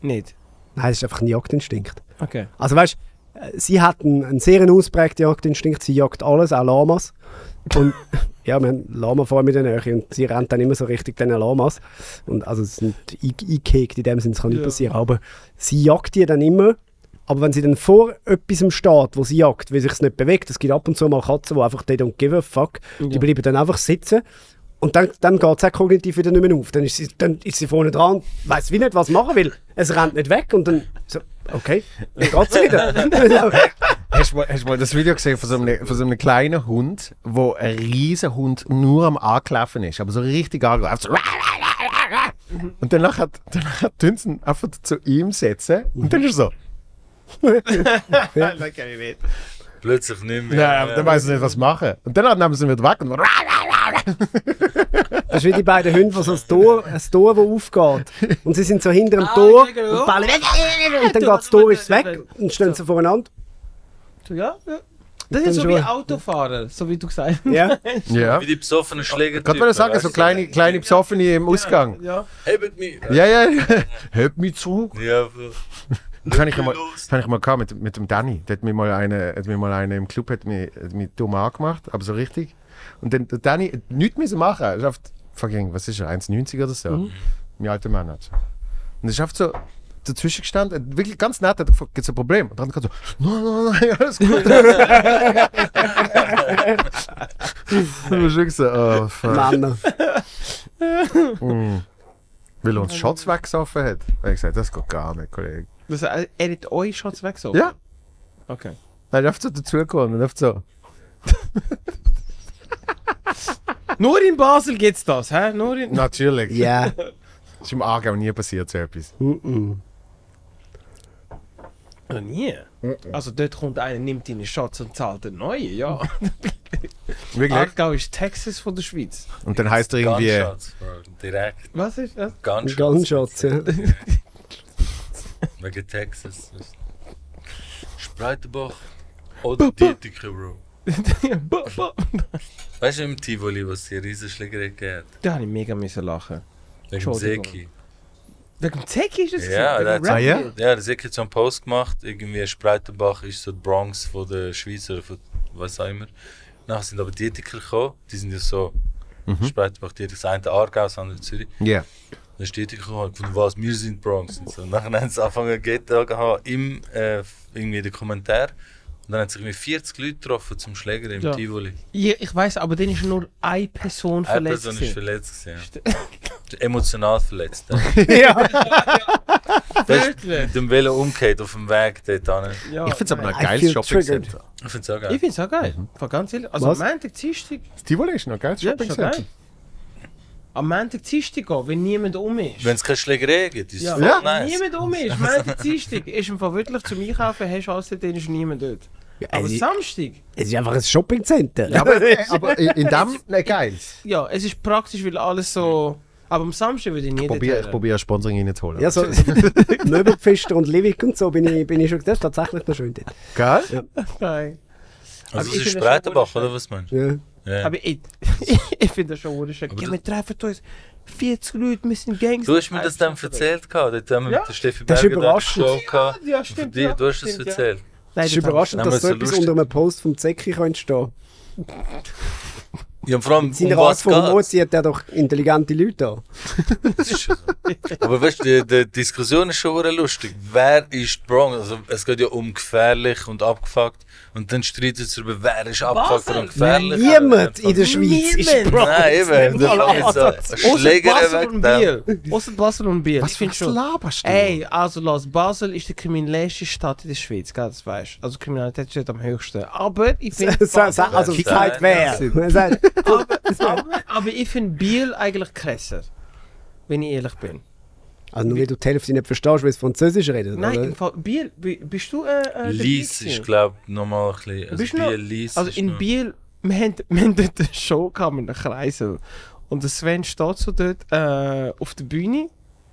Nicht. Nein, es ist einfach ein Jagdinstinkt. Okay. Also weißt du, äh, sie hat einen, einen sehr ausgeprägten Jagdinstinkt, sie jagt alles, auch Lamas. Und ja, wir haben Lama vor mit der Nähe und sie rennt dann immer so richtig den Lamas. Und also es sind einge- eingehegt, in dem Sinne, es kann nicht Ja. passieren. Aber sie jagt die dann immer. Aber wenn sie dann vor etwas steht, wo sie jagt, weil sich es nicht bewegt, es gibt ab und zu mal Katzen, die einfach «they don't give a fuck», die Ja. bleiben dann einfach sitzen und dann, dann geht es auch kognitiv wieder nicht mehr auf. Dann ist sie, dann ist sie vorne dran, weiß wie nicht, was machen will. Es rennt nicht weg und dann so, okay, dann geht es wieder. Hast du mal, hast du mal das Video gesehen von so einem, von so einem kleinen Hund, wo ein riesen Hund nur am Angelaufen ist, aber so richtig angelaufen. So, und danach hat, danach hat Dünsen einfach zu ihm setzen und dann ist er so. Plötzlich nicht mehr. Ja, aber dann weiß er nicht, was machen. Und dann haben sie ihn wieder weg und das ist wie die beiden Hunde, die so ein Tor, ein Tor das aufgeht. Und sie sind so hinter dem Tor und ballen und dann geht das Tor ist weg und stehen sie voreinander. Ja, ja. Das Dann ist so schon. wie Autofahrer, so wie du gesagt hast. Ja. Ja. Wie die besoffenen Schläger. Gerade wollte ich sagen, so kleine, kleine Psoffene im Ausgang. Ja. Hebt mich. Ja, ja, ja. Hört mich zu. Ja, voll. Das habe ich mal, los. das habe ich mal gehabt mit, mit dem Danny. Der hat mir mal eine, hat mir mal eine im Club hat mir, hat mir dumm angemacht, aber so richtig. Und dann der Danny hat nichts müssen machen. Er schafft, fucking, was ist er, 1,90 oder so. Mein alter Mann hat. Und er schafft so dazwischen gestanden, hat wirklich ganz nett, hat gefragt, gibt's ein Problem? Und dann kommt so, nein, nein, nein, alles gut. Und ich wirklich so, oh, fuck. Männer. Weil er uns Shots weggesoffen hat. Und ich hab gesagt, das geht gar nicht, Kollege. Das, er hat euch Schatz weg so. Ja. Okay. Dann läuft so dazugekommen und läuft so. Nur in Basel gibt's das, hä? Nur in. Natürlich. Ja. Das ist im Aargau nie passiert so etwas. Noch nie. Also dort kommt einer, nimmt deine Schatz und zahlt den neuen, ja. Wirklich? Aargau ist Texas von der Schweiz. Und dann heißt er irgendwie. Gunshots, Bro. Direkt. Was ist das? Gunshots. Gunshots, ja. Wegen Texas. Spreitenbach. Oder Dietike, Bro. Ba- ba- Weißt du im Tivoli, was die Riesenschlägerei gegeben hat? da habe ich mega müssen lachen. Wegen dem Entschuldigung. Seki. Wegen dem Zeki ist es? Ja, gewesen, der wegen dem hat- Ah, ja? Rap-Deal. Ja, der Seki hat so einen Post gemacht, irgendwie Spreitenbach ist so die Bronx von der Schweiz oder von was auch immer. Nachher sind aber Dietiker gekommen, die sind ja so. Mhm. Spreitenbach, Dietiker, das eine Aargau, das andere Zürich. Ja. Dann steht ich gekommen, gefunden, was, wir sind Bronx. Und so. Und Nachher haben sie angefangen, GTA zu haben, im, äh, irgendwie den Kommentar. Und dann haben sich irgendwie 40 Leute getroffen zum Schläger im Ja. Tivoli. Ja, ich weiß, aber dann ist nur eine Person Eine verletzt. Person ist gewesen. Ah, verletzt. gewesen, Ja. Emotional verletzt. ja. Der ist Wirklich? mit dem Velo umgekehrt auf dem Weg dort hin. Ja, Ich Mhm. finde es aber noch I ein geiles feel Shoppingcenter. Ich finde es auch Ich geil. finde es auch geil. Von ganz ehrlich. Also Was? am Montag, Dienstag, Das Tivoli ist noch ein geiles ja, ist schon Shoppingcenter. geil. Am Montag, Dienstag gehen, wenn niemand um ist. Wenn es keine Schlägerei gibt, ist es ja, voll wenn nice. niemand um ist, Montag, Dienstag, ist im Fall wirklich zum Einkaufen, hast du alles, dann ist niemand dort. Aber also- Samstag, Es ist einfach ein Shoppingcenter. Ja, aber, äh, aber in in dem ein geiles. ja, es ist praktisch, weil alles so... Aber am Samstag würde ich nie Ich probiere hin. probier Sponsoring reinzuholen. Ja, so, so Möbelpfister und Livik und so bin ich, bin ich schon. Das ist tatsächlich noch schön dort. Geil? Nein. Also, Aber es ist ich finde das schon Spreitenbach, wunderschön. oder was meinst du? Ja. Ja. Aber ich, ich finde das schon wunderschön. Geh, das- Wir treffen uns 40 Leute, wir sind Gangster. Du hast mir das dann erzählt, gehabt. dort haben wir Ja. mit der Steffi Das ist Berger da eine überraschend. Show gehabt. Ja, stimmt. Dir- ja, Du hast es stimmt, ja. erzählt. Nein, Es ist das haben- überraschend, Nehmen wir dass so so etwas lustig. unter einem Post vom Zecki könnte stehen. Ja, und vor allem, Seine um Art was von Humor geht's? zieht er doch intelligente Leute an. Das ist schon so. Aber weißt du, die, die Diskussion ist schon sehr lustig. Wer ist die Bronx? Also, es geht ja um gefährlich und abgefuckt. Und dann streitet es darüber, wer ist abgefuckt Basel? und gefährlich. Niemand in der Schweiz ist Niemand. Bro. Nein, eben. Das war jetzt so. Ausser Schläger Basel und weg. da. Biel. Ausser Basel und Biel. Ich finde schon. laberst Ey, also los, Basel ist die kriminellste Stadt in der Schweiz, gell, das weißt Also Kriminalität steht am höchsten. Aber ich finde. So- so- Also, Kick- sagt wer. Er sagt, aber, aber, aber ich finde Biel eigentlich krasser. Wenn ich ehrlich bin. Also nur weil du die Hälfte nicht verstehst, weil es Französisch redet. Nein, oder? im Fall, Biel, bi- bist du. Äh, Lies äh, dabei gewesen? ist, glaube ich, nochmal ein bisschen. Also, Bist du noch- Biel, Lies Also ist in noch- Biel, wir haben, wir haben dort eine Show gehabt mit einem Kreisel. Und der Sven steht so dort äh, auf der Bühne.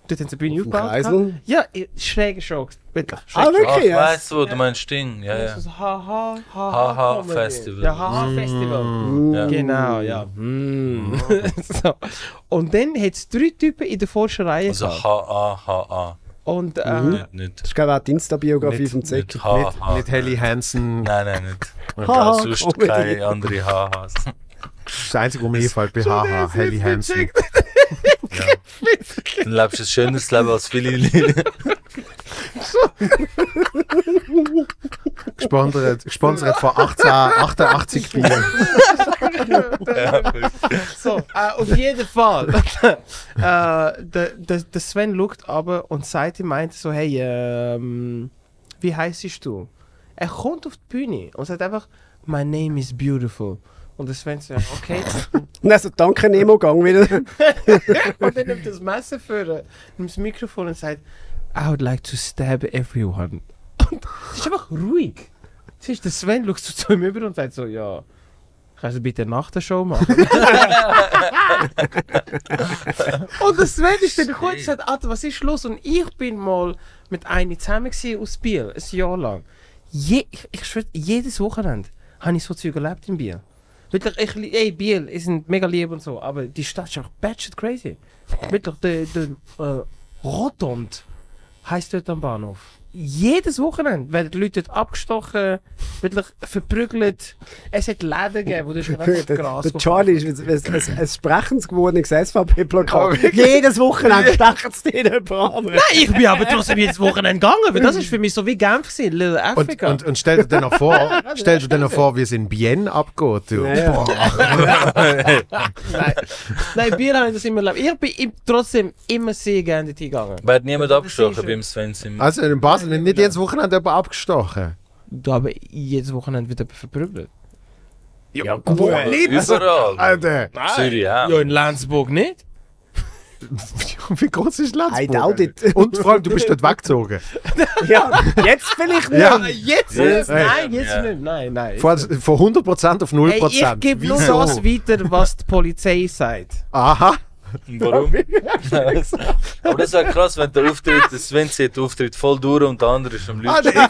Dort haben sie eine Bühne Auf dem aufgebaut. Kreisel? gehabt. Ja, i- schräge Show. Wirklich. Ah, Schräge Also Show. Ah, wirklich? ich ja. weiss, wo du meinst, Ding. Ja, ja. Das ist das Haha, Haha Comedy. Äh, Festival. Ja, Haha Festival. Mm. ja. Mm. Genau, ja. so. Und dann hat es drei Typen in der vorsten Reihe. Also, gehabt. H-A, H-A. Und äh, Nicht, nicht, Das ist glaube ich auch die Insta-Biografie Nicht- vom Zecki. nicht H, Nicht, H. nicht Helly Hansen. Nein, nein, nicht. Ich Haha, habe sonst Comedy. keine andere HHs. Das Einzige, was mir einfällt, bei HH, Helly Hansen. Dann lebst du ein schöneres Leben als viele Leute. Gesponsert, gesponsert von 18, 88 Bier. So, äh, auf jeden Fall. äh, der, der, der Sven schaut aber und sagt ihm meint so, hey, ähm, wie heißt du? Er kommt auf die Bühne und sagt einfach, my name is beautiful. Und der Sven sagt, okay. Und also danke Nemo Gang wieder. und dann nimmt das Messer für, nimmt das Mikrofon und sagt, I would like to stab everyone. Und es ist einfach ruhig. Siehst, du, der Sven schaut so zu ihm über und sagt so, ja, kannst du bitte nach der Show machen? und der Sven ist dann kurz und sagt, Alter, was ist los? Und ich bin mal mit einer zusammen gewesen aus Biel, ein Jahr lang. Je, ich, ich schwör, jedes Wochenende habe ich so Zeug erlebt in Biel. Wirklich, ich, li- ey, Biel ist mega lieb und so, aber die Stadt ist auch batshit crazy. Wirklich, der de, äh, Rotond heisst dort am Bahnhof. Jedes Wochenende werden die Leute dort abgestochen, wirklich verprügelt. Es hat Läden gegeben, wo du schon der, einfach Gras der Charlie ist ein, ein, ein, ein sprechendes gewordenes SVP-Plakat. Jedes Wochenende stechen sie dir jemanden an. Ich bin aber trotzdem jedes Wochenende gegangen, weil das ist für mich so wie Genf gewesen, Little Und, Africa. und, und stell dir dann noch vor, stell dir dann noch vor, wie es in Bienne abgeht. Du. Ja, ja. Nein, Bier habe ich das immer erlebt. Ich bin im- trotzdem immer sehr gerne dorthin gegangen. Wird niemand schon- abgestochen beim Sven Simon. Also in Basel wird nicht jedes Wochenende jemand abgestochen. Da habe ich jedes Wochenende wieder verprügelt. Ja, gut. Überall. Alter! Zürich, ja. Ja, in Lenzburg nicht. Wie groß ist Lenzburg? I doubt it. Und vor allem, du bist dort weggezogen. ja, jetzt vielleicht nicht. Ja. Jetzt Jetzt nicht. Nein, jetzt Ja. nicht. Nein, nein. Von, von 100% auf 0%. Ey, ich gebe nur Wieso? das weiter, was die Polizei sagt. Aha. Warum? Aber das wäre krass, wenn der Auftritt, der Sven sieht, den Auftritt voll durch und der andere ist am Also, Leuten.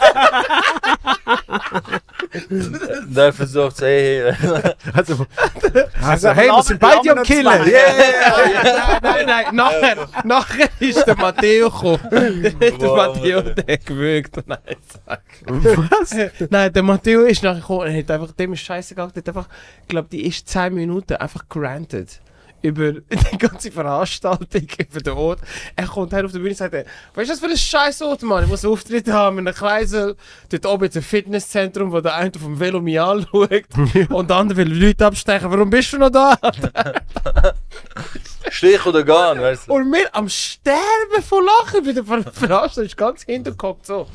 Und er versucht es, hey, hey. Also, also hey, wir sind beide am Killen. nein, nein, nachher, nachher ist der Matteo gekommen. der Wow. Matteo hat gewürgt. Nein, sag. Was? Nein, der Matteo ist nachher gekommen und hat einfach, dem ist scheißegal, der hat einfach, ich glaube, die ist 10 Minuten einfach granted. Über die ganze Veranstaltung, über den Ort. Er kommt her auf der Bühne und sagt, weißt du, was für ein scheiß Ort, Mann? Ich muss einen Auftritt haben in einem Kreisel. Dort oben ist ein Fitnesszentrum, wo der eine auf dem Velo mich anschaut und der andere will Leute abstechen. Warum bist du noch da? Stich oder Garn, weißt du? Und wir am Sterben von Lachen bei der Ver Veranstaltung, ist ganz hintergeguckt so.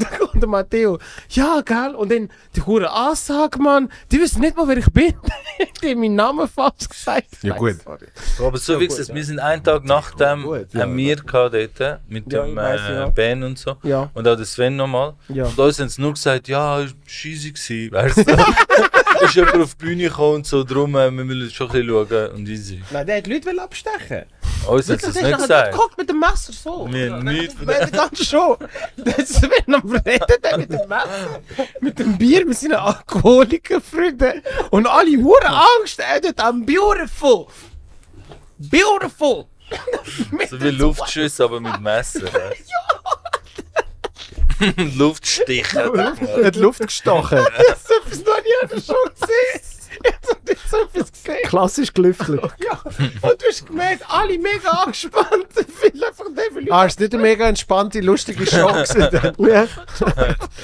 Da kommt der Matteo, ja, gell? Und dann die hure Ansage, Mann, die wissen nicht mal, wer ich bin. die haben meinen Namen falsch gesagt. Ja, Nein, gut. sorry. Aber so wie es ist, wir sind einen Tag nach dem, haben wir gehabt dort mit Ja, dem ich weiß, äh, ja. Ben und so. Ja, Und auch der Sven nochmal. Ja. Und uns haben sie nur gesagt, ja, scheisse gsi, weißt du. ist jemand auf die Bühne gekommen und so drum, äh, wir müssen schon ein bisschen schauen und easy. nein, der hat die Leute wollen abstechen. Uns haben Wirklich, sie es nicht der ist nachher gesagt. geguckt mit dem Messer so. Wir haben nichts von Nein, ganz schon. Das ist wenn am Reden der mit dem Messer, mit dem Bier, mit seinen Alkoholikerfreunden. Und alle hure Angst, er tut am Beautiful. Beautiful. Mit So wie dem- Luftschüsse, aber mit Messer. weißt du. Luftstiche. Hat Luft gestochen. Das ist etwas noch nie einer schon gesehen. Jetzt hat ich so etwas gesehen. Klassisch gelüftelt. Ja. Und du hast gemerkt, alle mega angespannt. Viel einfach der will Ah, ist nicht eine mega entspannte, lustige Show gewesen. Ja.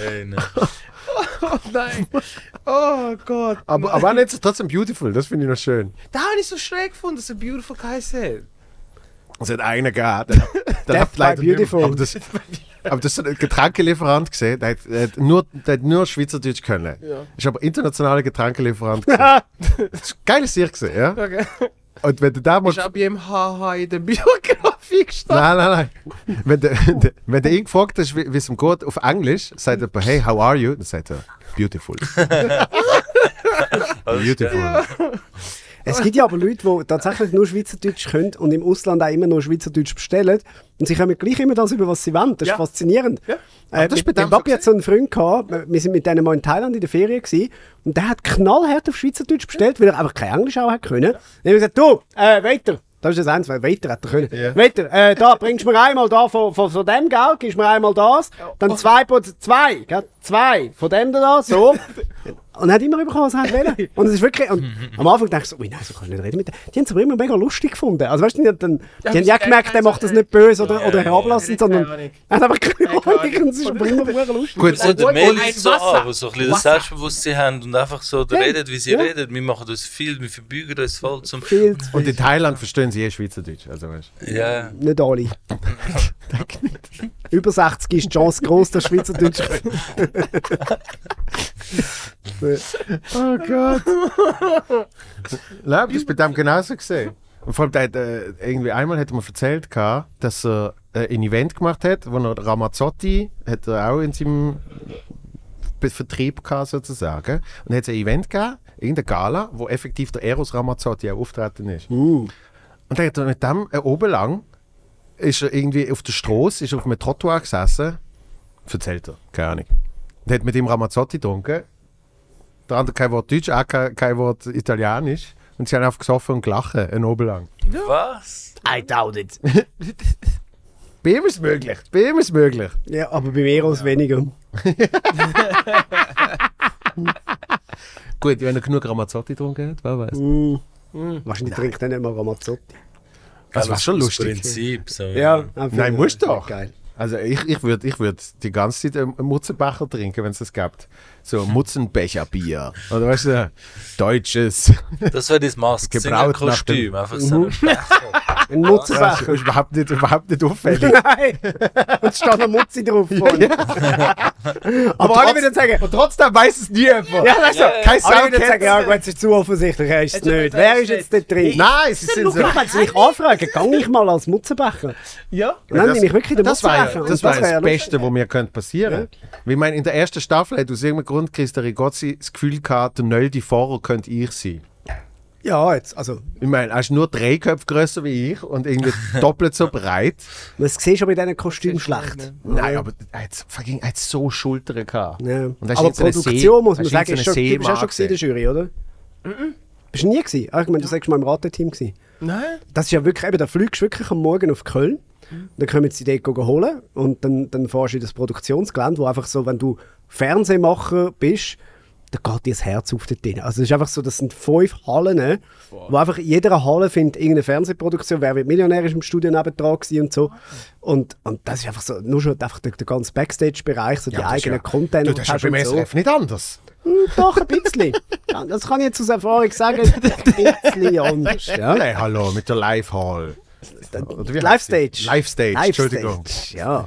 Ey, ne. Oh nein. Oh Gott. aber, aber auch nicht, trotzdem beautiful, das finde ich noch schön. Da habe ich so schräg gefunden, dass er Beautiful geheißen hat. Es hat einen gegeben. Der, der Death by leider nicht mehr. Beautiful. Aber das, aber das ist ein Getränkelieferant gesehen. Der hat, der hat, nur, der hat nur Schweizerdeutsch können. Ja. Ist aber internationaler Getränkelieferant gewesen. das ist geiles Sicht gesehen, ja. Okay. Und wenn du da mal. Ist ab jedem HH in der Biografie gestanden. Nein, nein, nein. Wenn der, der, wenn der ihn gefragt hast, wie wie es ihm geht, auf Englisch, sagt er, hey, how are you? Dann sagt er, beautiful. beautiful. Es gibt ja aber Leute, die tatsächlich nur Schweizerdeutsch können und im Ausland auch immer nur Schweizerdeutsch bestellen. Und sie kommen gleich immer das über, was sie wollen. Das ist faszinierend. Äh, das ist bei mit dem dem Babi so hat so einen Freund gehabt. Wir wir sind mit denen mal in Thailand in der Ferien gewesen, und der hat knallhart auf Schweizerdeutsch bestellt, weil er einfach kein Englisch auch hat können. Dann haben wir gesagt, du, äh, weiter. Das ist das eins, weil weiter hat er können. Weiter, äh, da bringst du mir einmal da von, von, von dem Geld, gibst mir einmal das, Oh. dann zwei, Prozent- zwei, gell? zwei, von dem da, so. Und er hat immer bekommen, was er wollte. Und es ist wirklich. Und am Anfang dachte ich so, ui, nein, so kann ich nicht reden mit dem. Die haben es aber immer mega lustig gefunden. Also weißt du, die haben, dann, die haben ja aber es- gemerkt, der also, macht das nicht böse oder, ja, oder ja, herablassend, ja, ja. sondern Keine Ahnung. er hat einfach keine Keine Ahnung. Und es ist aber immer mega lustig. Gut, So, der Mel ein ist so ah, Wasser. an, wo so ein bisschen das Wasser. Selbstbewusstsein haben und einfach so redet, wie sie ja. redet. Wir machen das viel, wir verbeugen uns voll zum. Viel zu Und viel. in Thailand verstehen sie eh Schweizerdeutsch. Also, weißt. du. Ja, Nicht alle. Über 60 ist die Chance groß, dass Schweizerdeutsch. Oh Gott. Nein, das ist bei dem genauso gesehen. Und vor allem, der hat, äh, irgendwie einmal hat er mir erzählt, gehabt, dass er äh, ein Event gemacht hat, wo er Ramazzotti hat er auch in seinem Be- Vertrieb gehabt, sozusagen. Und dann hat es ein Event gehabt, irgendeine Gala, wo effektiv der Eros Ramazzotti auch auftreten ist. Und dann hat er mit dem äh, oben lang ist er irgendwie auf der Straße, ist auf einem Trottoir gesessen, erzählt er, keine Ahnung. Und hat mit ihm Ramazzotti getrunken der andere kein Wort Deutsch, auch kein, kein Wort Italienisch. Und sie haben einfach gesoffen und gelacht, einen Oben lang. was? I doubt it. Bei ihm ist es möglich. Bei ihm ist es möglich. Ja, aber bei mir aus weniger. Gut, wenn er genug Ramazzotti getrunken hat, wer weiß. Mm. Wahrscheinlich trinkt er nicht mal Ramazzotti. Das war schon aus lustig. Also Prinzip. So, einfach- Nein, musst doch. Geil. Also ich, ich würde ich würd die ganze Zeit einen Mutzenbecher trinken, wenn es das gibt. So Mutzenbecherbier. Oder weißt du, deutsches. Das wäre das Maske. Gebraut nach dem- Mhm. Kostüm. Einfach so. Ein Das ist Mutzenbecher. überhaupt nicht, überhaupt nicht auffällig. Nein! Und es steht noch Mutzi drauf. vorne. Aber alle wieder sagen, Und trotzdem weiß es nie jemand. ja, weißt du, Kein Sau alle wieder sagen, ja gut, es ist zu offensichtlich, er ist es nicht. Wer ist jetzt dort drin? Nein, sie sind so. Ja, wenn sie mich anfragen, gehe ich mal als Mutzenbecher. Ja. Und dann nehme ich wirklich den das war ja, Mutzenbecher. das, Und war wär das Beste, was mir könnte passieren. Ich meine, in der ersten Staffel hat aus irgendeinem Grund Christa Rigozzi das Gefühl gehabt, der Nöldi Fahrer könnte ich sein. Ja, jetzt, also, Ich meine, er ist nur drei Köpfe größer wie ich und irgendwie doppelt so breit. man sieht schon bei diesen Kostümen schlecht. Nein, aber er hat, fucking, er hat so Schultern gehabt. Ja. Und das ist Aber jetzt so eine See- Produktion, muss man das ist sagen, jetzt ist so schon, eine du bist auch Seemarke. Mhm. schon gewesen in der Jury, oder? Bist du nie gewesen? Ah, ich meine, du sagst mal im Rateteam gewesen. Nein? Das ist ja wirklich, eben, da fliegst du wirklich am Morgen auf Köln. Mhm. Dann können sie die Deko holen und dann, dann fährst du in das Produktionsgelände, wo einfach so, wenn du Fernsehmacher bist, da geht dir das Herz auf dort drin. Also es ist einfach so, das sind fünf Hallen, ne, wo einfach in jeder Halle findet irgendeine Fernsehproduktion, wer wird Millionär ist im Studio neben dran gewesen und so. Und, und das ist einfach so, nur schon einfach der, der ganze Backstage-Bereich, so die das ist eigenen ja- Content. Du, die das du ist ja beim hast und so. SRF nicht anders. Hm, Doch, ein bisschen. Ja, Das kann ich jetzt aus Erfahrung sagen, ein bisschen anders. Ja. Nein, hallo, mit der Live-Hall. Oder wie heißt sie? Livestage. Livestage, Entschuldigung. Stage, ja.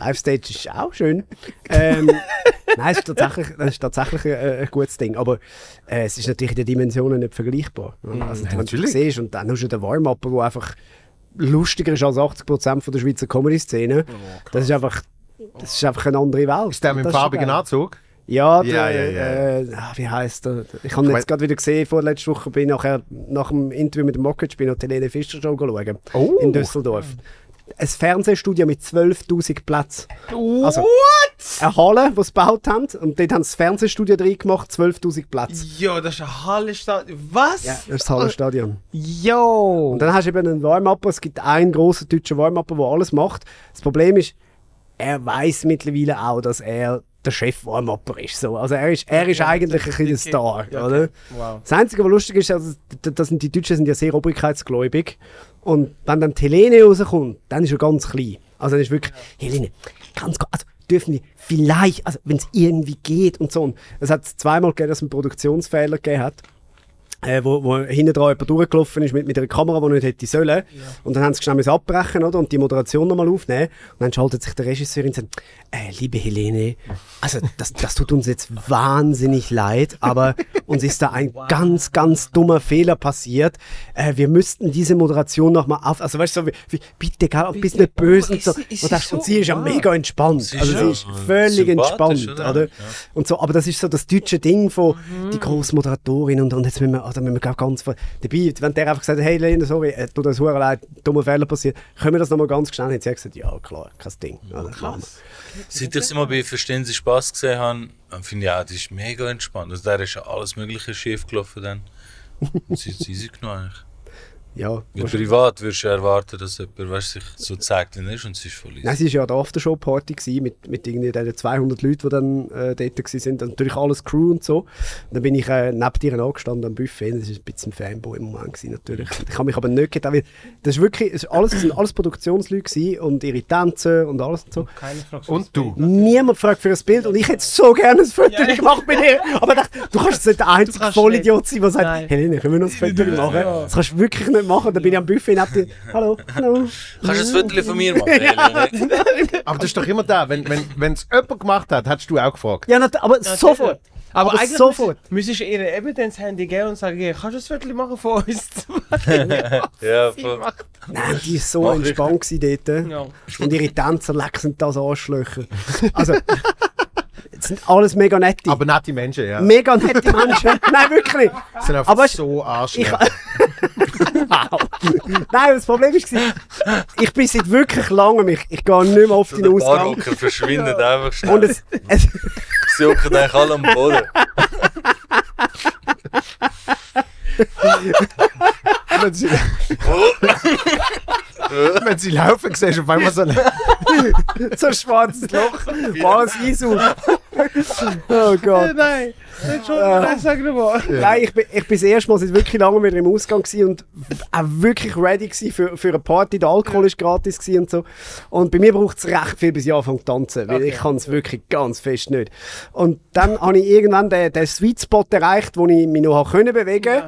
Livestage ist auch schön. Ähm, nein, es ist tatsächlich, es ist tatsächlich ein, ein gutes Ding. Aber äh, es ist natürlich in den Dimensionen nicht vergleichbar. Also, wenn du natürlich. es siehst und dann hast du den Warm-Up, der einfach lustiger ist als 80% von der Schweizer Comedy-Szene. das ist einfach... Das ist einfach eine andere Welt. Ist der mit dem Das schon farbigen geil. Anzug? Ja, der, Ja, ja, ja. Äh, ah, wie heißt der? Ich habe ihn Ich jetzt gerade wieder gesehen, vorletzte Woche bin ich nachher, nach dem Interview mit dem Mockage bin ich noch die Helene Fischer Show schauen. Oh. In Düsseldorf. Ein Fernsehstudio mit 12.000 Plätzen. Also, What? Eine Halle, die sie gebaut haben und dort haben sie das Fernsehstudio drin gemacht, 12.000 Plätze. Jo, das ist ein Hallenstadion. Was? Ja, das ist das Hallenstadion. Jo! Und dann hast du eben einen Warm-Upper, es gibt einen grossen deutschen Warm-Upper, der alles macht. Das Problem ist, er weiß mittlerweile auch, dass er der Chef Warm-Upper ist. So. Also er ist, er ist eigentlich ein bisschen der Star, Ja, oder? okay. Wow. Das Einzige, was lustig ist, also, d- das sind, die Deutschen sind ja sehr obrigkeitsgläubig. Und wenn dann die Helene rauskommt, dann ist er ganz klein. Also dann ist wirklich, Helene, ganz kurz, also dürfen wir vielleicht, also wenn es irgendwie geht und so. Und es hat zweimal gegeben, dass es einen Produktionsfehler gegeben hat äh, wo, wo hinten dran jemand durchgelaufen ist mit, mit einer Kamera, die nicht hätte sollen. Und dann haben sie schnell müssen abbrechen oder? und die Moderation nochmal aufnehmen. Und dann schaltet sich der Regisseur hin und sagt, äh, liebe Helene, also das, das tut uns jetzt wahnsinnig leid, aber uns ist da ein ganz, ganz dummer Fehler passiert. Äh, wir müssten diese Moderation nochmal auf... Also weißt du, so, wie, wie, bitte, Karl, bist nicht böse und so. oh, ist sie- ist und, sie das, und so? sie ist ja Ah. mega entspannt. Sie ist also sie ja ist völlig sympathisch, entspannt, oder? Mhm. oder? Und so, aber das ist so das deutsche Ding von die grosse Moderatorin und, und jetzt müssen wir, also müssen wir glaub, ganz voll- dabei, wenn der einfach gesagt hat, hey Lena, sorry, äh, tut uns hure leid, dummer Fehler passiert, können wir das nochmal ganz schnell? Hat sie gesagt, ja klar, kein Ding. Also, machen wir. Seit ich sie mal bei Verstehen Sie Spaß gesehen habe, äh, finde ich auch, die ist mega entspannt. Also, der ist ja alles Mögliche schief gelaufen dann. Und sie ist easy genug eigentlich. ja. Weil privat würdest du erwarten, dass jemand weißt, sich so zeigt, wie er ist und sie ist voll easy. Nein, es war ja an der Aftershow-Party gewesen mit, mit irgendwie diesen 200 Leuten, die dann äh, dort waren. Und natürlich alles Crew und so. Und dann bin ich äh, neben dir angestanden am Buffet. Das war ein bisschen ein Fanboy im Moment gewesen, natürlich. Ich habe mich aber nicht gedacht, weil das ist wirklich, es ist alles, es sind alles Produktionsleute gewesen und ihre Tänze und alles und so. Keine Frage. Und du? Niemand fragt für ein Bild und ich hätte so gerne ein Foto gemacht mit ihr. Aber ich dachte, du kannst jetzt nicht der einzige kannst Vollidiot sein, der sagt, Nein. Helene, können wir noch ein Foto machen? Das kannst du wirklich nicht machen. Dann bin ich am Buffet neben dir. Hallo, hallo. Kannst du ein Viertel von mir machen? Elena? Aber das ist doch immer da. Wenn es wenn, wenn's jemand gemacht hat, hättest du auch gefragt. Ja, nat- aber sofort. Aber, Aber eigentlich sofort. müsstest du ihr eben dann das Handy geben und sagen, kannst du das Viertel machen von uns? ja, voll. Nein, die war so Mach ich. entspannt gewesen dort. Ja. Und ihre Tänzer leck sind das Arschlöcher. Also, es sind alles mega nette. Aber nette Menschen, ja. mega nette Menschen. Nein, wirklich. Das sind einfach aber es- so Ich, arschlich. wow. Nein, das Problem war, ich bin seit wirklich langem, ich, ich gehe nicht mehr oft in Der den Ausgang. Barocker verschwindet einfach schnell. Und es, es, Sie hocken eigentlich alle am Boden. Wenn sie, wenn sie laufen, siehst du auf einmal so eine... so ein schwarzes Loch, war es Eis auf. Oh Gott. Nein, Entschuldigung, nein, sag nochmal. Nein, ich bin, ich bin das erste Mal seit wirklich lange wieder im Ausgang gewesen und auch wirklich ready gewesen für, für eine Party. Der Alkohol ist gratis gewesen und so. Und bei mir braucht es recht viel, bis ich anfange zu tanzen, weil ich kann es wirklich ganz fest nicht. Und dann habe ich irgendwann den, den Sweet Spot erreicht, wo ich mich noch habe können bewegen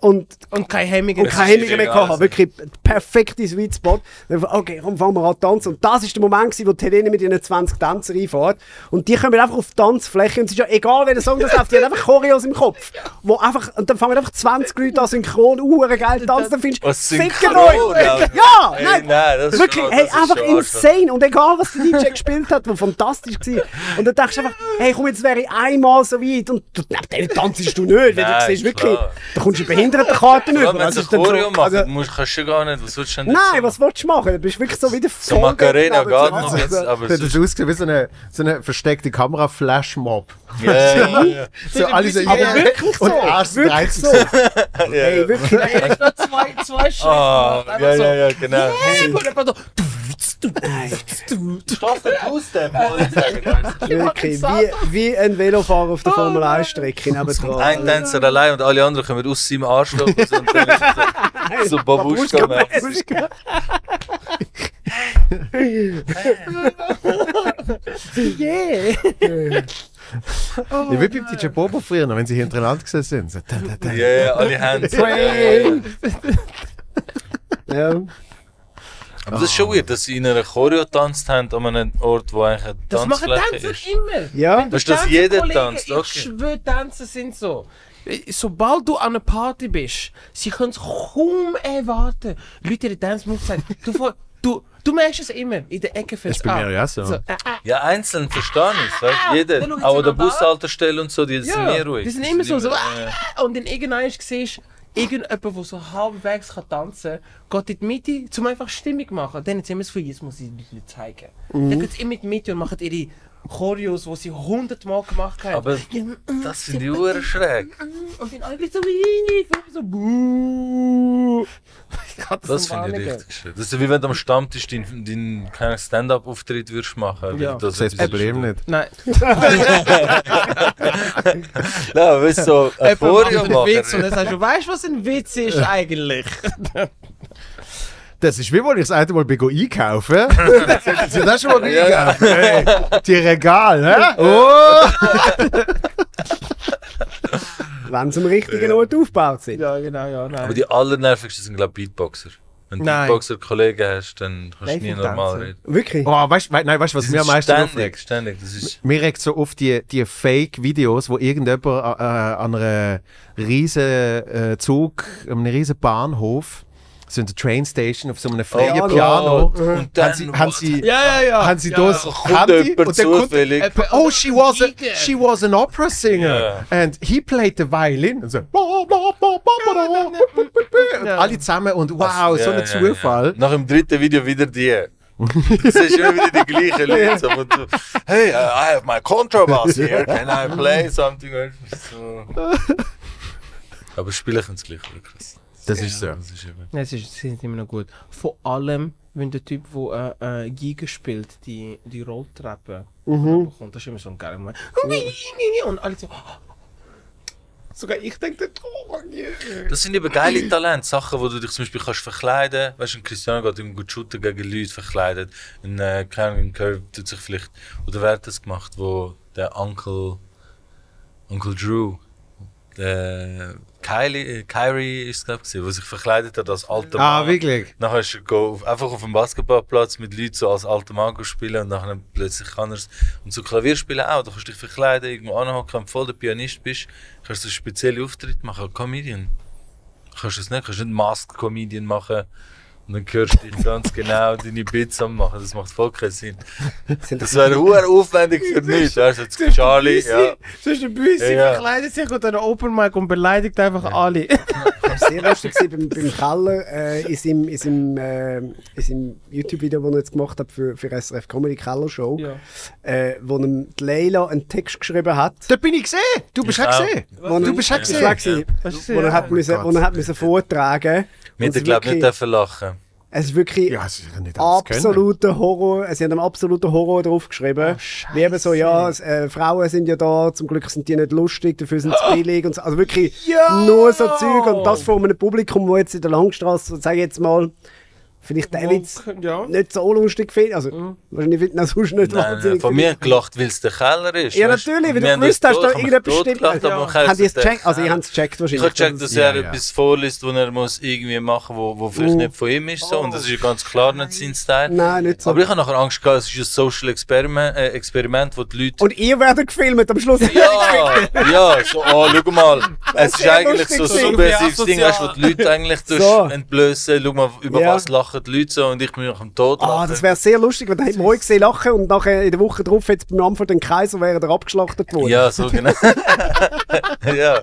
Und Und kein Hemming. und keine Hemmungen ideal, mehr gehabt. habe. also. Wirklich perfekte Sweet Spot. Dann f- Okay, komm, fangen wir an zu tanzen. Und das ist der Moment, gewesen, wo die Helene mit ihren 20 Tänzern reinfährt. Und die kommen einfach auf die Tanzfläche und es ist ja egal, welcher Song das läuft, die haben einfach Choreos im Kopf. Wo einfach, und dann fangen einfach 20 Leute an synchron, uhren geil zu tanzen. Dann findest du, Was ficken synchron, euch! Alter. Ja, Ey, nein, nein, das ist wirklich, schon- hey, das ist einfach schon insane. Und egal, was der DJ gespielt hat, wo fantastisch war. Und dann denkst du einfach, hey, komm, jetzt wäre ich einmal so weit. Und du, neben dem tanzest du nicht, weil du Nein, siehst wirklich, klar. da kommst du Behindertenkarten Ja, über. wenn Das sie ein ist dann so- Choreo machen, also- musst, kannst du gar nicht. Was willst du denn jetzt Nein, so was willst du machen? Du bist wirklich so wieder So Macarena geht noch jetzt, Also, aber Das sonst- ist ausgesehen wie so eine, so eine versteckte Kamera-Flashmob. Ja, ja, ja. So alle so aber wirklich so. und Arsch wirklich 30 so. Ey, wirklich. Zwei, zwei Schritte. Ah, ja, ja, ja, genau. Stoff den Ausstep, wollte ich sagen. wirklich. Wie, wie ein Velofahrer auf der Formel 1-Strecke Ein nebendran. Tänzer allein und alle anderen kommen aus seinem Arschloch raus und dann ist so, so Babuschka. mäßig. Yeah. Ich will beim DJ Bobo früher noch, wenn sie hintereinander gesessen sind. So, da, da, da. Ja, ja, alle Hände. Ja, ja, ja. Ja. Aber das ist schon weird, dass sie in einer Choreo getanzt haben an einem Ort, wo eigentlich eine Das machen Tanzfläche Tänzer ist. immer. ja. Weißt du, dass Tanzen, jeder Kollegen, tanzt? Ich Okay. schwöre, Tänzer sind so. Äh, Sobald du an einer Party bist, sie können es kaum erwarten. Leute, die Dance Moves sagen, du, vor- du, du merkst es immer, in der Ecke fällt Ist bei mir ja so. so äh, äh, Ja, einzeln verstanden ist, weißt du, Dann schauen jeder. sie Auch an der einander an. Bushaltestelle und so, die sind nie ja, ruhig. die sind immer so. so Ja, ja. äh, und dann irgendwann siehst du, irgendjemand, der so halbwegs kann tanzen kann, geht in die Mitte, um einfach Stimmung zu machen. Dann ist immer so, jetzt muss ich die Leute zeigen. Dann geht es immer in die Mitte und machen ihre Choreos, die sie hundertmal gemacht haben. Aber Ja, mm, das sind die Uhren schräg. Und dann eigentlich so wie so buh. Ich hatte Das finde ich richtig schön. Das ist wie wenn du am Stammtisch deinen dein, keinen Stand-up-Auftritt würdest machen. Ja. Das ist das Problem nicht. Nein, Ja, weißt du, so ein Choreo einen Witz und machen. dann sagst du, weißt du, was ein Witz ist eigentlich? Das ist wie wenn ich das eine Mal bin go einkaufen. Sind Sie das schon mal go einkaufen? Hey, die Regal, hä? Oh! Wenn sie am richtigen Ort aufgebaut sind. Ja, genau, ja, nein. Aber die allernervigsten sind, glaube ich, Beatboxer. Wenn du Nein. Beatboxer-Kollegen hast, dann kannst Nein, du nie ich find normal Tanzen. reden. Wirklich. oh weißt, wei- nein, weißt du, was mir am meisten ständig, aufregt? ständig. Das ist Mir regt so oft die, die Fake-Videos, wo irgendjemand äh, an einer riesen äh, Zug, an einem riesen Bahnhof, so in der Trainstation auf so einem freien ja. Piano, Und haben sie, dann haben sie, Ja, ja, ja. haben sie ja. das Handy jemand und dann kommt zufällig. Oh, she was a, she was an opera Ja. singer and he played the violin. Und so, bla, bla, bla, bla, bla, bla, bla, bla, bla. Und alle zusammen und wow, so Ja, ein ja, Zufall. ja. Nach dem dritten Video wieder die. Du siehst immer wieder die gleichen Leute. So, und du, hey, uh, I have my contrabass here. Can I play something? So. Aber spielen können es gleich wirklich. Das ist so. Das ist eben. Nein, es ist, sie sind immer noch gut. Vor allem, wenn der Typ, der äh, äh, Giga spielt, die, die Rolltreppe bekommt, das ist immer so ein geiler Moment. Und alle so. oh, Sogar ich denke, oh, yeah. Das sind eben geile Talente, Sachen, wo du dich zum Beispiel kannst verkleiden. Weißt du, ein Cristiano geht im gut shooten gegen Leute verkleidet. Ein äh, keine Ahnung, ein Curve tut sich vielleicht. Oder wer hat das gemacht, wo der Uncle, Uncle Drew, der Kylie, äh, Kyrie ist glaube ich, wo sich verkleidet hat als alter Mann. Ah, wirklich? Nachher ist er go- auf, einfach auf dem Basketballplatz mit Leuten so als alter Mann go spielen und nachher plötzlich kann er es. Und so Klavierspielen auch, du kannst dich verkleiden, irgendwo anhocken, wenn du voll der Pianist bist, kannst du einen speziellen Auftritt machen, Comedian. Kannst du es nicht, kannst nicht Mask-Comedian machen und dann hörst du dich ganz genau deine Bits am machen, das macht voll keinen Sinn. Sind Das wäre hoher aufwendig für mich, weißt du, jetzt Charlie, ja. Zwischen den Büssi Ja, ja. verkleidet sich und dann Open Mic und beleidigt einfach alle. Das war sehr lustig gewesen beim, beim Keller äh, in seinem, in seinem, äh, in seinem YouTube-Video, das er jetzt gemacht hat für, für SRF Comedy Keller Show, Ja. äh, wo ihm die Leila einen Text geschrieben hat. Da bin ich gesehen. Du bist Ich auch auch. gesehen. Wo er- Du bist auch das war gesehen. gewesen, Hast du Wo er gesehen? hat müssen, wo er hat müssen vortragen Mit Und der glaube es ich wirklich- nicht dürfen lachen. Es ist wirklich Ja, es ist nicht alles können. absoluter Horror. Sie haben einen absoluten Horror draufgeschrieben. Ah, Scheiße. Wie eben so, ja, es, äh, Frauen sind ja da, zum Glück sind die nicht lustig, dafür sind Ah. sie billig. Und so, also wirklich nur so Zeug. Und das von einem Publikum, das jetzt in der Langstrasse, sage ich jetzt mal, vielleicht den Witz Ja. Mhm. nicht so lustig findet. Also, wahrscheinlich finden das sonst nicht Nein, nein, von mir gelacht, weil es der Keller ist. Ja, weißt du? natürlich, wenn Wir du haben gewusst uns hast, da tot- irgendetwas haben uns tot stimmt. gelacht, aber Ja. man kann Haben die es jetzt gecheckt? Also, ich denken, habe es gecheckt Ich wahrscheinlich. habe gecheckt, dass Ja, er ja. etwas vorliest, was er muss irgendwie machen muss, was vielleicht nicht von ihm ist. So. Und das ist ja ganz klar nicht sein Style. Oh. Nein, nicht so. Aber ich habe nachher Angst gehabt, es ist ein Social Experiment, äh, Experiment wo die Leute. Und ihr werdet gefilmt am Schluss. ja, ja, so, oh, schau mal. Es ist wär eigentlich genau. lustig so ein gewesen. subversives Ja, Ding, weißt, du, wo die Leute eigentlich So. so. entblößen. Schau mal, über Ja. was lachen die Leute so und ich bin nach dem Tod Ah, lachen. das wäre sehr lustig, wenn dann hätten wir heute gesehen lachen und nachher in der Woche drauf jetzt beim Anfang den Kaiser wäre er abgeschlachtet worden. Ja, so genau. ja,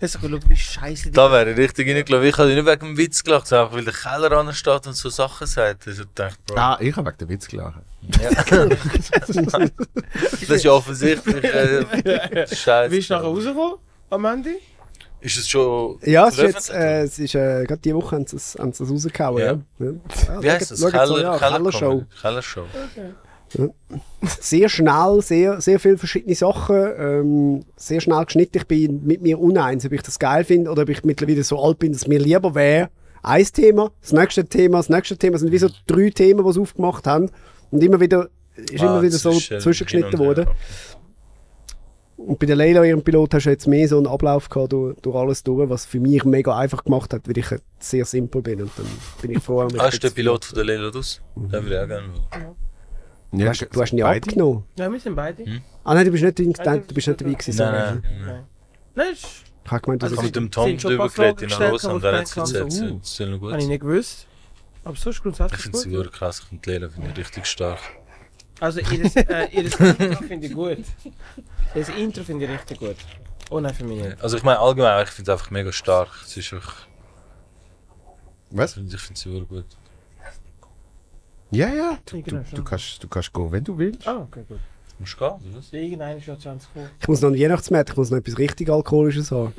Jetzt schau, wie scheiße die da wäre ich richtig reingelaufen. Ich habe nicht wegen dem Witz gelacht, sondern einfach weil der Keller ansteht und so Sachen sagt. Also ich dachte, Bro, Ah, ich habe wegen dem Witz gelacht. das ist ja offensichtlich äh, Scheiße. Wie ist nachher rausgekommen am Ende? Ist es schon. Ja, es ist veröffentlicht? jetzt, äh, es ist, äh, gerade diese Woche haben sie es, haben sie es rausgehauen, ja. Ja. ja. ja Wie heißt das? schaut- schaut so, ja, Keller, Keller Kellershow. Show. Keller Show. Sehr schnell, sehr, sehr viele verschiedene Sachen, ähm, sehr schnell geschnitten. Ich bin mit mir uneins, ob ich das geil finde oder ob ich mittlerweile so alt bin, dass es mir lieber wäre. Ein Thema, das nächste Thema, das nächste Thema, es sind wie so drei Themen, die sie aufgemacht haben. Und immer wieder, ist immer Ah, wieder so zwischen- zwischengeschnitten hin und her. worden. Und bei der Leila, ihrem Pilot, hast du jetzt mehr so einen Ablauf gehabt durch, durch alles durch, was für mich mega einfach gemacht hat, weil ich halt sehr simpel bin und dann bin ich froh, wenn ich Ah, ist der jetzt- Pilot von der Leila Dus? Den würde ich auch gerne mal. Ja, Du hast, du hast ihn ja beide. abgenommen. Ja, wir sind beide. Ah nein, du bist nicht, drin- du bist nicht dabei gewesen. sorry. Nein, nein. Hm? nein. Nein, ist- Ich habe gemeint, du Ich Also- habe also, mit dem Tom sind schon ein paar drüber geredet in Fragen gestellt, Russland, wo ich der hat es gedacht habe, erzählt. uh, Es ist noch gut. habe ich sein. nicht gewusst. Aber sonst grundsätzlich Ich finde gut. sie wirklich krass. Ich finde die Leila finde ich richtig stark. Also ihr äh, ihres Intro finde ich gut. Ihr Intro finde ich richtig gut. Oh nein, für mich nicht. Also ich meine allgemein, ich finde es einfach mega stark. Es ist wirklich, ich Was? finde ich finde sie wirklich gut. Ja, ja. Du, Ja, du, genau, du, schon. kannst, du kannst gehen, wenn du willst. Ah, okay, gut. Musst du gehen, oder was? Irgendeiner ist ja 20 vor. ich muss noch einen Weihnachtsmarkt, ich muss noch etwas richtig Alkoholisches haben.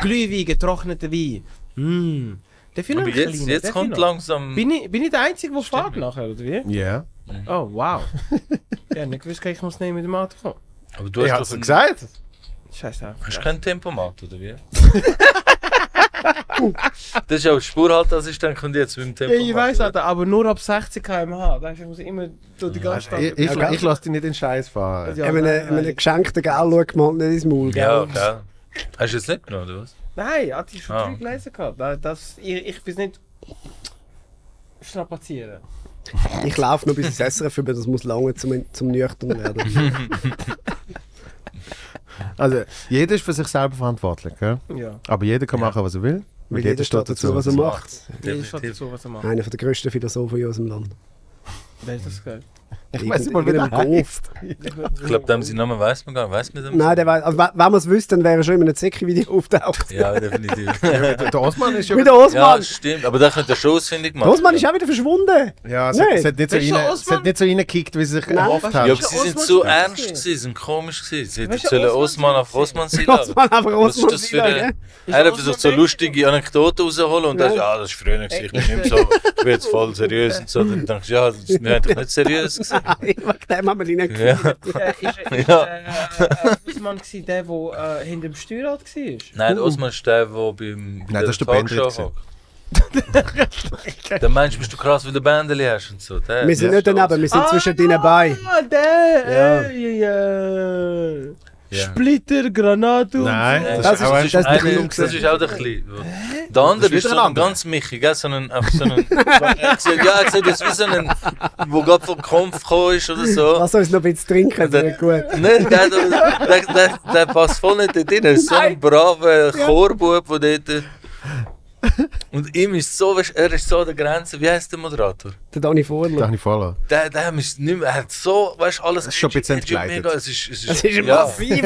Glühwein, getrockneter Wein. Mm. Der finde Aber ich jetzt, kleiner, den jetzt kommt finde ich noch. langsam... Bin ich, bin ich der Einzige, der fährt nachher, oder wie? Ja. Oh, wow. ja, nicht gewusst, ich muss nicht mit dem Auto kommen. Aber du Ich hast habe doch es ein- gesagt. Scheiße. Hast du kein Tempomat, oder wie? das ist auch Spurhalteassistent, kommt jetzt mit dem Ja, Tempomat. ich weiß, oder? Alter, aber nur ab 60 km/h. Da muss ich muss immer durch die ganze Stadt. Ich, ich, ich, Also lasse dich nicht in den Scheiß fahren. Ja, ich meine, nein, ich meine nein. geschenkten Geld schaut man nicht ins Maul. gell? Ja, gell. Hast du jetzt nicht genommen, oder was? Nein, hat ich schon Ah. drei Gleise gehabt. Da- Das, ich, ich bin nicht strapazieren. Ich laufe noch bis ins SRF, aber das muss lange zum, zum Nüchtern werden. Also, jeder ist für sich selber verantwortlich. Gell? Ja. Aber jeder kann machen, was er will. Weil jeder steht dazu, was er macht. Jeder steht dazu, was er macht. Einer der grössten Philosophen in unserem Land. Der ist das geil. Ich weiß nicht mal, wie der Irgendeinem heißt. Ich glaube, dem seinen Namen weiß man gar nicht. Weiß man den? Nein, der weiß, also, wenn wenn man es wüsste, dann wäre er schon in einem Zecki-Video auftaucht. Ja, definitiv. Der Osman ist ja... Mit der Osman! ja, stimmt. Aber da könnte er schon ausfindig machen. Der Osman ist auch wieder verschwunden. Ja, es, Nein. hat, es, hat nicht so Ist der rein, es Osman? hat nicht so reingekickt, wie sie sich erhofft Ja, haben. aber sie Osman sind so ist das ernst gewesen. gewesen, sie sind komisch gewesen. Sie Weißt hätten du, sollen Osman Osman auf Osman gewesen. sein lassen. Osman einfach Was ist Osman das für wieder. gell? ein... Er der hat versucht, so Osman lustige Anekdoten rauszuholen und Ja. dann ja, ah, das ist früher nicht, gewesen, ich bin nicht mehr so, ich bin jetzt voll seriös und so. Dann denkst du, ja, das wir haben doch nicht seriös gesehen. Wegen dem haben wir ihn nicht gefunden. Ja. Der ist, ist, äh, Ja. äh, äh, Busmann gewesen, der, der äh, hinter dem Steuerrad war. Nein, der Osman ist der, der beim bei Nein, das ist der Bendel gewesen. hockt. Dann meinst du, bist du krass, weil du Bändeli hast und so. Der, Wir sind der nicht daneben, wir sind zwischen den denen bei. Ah, der! Ey, äh, Ja. Splitter, Granate und Nein. Nein, Das ist- das, ist, das ist das, der ist Kleine eine, das ist auch der Kleine. Der andere wieder ist so ein ein anderer. ganz Michi, gell? So einen, auf so einen, er sieht, ja, er sieht aus wie so einen, der gerade vom Kampf gekommen ist oder so. Lass uns noch ein bisschen trinken, das wird gut. Nein, der, der, der, der, der passt voll nicht dort rein. Er ist so ein braver Chorbub, der dort... Und ihm ist so, weisst du, er ist so an der Grenze, wie heißt der Moderator? Der Dani Da Vorler. habe ich verloren. Der, der ist nicht mehr, er hat so, weißt du, alles... Das ist schon ein bisschen edgy- edgy entgleitet. mega, Es ist, es ist, Das ist ja. massiv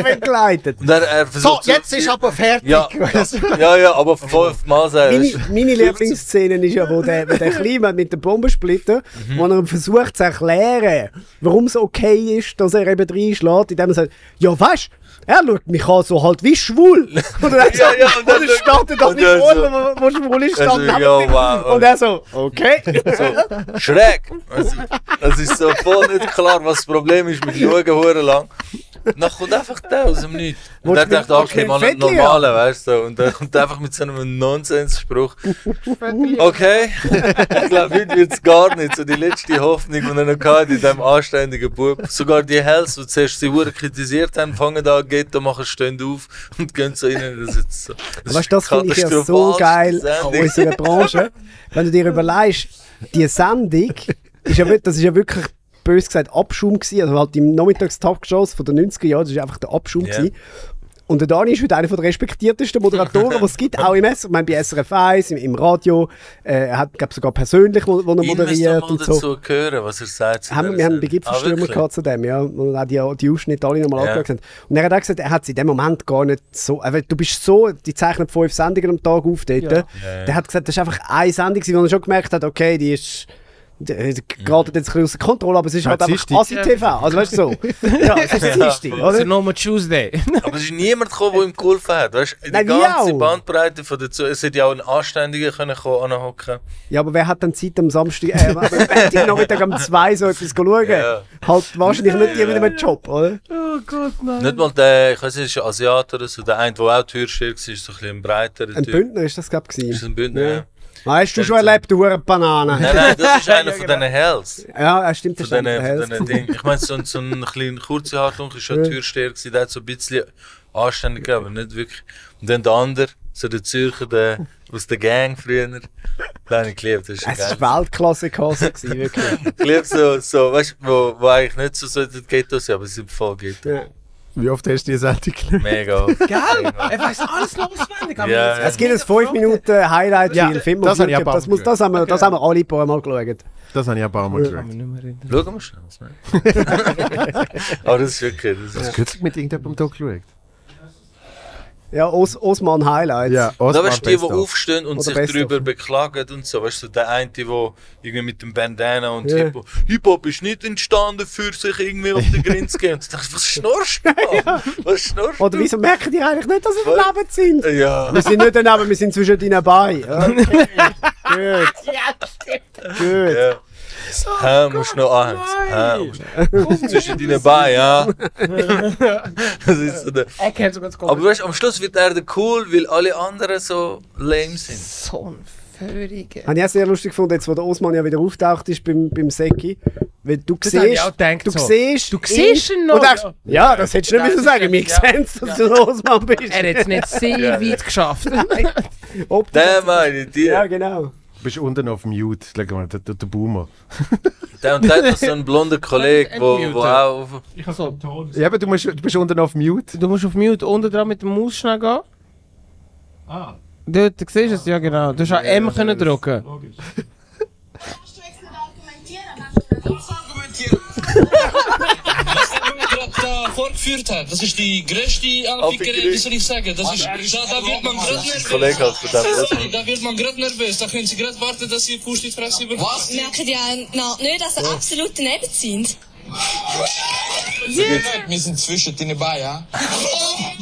entgleitet. Und er, er versucht so- aber fertig. Also- Ja, ja, ja, aber fünfmal sagen. Meine, meine Lieblingsszene ist ja, wo der, wo der Klima mit dem Bombensplitter, Mhm. wo er ihm versucht zu erklären, warum es okay ist, dass er eben reinschlägt, indem er sagt, ja weißt, er schaut mich an, so halt wie schwul. Und dann Ja, ja, sagt, und dann- und dann startet das und nicht dann vor, wo wo schwul ist. stand Also, neben ja, ihm. wow. Und er so, okay. So, schräg! Also, es ist so voll nicht klar, was das Problem ist mit Schauen Huren lang. Und dann kommt einfach der aus dem Nichts. Und Willst er du denkt, mit- willst du okay, mit mal einen Fettli normalen, weißt du. Und dann kommt er einfach mit so einem Nonsensspruch. Okay, ich glaube, heute wird es gar nicht. So die letzte Hoffnung, die er noch hatte in diesem anständigen Bub. Sogar die Hells, die zuerst die Huren kritisiert haben, fangen an, Ghetto machen, stehen auf und gehen so rein. Das ist so. Das Weißt du, das finde ich ja so geil an unserer Branche. Wenn du dir überlegst, die Sendung, ist ja, wirklich- das ist ja wirklich bös gesagt Abschaum gewesen, also halt im Nachmittagstalkshows von den 90er Jahren, das ist einfach der Abschaum Ja. gewesen. Und der Dani ist heute einer der respektiertesten Moderatoren, die es gibt, auch im SRF, ich meine, bei SRF 1, im, im Radio, äh, er hat, glaube sogar persönlich, wo, wo er moderiert und so. dazu hören, was er sagt. zu Haben, dieser wir haben einen Sendung. Ah, Begipfelstürmer wirklich? gehabt zu dem, ja, und auch die, die Ausschnitte alle nochmal Ja. angeschaut haben. Und er hat auch gesagt, er hat es in dem Moment gar nicht so, äh, weil du bist so, die zeichnen fünf Sendungen am Tag auf dort. Der hat gesagt, das ist einfach eine Sendung, gewesen, wo er schon gemerkt hat, okay, die ist die- äh, die Mhm. geratet jetzt ein bisschen außer Kontrolle, aber es ist halt einfach Narzisstik. Assi-TV, also weißt du so. Ja, es ist Dienstag, Ja. It's a oder? normal Tuesday. Aber es ist niemand gekommen, der ihm geholfen hat. Weißt, du? die Nein, wie ganze auch? Bandbreite von dazu. Es hätte ja auch ein Anständiger können kommen, anhocken. Ja, aber wer hat dann Zeit am Samstag, äh, am Montag Nachmittag um zwei so etwas schauen? Ja. Halt wahrscheinlich nicht jemand mit einem Job, oder? Oh Gott, nein. Nicht mal der, ich weiß nicht, ist ein Asiat oder so. Der eine, der auch Türsteher war, ist so ein bisschen ein breiterer Ein Typ. Bündner ist das, glaube Ist das ich. ein Bündner? Ja. Hast du schon erlebt, du Banane? Nein, nein, das ist einer von genau. diesen Hells. Ja, ja, stimmt, das Von diesen, ist von diesen Dingen. Ich meine, so, ein- so ein kleiner kurzer Hartung ist schon Türsteher gewesen. Der hat so ein bisschen anständig, gegeben, aber nicht wirklich. Und dann der andere, so der Zürcher, der aus der Gang früher. Den habe ich geliebt. Das ist ein Es geiler war Weltklasse-Kasse, gewesen, wirklich. Ich liebe so, so weißt du, wo, wo eigentlich nicht so sollte Ghetto sein, aber es sind voll Ghetto. Ja. Wie oft hast du die Sendung gelesen? Mega. Gell? Er weiß alles loswendig. aber Ja, jetzt- ja. Es gibt ein 5 Minuten Highlight Ja, ja, Film das auf habe ich YouTube. aber Das, auch muss, das, haben wir, das haben wir alle ein paar Mal geschaut. Das habe ich ein paar Mal Kann mich gehört. nicht mehr erinnern. Schauen wir schnell. was wir- aber das ist wirklich. Das ist Kürzlich mit irgendjemandem da geschaut. Ja, Os Osman Highlights. Ja, da Osman weißt du, die, die Bester. aufstehen und Oder sich Best darüber of. beklagen und so. Weißt du, der eine, der irgendwie mit dem Bandana und Ja. Hip-Hop. Hip-Hop ist nicht entstanden, für sich irgendwie auf den Grin zu gehen. Und ich dachte, was schnurrst du? Mann? Was schnurrst Oder du? wieso merken die eigentlich nicht, dass wir Was? daneben sind? Ja. Wir sind nicht daneben, wir sind zwischen deinen Beinen. Ja. Gut. Gut. ja. Hä, musst du noch anhängen. Hä, musst du- Zwischen deinen Beinen, ja. das ist so der. Er kennt sogar das Kopf. Aber weißt, am Schluss wird er der cool, weil alle anderen so lame sind. so ein Völliger. Habe ich auch sehr lustig gefunden, jetzt, wo der Osman ja wieder auftaucht ist beim, beim Seki. Weil du Das siehst, habe ich auch gedacht du so. siehst, Du siehst ihn noch, Und denkst, ja. ja, das hättest du nicht Das müssen ist sagen. ja- Mir ja. sehen dass du der Osman bist. Er hat es nicht sehr Ja. weit geschafft. Optisch- Der meine ich, Ja, dir. genau. Du bist unten auf Mute, schau mal, der, der, der Boomer. Der und der hat so einen blonden Kollegen, Ein wo, Mutant. wo auch. Ich habe so einen Ton. Ja, aber du, musst, du bist unten auf Mute. Du musst auf Mute unten dran mit dem Maus schnell gehen. Ah, Dort, du siehst es, Ah. ja genau. Du hast auch M können drücken. logisch. Kannst du jetzt nicht argumentieren? Kannst du nicht Was argumentieren? Was der Junge gerade da vorgeführt hat, das ist die eh, größte Anfickerei, wie soll ich sagen? Das ist, da, da wird man gerade nervös. Kollege hat verdammt. Da wird man gerade nervös, da können Sie gerade warten, dass ihr Fuß die Fresse über. Was? merken ja noch nicht, dass sie absolut daneben sind. Wir sind zwischen den beiden, ja?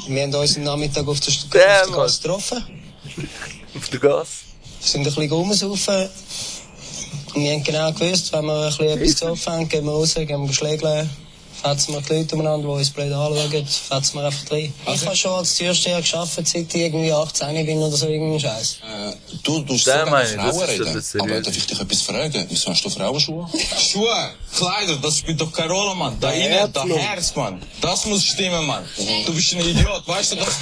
Wir haben uns am Nachmittag auf der St- Der auf der Gasse getroffen, Auf der Gas. sind ein bisschen rumgesaufen. Und wir haben genau gewusst, wenn wir ein bisschen etwas zu offen haben, gehen wir raus, gehen wir schlägeln. Fetzen wir die Leute umeinander, die uns blöd anschauen, fetzen wir einfach rein. Ich habe schon als Türsteher gearbeitet, seit ich irgendwie 18 bin oder so, irgendein Scheiß. Du tust Der so gerne meine ich, Frauen das ist reden. etwas aber Seriöses. darf ich dich etwas fragen? Wieso hast du Frauenschuhe? Schuhe, Kleider, das spielt doch keine Rolle, Mann. Da innen, da Herz, Mann. Das muss stimmen, Mann. Du bist ein Idiot, weißt du das?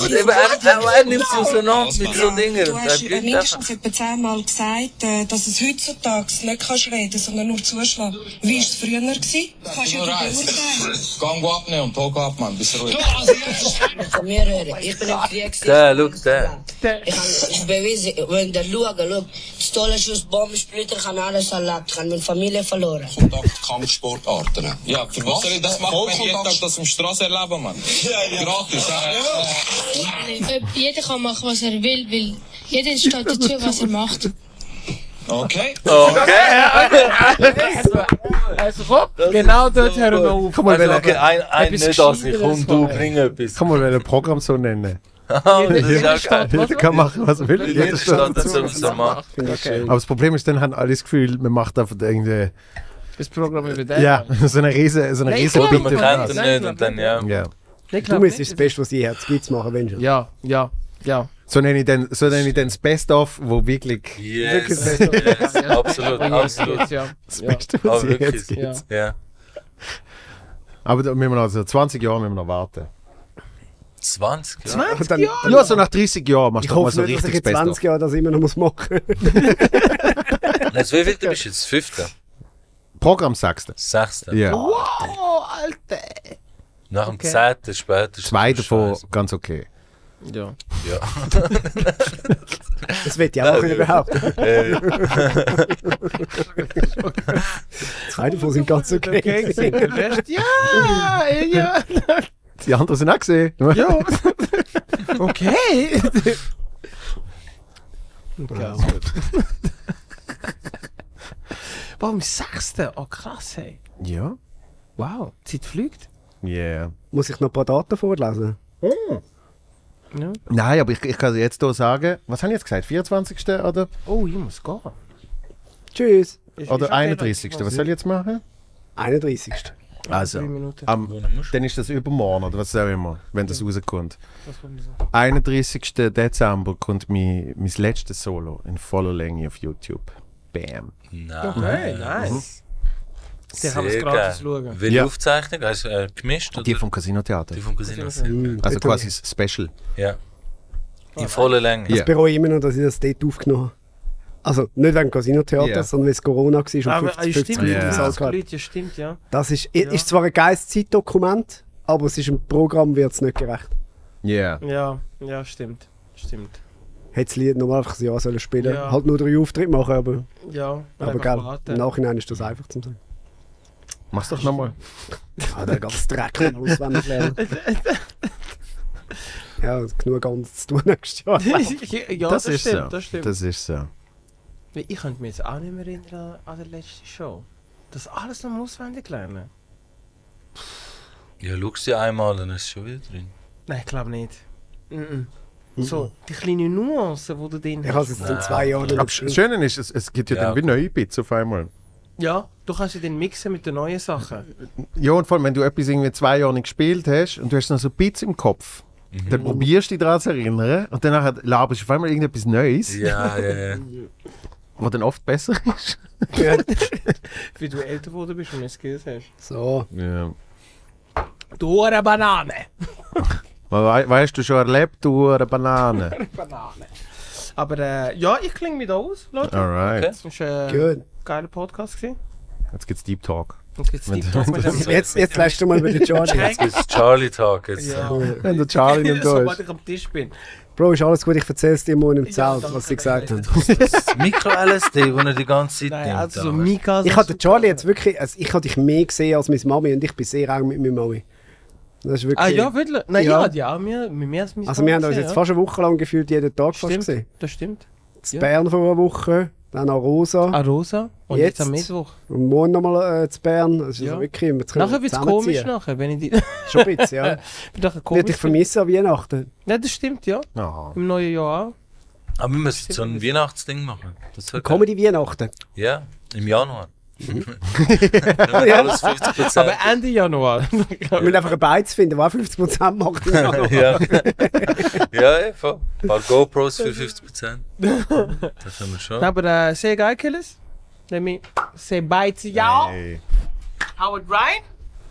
Und eben, er, er, er nimmt es auseinander mit so Dingen. Du Und er hast äh, bleibt einfach. mindestens etwa zehnmal gesagt, äh, dass es heutzutage nicht kannst reden, sondern nur zuschlagen. Wie war es früher? Gewesen? Kannst du Nur ja eins. beurteilen. Gang abnehmen und Talk ab, Mann. Bist ruhig. Wir hören, ich bin im Krieg. gewesen. Der, schau, der. Ich habe bewiesen, wenn der schaut, schau, Pistolen, Schuss, Bomben, Splitter, ich habe alles erlebt, ich habe meine Familie verloren. Kontakt, Kampfsportarten. Ja, für was soll ich das machen, wenn ich jeden Tag das im Straße erlebe, Mann? Gratis, ja. Äh, Jeder kann machen, was er will, weil jeder steht dazu, was er macht. Okay. Also hopp, genau dort hören wir auf. Komm mal, Also, also, okay, ein, ein etwas nicht aus, ich Gescheites komm, du war. bring etwas. komm mal, wir wollen ein Programm so nennen. das ist auch geil. Jeder kann machen, was er will. Jeder steht dazu, dazu. was er macht. Aber das Problem ist, dann haben alle das Gefühl, man macht einfach irgendwie. Das Programm über den. Ja, so eine riese, so eine Nein, riese klar, Bitte. man Kennt Ja. er nicht und dann, ja. Ja. Ich Du glaub musst nicht, das Beste, was ich jetzt gibt, machen, wenn schon. Ja, ja, ja. So nenne ich dann, so nenne ich dann das Best-of, wo wirklich Yes, yes, absolut, Ja, absolut. jetzt, ja. das ja. Beste, was Aber es jetzt wirklich, gibt. Ja. ja. Aber da müssen wir noch, also 20 Jahre müssen wir noch warten. 20, ja. Und dann, dann, Ja, so nach 30 Jahren machst ich du doch mal hoffe so nicht, dass ich richtig das in Beste. 20 Jahren das immer noch muss machen muss. Jetzt, wie viel du bist jetzt? Fünfter? Programm sagst du. Sechster? Ja. Wow, Alter. Nach dem Okay. zehnten spätestens. Zwei davon Scheiße. ganz okay. Ja. Ja. Das wird ja auch Nein, überhaupt. Äh, Zwei davon sind ganz okay. Der Rest, ja, ja. Die anderen sind auch gesehen. Ja. Okay. Warum sechste? Oh krass, hey. Ja. Wow, die Zeit fliegt. Yeah. Muss ich noch ein paar Daten vorlesen? Ja. Nein, aber ich, ich kann jetzt hier sagen, was haben ich jetzt gesagt? 24. oder, Oh, ich muss gehen. Tschüss. Ich- ich oder hab 31. Was soll ich jetzt machen? 31. Also, Drei Minuten. am, dann ist das übermorgen oder was auch immer, wenn das rauskommt. 31. Dezember kommt mein, mein letztes Solo in voller Länge auf YouTube. Bam. Nein. nice. Sehr haben es gratis schauen. Welche Ja. Aufzeichnung? Hast du äh, gemischt? Oder? Die vom Casino Theater. Die vom Casino. Sehr geil. Also quasi das Special. Ja. In voller Länge. Ja. Ich bereue immer noch, dass ich das dort aufgenommen habe. Also nicht wegen Casino-Theater, Ja. sondern weil es Corona war und 50, Aber äh, 50 stimmt, Minuten Ja. ja. Saal das gehabt. Leute, ja, stimmt, ja. Das ist, ist zwar ein geiles Zeitdokument, aber es ist im Programm wird es nicht gerecht. Yeah. Ja, ja, stimmt. Stimmt. Hätte das Lied normal einfach ein Jahr sollen spielen Ja. Halt nur drei Auftritte machen, aber, Ja, aber einfach geil, warten. im Nachhinein ist das einfach zu sagen. Mach's doch nochmal. Ah, der ganze Dreck kann man auswendig lernen. ja, genug anderes zu tun nächstes Jahr. ja, das, ist stimmt, so. das stimmt. Das ist so. Weil Ich könnte mich jetzt auch nicht mehr erinnern an die letzte Show. Das alles noch auswendig lernen? Ja, schau dir einmal, dann ist es schon wieder drin. Nein, ich glaube nicht. Mhm. So, die kleinen Nuancen, die du drin Ich habe es jetzt in zwei Jahren Aber nicht das gespielt. Schöne ist, es, es gibt ja, Ja, dann wie neue Bits auf einmal. Ja, du kannst ja den mixen mit den neuen Sachen. Ja, und vor allem, wenn du etwas irgendwie zwei Jahre nicht gespielt hast und du hast noch so Bits im Kopf, dann probierst du dich daran zu erinnern und danach laberst du auf einmal irgendetwas Neues, Ja, ja, ja. was dann oft besser ist. Wie du älter geworden bist und mehr Skills hast. So, Ja. Du eine Banane! We weißt du schon erlebt, du eine Banane. Banane. Aber äh, ja, ich klinge mich da aus, Leute. Alright. Das war äh, ein gut. geiler Podcast. Gewesen. Jetzt gibt's Deep Talk. Jetzt gibt's Wenn- Deep Talk mit dem Jetzt, jetzt lässt du mal über den George. Jetzt gibt es Charlie Talk. Jetzt. Ja. Wenn der Charlie nicht da Sobald ist. ich am Tisch bin. Bro, ist alles gut, ich erzähl's dir morgen im Ja, Zelt, danke, was sie gesagt haben. Das Mikro-LSD, das er die ganze Zeit Nein, nimmt. also so Alter. Mika. Ich habe den Charlie jetzt wirklich, also ich habe dich mehr gesehen als meine Mami und ich bin sehr eng mit meiner Mami. Das ist wirklich... Ah ja, wirklich? Nein, ja, Ja. ja, ja mir, mir mehr als mein also wir haben uns gesehen, jetzt ja. fast eine Woche lang gefühlt jeden Tag fast Stimmt, gesehen. das stimmt. Das ja. Bern vor einer Woche, dann auch Rosa Ah, Rosa und Jetzt. jetzt, am Mittwoch. und morgen nochmal äh, zu Bern. Das ist Ja. also wirklich... wir können Nachher wird es komisch, zusammenziehen. nachher, wenn ich die. Schon ein bisschen, ja. nachher komisch. Wird dich vermissen an Weihnachten. Nein, das stimmt, ja. Aha. Im neuen Jahr auch. Aber wir müssen so ein Weihnachtsding machen. Das wird Comedy-Weihnachten. Ja, im Januar. Dann wird alles 50 Aber Ende Januar. Wir müssen einfach ein Beiz finden, der auch 50% macht. ja. ja, ja, voll. Ein paar GoPros für 50%. Das haben wir schon. Aber äh, sehr geil, Killers. Let me say bye to y'all. Hey. Howard Ryan.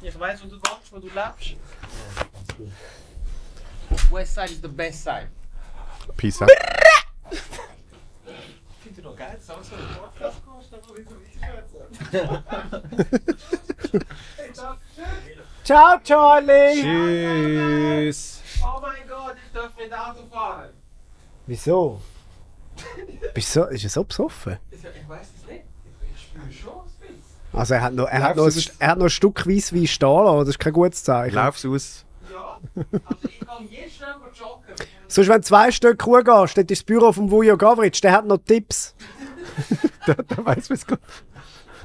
Ich weiß, wo du wohnst, wo du lebst. West Side is the best side. Peace out. Finde ich noch geil, dass du auch so einen Podcast kommst, aber wie du Ciao, Charlie! Tschüss. Oh mein Gott, ich darf nicht Auto fahren. Wieso? Bist du so, ist er so besoffen? Ich weiß es nicht. Ich spüre schon ein bisschen. Also er hat noch, er hat Läufst noch, du mit- ein, er hat noch ein Stück weiss wie stehen lassen, das ist kein gutes Zeichen. Lauf's aus. Ja, also ich kann jetzt schnell joggen. Sonst, wenn du zwei Stück Kuh gehst, dann ist das Büro von Vujo Gavritsch, der hat noch Tipps. Da weiß man's gut.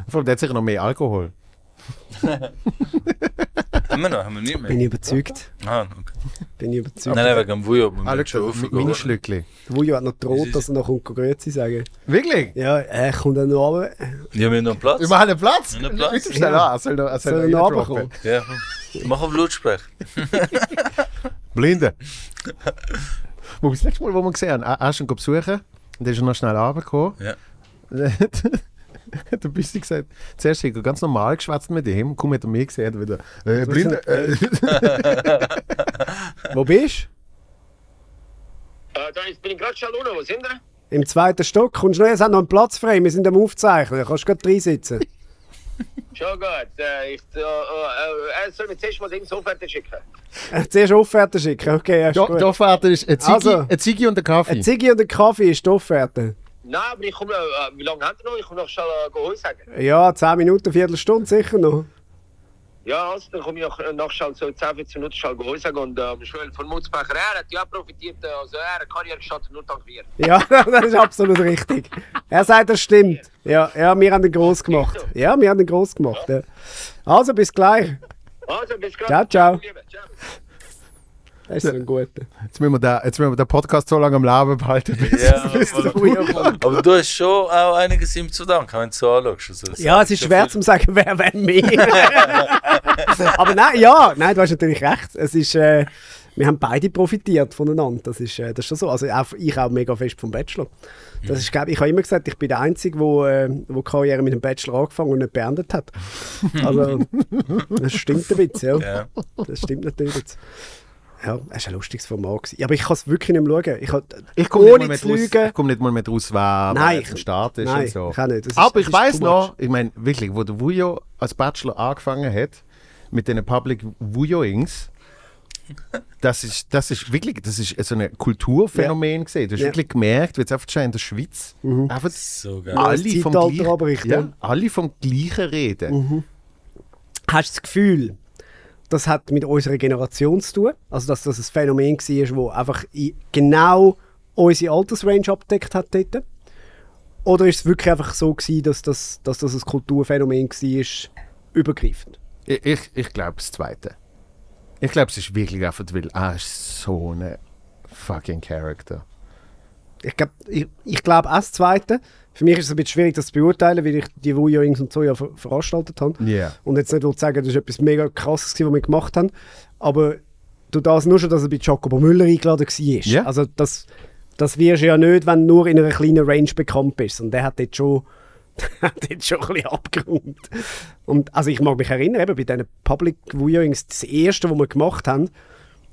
Vor allem, der hat sicher noch mehr Alkohol. Haben wir noch? Haben wir nicht mehr? Bin ich überzeugt. Ah, okay. Bin ich überzeugt. Nein, nein, wegen dem Vujo. Ah, schau, meine Schlückli. Der Wujo hat noch droht, dass er noch kommt Grüezi sagen. Wirklich? Ja, er kommt dann noch runter. Ja, wir haben noch einen Platz. Wir machen einen Platz? Wir haben noch einen Bitte schnell an, soll noch- soll noch noch reindroppen? runterkommen? Ja, komm. mach auf Lautsprecher. Blinde. wo wir das letzte Mal, wo wir gesehen haben, er- er ist ihn besuchen und dann ist er noch schnell runtergekommen. Ja. Hat der Büssi gesagt, zuerst hat er ganz normal geschwätzt mit ihm, komm, hat er mich gesehen, hat wieder, äh, Blinde, äh. Wo bist Äh, da ist, bin ich gerade schon unten, wo sind wir? du? Im zweiten Stock. Kommst du noch? Es hat noch einen Platz frei. Wir sind am Aufzeichnen. Kannst du gerade reinsitzen? Schon gut. Äh, ich, äh, äh, äh, soll mir zuerst mal Dings so fertig schicken. Äh, Zuerst Offerte schicken. Okay, ja, ist Da- gut. Also. die Offerte ist ein Ziggy- ein Ziggy und ein Kaffee. Ein Ziggy und ein Kaffee ist die Offerte. Nein, aber ich komme, äh, wie lange habt ihr noch? Ich komme noch schnell äh, gehen Heu sagen. Ja, 10 Minuten, Viertelstunde sicher noch. Ja, also, dann komme ich noch, noch schnell so 10, 15 Minuten schnell gehen Heu sagen. Und äh, Schwell von Mutzbecher, er hat ja profitiert, äh, also er hat Karriere gestartet, nur dank mir. Ja, das ist absolut richtig. Er sagt, das stimmt. Ja, ja wir haben den groß gemacht. Ja, wir haben den groß gemacht. Ja. Also, bis gleich. Also, bis gleich. Ciao, ciao. Das ist so ein guter. Jetzt müssen, wir den, jetzt müssen wir den Podcast so lange am Leben behalten, bis, Ja, bis aber- der Ujo kommt. Aber du hast schon auch einiges ihm zu danken, wenn du so anschaust. Also, das Ja, hat es ist schon schwer viel- zu sagen, wer wenn mehr. Aber nein, ja, nein, du hast natürlich recht. Es ist, äh, wir haben beide profitiert voneinander. Das ist, äh, das ist schon so. Also auch, ich auch mega fest vom Bachelor. Mhm. Das ist, glaub, ich habe immer gesagt, ich bin der Einzige, wo, äh, wo die Karriere mit dem Bachelor angefangen und nicht beendet hat. Also, das stimmt ein bisschen, ja. Ja. Das stimmt natürlich jetzt. Ja, es war ein lustiges Format. gewesen. Aber ich kann es wirklich nicht mehr schauen. Ich, kann- Ich komme nicht, ohne mal mit zu raus- lügen. ich komm nicht mal mit raus, wer Nein, wer jetzt im Start ist nein, und so. ich auch nicht. Das ist- Aber das ich ist weiß too noch, ich meine, wirklich, wo der Vujo als Bachelor angefangen hat, mit den Public Vujoings, das ist, das ist wirklich, das ist so ein Kulturphänomen gesehen. Du hast Ja. Mhm. wirklich gemerkt, wie jetzt einfach schon in der Schweiz einfach so geil. alle, Neues vom Zeitalter Mhm. gleichen, anbricht, ja, ja. alle vom gleichen reden. Hast du das Gefühl, das hat mit unserer Generation zu tun? Also, dass das ein Phänomen war, das einfach i- genau unsere Altersrange abdeckt hat dort? Oder ist es wirklich einfach so, gewesen, dass, das, dass das ein Kulturphänomen war, übergreifend? Ich, ich, ich glaube das Zweite. Ich glaube, es ist wirklich einfach, weil er ist so ein fucking Character. Ich glaube ich, ich glaub auch das Zweite. Für mich ist es ein bisschen schwierig, das zu beurteilen, weil ich die Wujoings und so ja ver veranstaltet habe. Ja. Und jetzt nicht will sagen, das war etwas mega krasses, gewesen, was wir gemacht haben. Aber du das nur schon, dass er bei Jacobo Müller eingeladen war. Ja. Also das, das wirst du ja nicht, wenn du nur in einer kleinen Range bekannt bist. Und der hat dort schon, der hat dort schon ein bisschen abgerundet. Und also ich mag mich erinnern, eben bei diesen Public Viewings, das erste, was wir gemacht haben,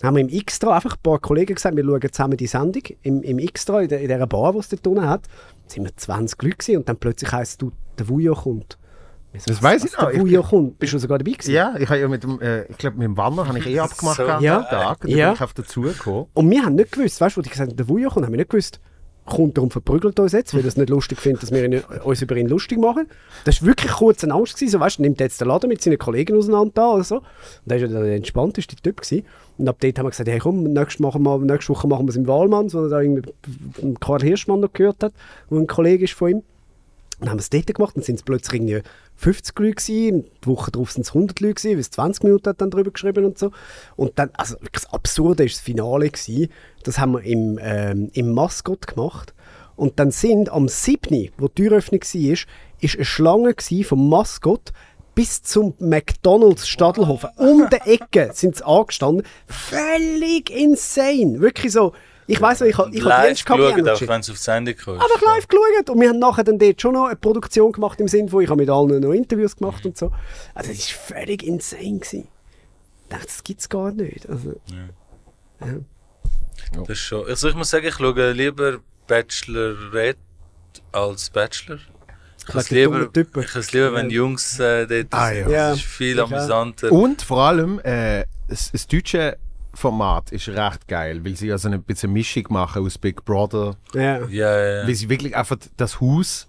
haben wir im Xtra einfach ein paar Kollegen gesagt, wir schauen zusammen die Sendung im, im Xtra, in, der, in dieser Bar, die es dort unten hat. Da sind wir 20 Leute gewesen und dann plötzlich heisst du, der Vujo kommt. Also, Das weiß ich noch. Der Vujo kommt. Bist du sogar dabei gewesen? Ja, ich habe ja mit dem, äh, ich glaube mit dem Wanner habe ich eh abgemacht So gehabt, geil. am Tag. Und dann Ja. bin ich auf dazugekommen. Und wir haben nicht gewusst, weißt du, wo die gesagt haben, der Wujo kommt, haben wir nicht gewusst, kommt er und verprügelt uns jetzt, weil er es nicht lustig findet, dass wir ihn, äh, uns über ihn lustig machen. Das war wirklich kurz eine Angst, gewesen, so, weißt du, nimmt jetzt den Laden mit seinen Kollegen auseinander da oder so. Und er war ja dann der entspannteste Typ. Gewesen. Und ab dort haben wir gesagt, hey komm, nächste, machen wir, nächste Woche machen wir es im Wahlmann, so da irgendwie einen Karl Hirschmann noch gehört hat, wo ein Kollege ist von ihm. Dann haben wir es dort gemacht, dann sind es plötzlich irgendwie 50 Leute gewesen, die Woche drauf sind es 100 Leute gewesen, weil es 20 Minuten hat dann drüber geschrieben und so. Und dann, also wirklich das Absurde ist das Finale gewesen, das haben wir im, ähm, im Maskott gemacht. Und dann sind am 7., wo die Türöffnung war, ist eine Schlange gewesen vom Maskott bis zum McDonalds Stadelhofen. Um die Ecke sind sie angestanden. Völlig insane. Wirklich so. Ich weiß noch, ich habe ich hab Live Dienst gehabt, bei geschaut, auch Energy. wenn es auf Sendung kommt. Einfach live geschaut. Und wir haben nachher dann dort schon noch eine Produktion gemacht im Sinne von, ich habe mit allen noch Interviews gemacht und so. Also das war völlig insane. Gewesen. Ich dachte, das gibt es gar nicht. Also, Das ist schon. Also ich muss sagen, ich schaue lieber Bachelorette als Bachelor. Ich Wegen es den lieber, dummen Typen. ich has lieber, wenn die Jungs äh, dort Ah, sind. ja. Uh. Ja, Das ist viel ich auch. amüsanter. Und vor allem, äh, das, das deutsche Format ist recht geil, weil sie also ein bisschen Mischung machen aus Big Brother. ja. Ja, ja, Weil ja. sie wirklich einfach das Haus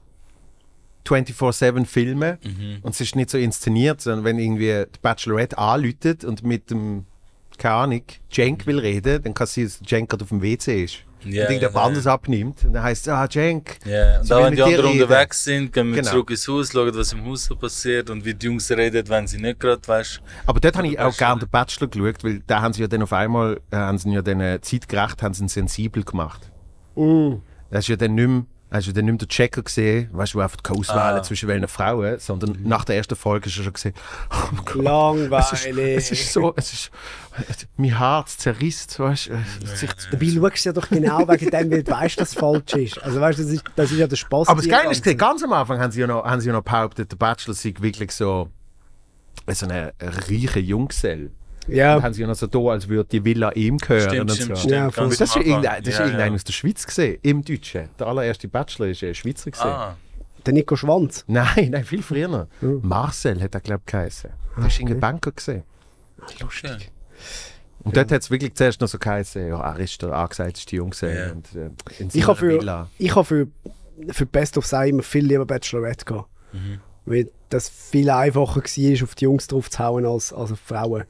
24-7 filmen Mhm. und es ist nicht so inszeniert, sondern wenn irgendwie die Bachelorette anläutet und mit dem, keine Ahnung, Jenk will reden, dann kann sie, dass Jenk gerade auf dem WC ist. Ja, und irgendjemand ja, anders abnimmt. Und dann heißt es, ah, Cenk. Ja, und sie dann, will wenn mit die dir anderen reden. unterwegs sind, gehen wir Genau. zurück ins Haus, schauen, was im Haus so passiert und wie die Jungs reden, wenn sie nicht gerade, weißt Aber dort habe ich auch gerne den Bachelor geschaut, weil da haben sie ja dann auf einmal, äh, haben sie ihn ja dann äh, zeitgerecht, haben sie ihn sensibel gemacht. Mm. Da hast du ja dann nicht mehr, hast du dann nicht mehr den Checker gesehen, weißt du, wo einfach die Auswahl Ah. zwischen welchen Frauen, sondern nach der ersten Folge hast du schon gesehen, oh mein Gott, Langweilig. Es ist, es ist so, es ist, mein Herz zerrisst, weißt du. es ist- Dabei schaust du ja doch genau wegen dem, weil du weißt, dass es falsch ist. Also weißt du, das ist, das ist ja der Spaß. Aber das an der Geile ist, gesehen, ganz am Anfang haben sie ja noch, haben sie ja noch behauptet, der Bachelor sei wirklich so, so ein reicher Junggesell. Ja. Und haben sie ja noch so da, als würde die Villa ihm gehören. Stimmt, und so. stimmt, stimmt, Ja, ganz voll. am das ist ja Anfang. irgendein, das ist Ja, irgendeiner ja. aus der Schweiz gesehen, im Deutschen. Der allererste Bachelor ist ein Schweizer gesehen. Ah. Der Nico Schwanz? Nein, nein, viel früher. Marcel hat er, glaube ich, geheißen. Ah, Da ist irgendein Banker gesehen. du? Lustig. Und dort hat es wirklich zuerst noch so geheißen, ja, er ist der angesagteste Junggesell. und Äh, in Ich seiner habe für, Villa. ich habe für, für Best of Sei immer viel lieber Bachelorette gehabt. Weil das viel einfacher war, auf die Jungs drauf zu hauen als, als auf Frauen.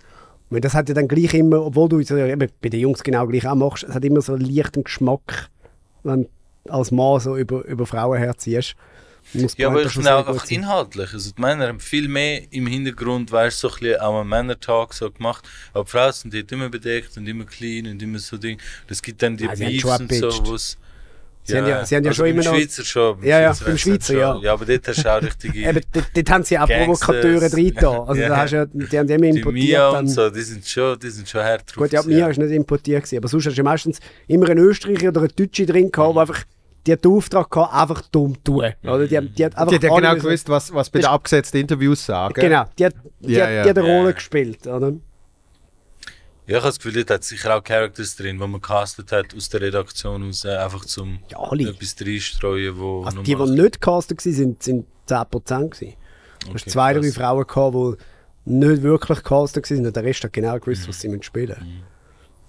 Weil das hat ja dann gleich immer, obwohl du es ja eben bei den Jungs genau gleich auch machst, es hat immer so einen leichten Geschmack, wenn du als Mann so über, über Frauen herziehst. Muss Ja, aber Pointe ich schon finde auch sehr gut einfach sein. inhaltlich. Also die Männer haben viel mehr im Hintergrund, weißt du, so ein bisschen auch einen Männertag so gemacht. Aber die Frauen sind dort immer bedeckt und immer clean und immer so Ding. Das gibt dann die Ah, sie haben Beefs schon und so, abgepitcht. wo's Also Sie haben ja- sie haben ja schon beim immer noch- Schweizer schon. Ja, ja, beim hat's halt Schweizer, ja. schon. Ja, aber dort hast du auch richtige. Eben, dort, dort haben sie auch Gangsters. Provokateure drin. da. Also Ja. da hast du ja, die haben die immer die importiert. Mia Dann, und so, die sind schon, die sind schon hart drauf. gut, ja, Mia ist nicht importiert gewesen, aber sonst hast du ja meistens immer einen Österreicher oder einen Deutschen drin gehabt, der einfach die hat den Auftrag gehabt, einfach dumm tun. Oder die, haben- die hat einfach Die hat Mhm. ja alle genau müssen- gewusst, was, was bei den Das- abgesetzten Interviews sagen. Genau, die hat, die Ja, hat, ja. Die hat eine Ja, Rolle ja. gespielt. Oder? Ja, ich habe das Gefühl, da hat sicher auch Characters drin, die man castet hat aus der Redaktion raus, äh, einfach zum etwas reinstreuen, wo Also nur die, die mal- nicht gecastet waren, sind, sind 10%. Gewesen. Du hast Okay, zwei, drei krass. Frauen gehabt, die nicht wirklich gecastet waren und der Rest hat genau gewusst, Mhm. was sie müssen spielen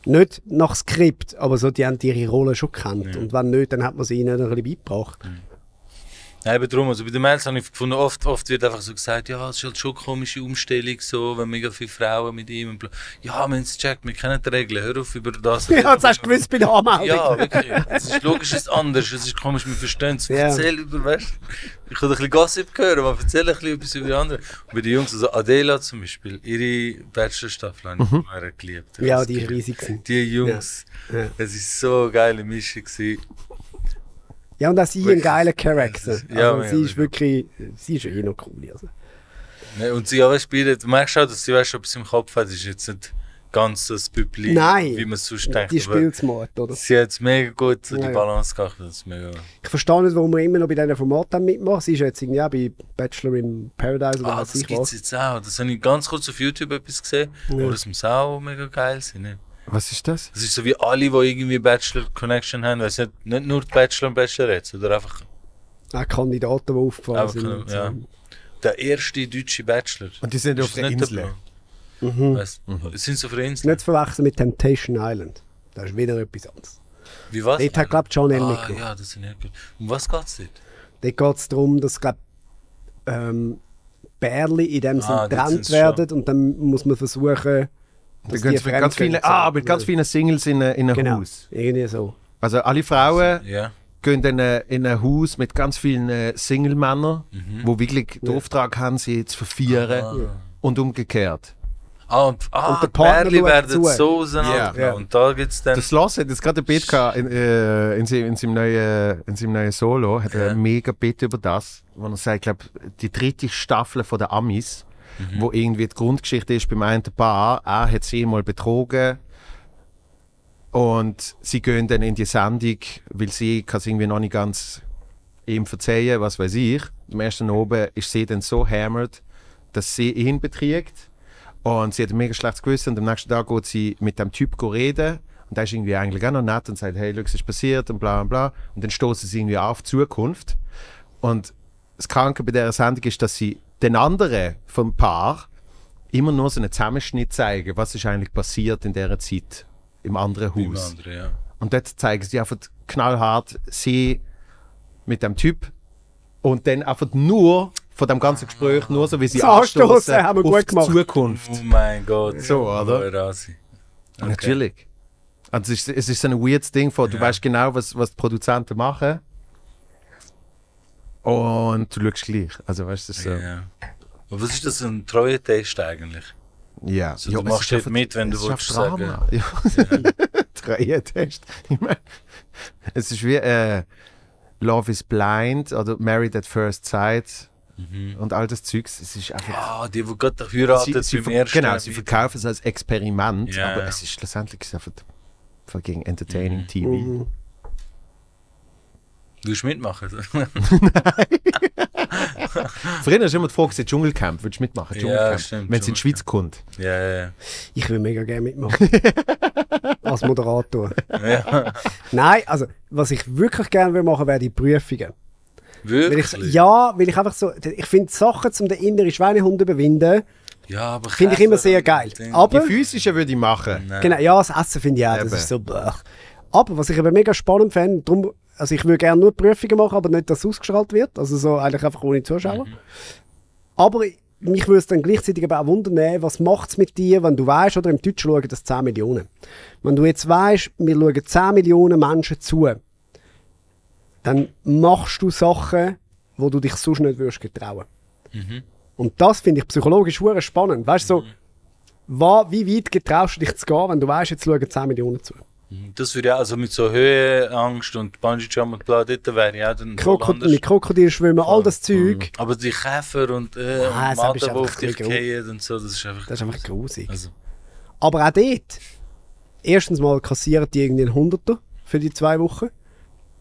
Nicht nach Skript, aber so, die haben ihre Rolle schon gekannt. Und wenn nicht, dann hat man sie ihnen ein bisschen beigebracht. Mhm. Nein, eben drum. Also bei den Mädels habe ich gefunden, oft, oft wird einfach so gesagt, ja, es ist halt schon eine komische Umstellung, so, wenn mega viele Frauen mit ihm und bla. Ja, wir haben es gecheckt, wir kennen die Regeln, hör auf über das. Ja, das hast du gewusst bei der Anmeldung. Ja, wirklich. Es ist logisch, es ist anders, es ist komisch, wir verstehen es. Ja. Erzähl über, weißt Ich kann ein bisschen Gossip hören, aber erzähl ein bisschen etwas über die anderen. Und bei den Jungs, also Adela zum Beispiel, ihre Bachelorstaffel habe ich Mhm. immer geliebt. Ja, die ist riesig gewesen. Die Jungs, Ja. Ja. es ist so eine geile Mischung gewesen. Ja, und auch sie ein geiler Charakter. Also, ja, ja, sie ist wirklich, sie ist eh noch cool. Also. Ne, und sie ja, weißt, bei ihr, du merkst auch, dass sie weißt, ob sie im Kopf hat, ist jetzt nicht ganz so das Püppli, Nein, wie man es sonst denkt. die aber spielt smart, oder? Sie hat es mega gut, so Ja, die ja. Balance gehabt. Das ist mega. Ich verstehe nicht, warum wir immer noch bei diesen Formaten mitmachen. Sie ist ja jetzt irgendwie auch bei Bachelor in Paradise oder Ah, was das ich gibt es was. jetzt auch. Das habe ich ganz kurz auf YouTube etwas gesehen, Ja. wo das muss auch mega geil sein. Ne? Was ist das? Das ist so wie alle, die irgendwie Bachelor Connection haben, weil es nicht, nicht nur die Bachelor und Bachelorettes, oder einfach, Auch Kandidaten, die aufgefallen einfach sind. und so. ja. der erste deutsche Bachelor. Und die sind Ist auf der nicht Insel. Mhm. Plan? Weißt, Sind sie auf der Insel? Nicht zu verwechseln mit Temptation Island. Das ist wieder etwas anderes. Wie was? Dort hat, glaube ich, John L. Ah, mitgemacht. ja, das sind ja gut. Um was geht es dort? Dort geht es darum, dass, glaube ähm, Bärli in dem Ah, Sinne dort getrennt sind's werden und dann muss man versuchen, Da gehen sie mit ganz fremdgehen. vielen, ah, mit ganz vielen Singles in ein, in ein Genau, Haus. irgendwie so. Also alle Frauen Ja. gehen in ein, in ein Haus mit ganz vielen äh, Single-Männern, die wirklich den Auftrag haben, sie zu verführen und umgekehrt. Ah, und, ah, Und der die Partner Pärchen schaut werden zu. so auseinander. Ja. Ja. Und da gibt es dann. um Der Sloss hat jetzt gerade ein Bit gehabt in, äh, in, seinem- in, seinem neuen, in seinem neuen Solo, hat er ein mega Bit über das, wo er sagt, glaub, die dritte Staffel von der Amis, wo irgendwie die Grundgeschichte ist beim einen Paar, er hat sie mal betrogen und sie gehen dann in die Sendung, weil sie kann es irgendwie noch nicht ganz ihm verzeihen, was weiß ich. Am ersten oben ist sie dann so hammered, dass sie ihn betriegt. Und sie hat ein mega schlechtes Gewissen und am nächsten Tag geht sie mit dem Typ go reden. Und der ist irgendwie eigentlich auch noch nett und sagt, hey, schau, es ist passiert und bla und bla. Und dann stoßen sie irgendwie auf die Zukunft. Und das Kranke bei dieser Sendung ist, dass sie den anderen vom Paar immer nur so einen Zusammenschnitt zeigen, was ist eigentlich passiert in dieser Zeit im anderen Beim Haus. anderen, ja. Und dort zeigen sie einfach knallhart sie mit dem Typ und dann einfach nur von dem ganzen Gespräch, nur so wie sie Das Anstoßen haben wir auf gut die gemacht. Zukunft. Oh mein Gott. So, oder? Voll Rasi. Okay. Natürlich. Also es, ist, es ist so ein weirdes Ding von, du weißt genau, was, was die Produzenten machen. Und du schaust gleich. Also weißt du es ist so. Ja. Aber was ist das für ein Treue-Test eigentlich? Ja. Also, Ja, du es machst ist halt einfach- mit, wenn du es ist willst einfach sagen. Drama. Ja. Dreiertest. Ich meine, es ist wie äh, Love is Blind oder Married at First Sight Mhm. und all das Zeugs. Es ist einfach. Ah, die, die gerade heiraten sie, sie beim ver- ersten Genau, sie Mal. verkaufen es als Experiment, Ja, aber ja. Mhm. es ist letztendlich einfach fucking entertaining TV. Du willst mitmachen? Vorhin hast du immer die Frage gesehen, Dschungelcamp, willst du mitmachen? Ja, stimmt, Wenn es in die Schweiz kommt. Ja, ja, ja. Ich will mega gerne mitmachen. Als Moderator. Ja. Nein, also, was ich wirklich gerne will machen, wäre die Prüfungen. Wirklich? Weil ich, ja, weil ich einfach so, ich finde Sachen, um den inneren Schweinehund zu überwinden, Ja, aber finde ich immer sehr geil. Aber, Die physischen würde ich Mhm. machen. genau, ja, das Essen finde ich auch, das Eben. ist so, blech. Aber was ich eben mega spannend fände, drum, also ich würde gerne nur Prüfungen machen, aber nicht, dass es ausgestrahlt wird, also so eigentlich einfach ohne Zuschauer. Aber ich- mich würde es dann gleichzeitig aber auch wundern, was macht es mit dir, wenn du weißt, oder im Deutsch schauen das 10 Millionen. Wenn du jetzt weißt, wir schauen 10 Millionen Menschen zu, dann machst du Sachen, wo du dich sonst nicht würdest getrauen. Und das finde ich psychologisch hure spannend. Weißt du, so, wa- wie weit getraust du dich zu gehen, wenn du weißt, jetzt schauen 10 Millionen zu? Das würde ja, also mit so Höhenangst und Bungee-Jump und bla, dort wäre ich auch dann voll Krokod mit Krokodil schwimmen, all das Zeug. Aber die Käfer und, äh, Ah, und das hab Maden, ich die einfach auf dich ein bisschen gehen und so, das ist einfach. Das ist einfach grusig. Also, Aber auch dort, erstens mal kassieren die irgendwie einen Hunderter für die zwei Wochen.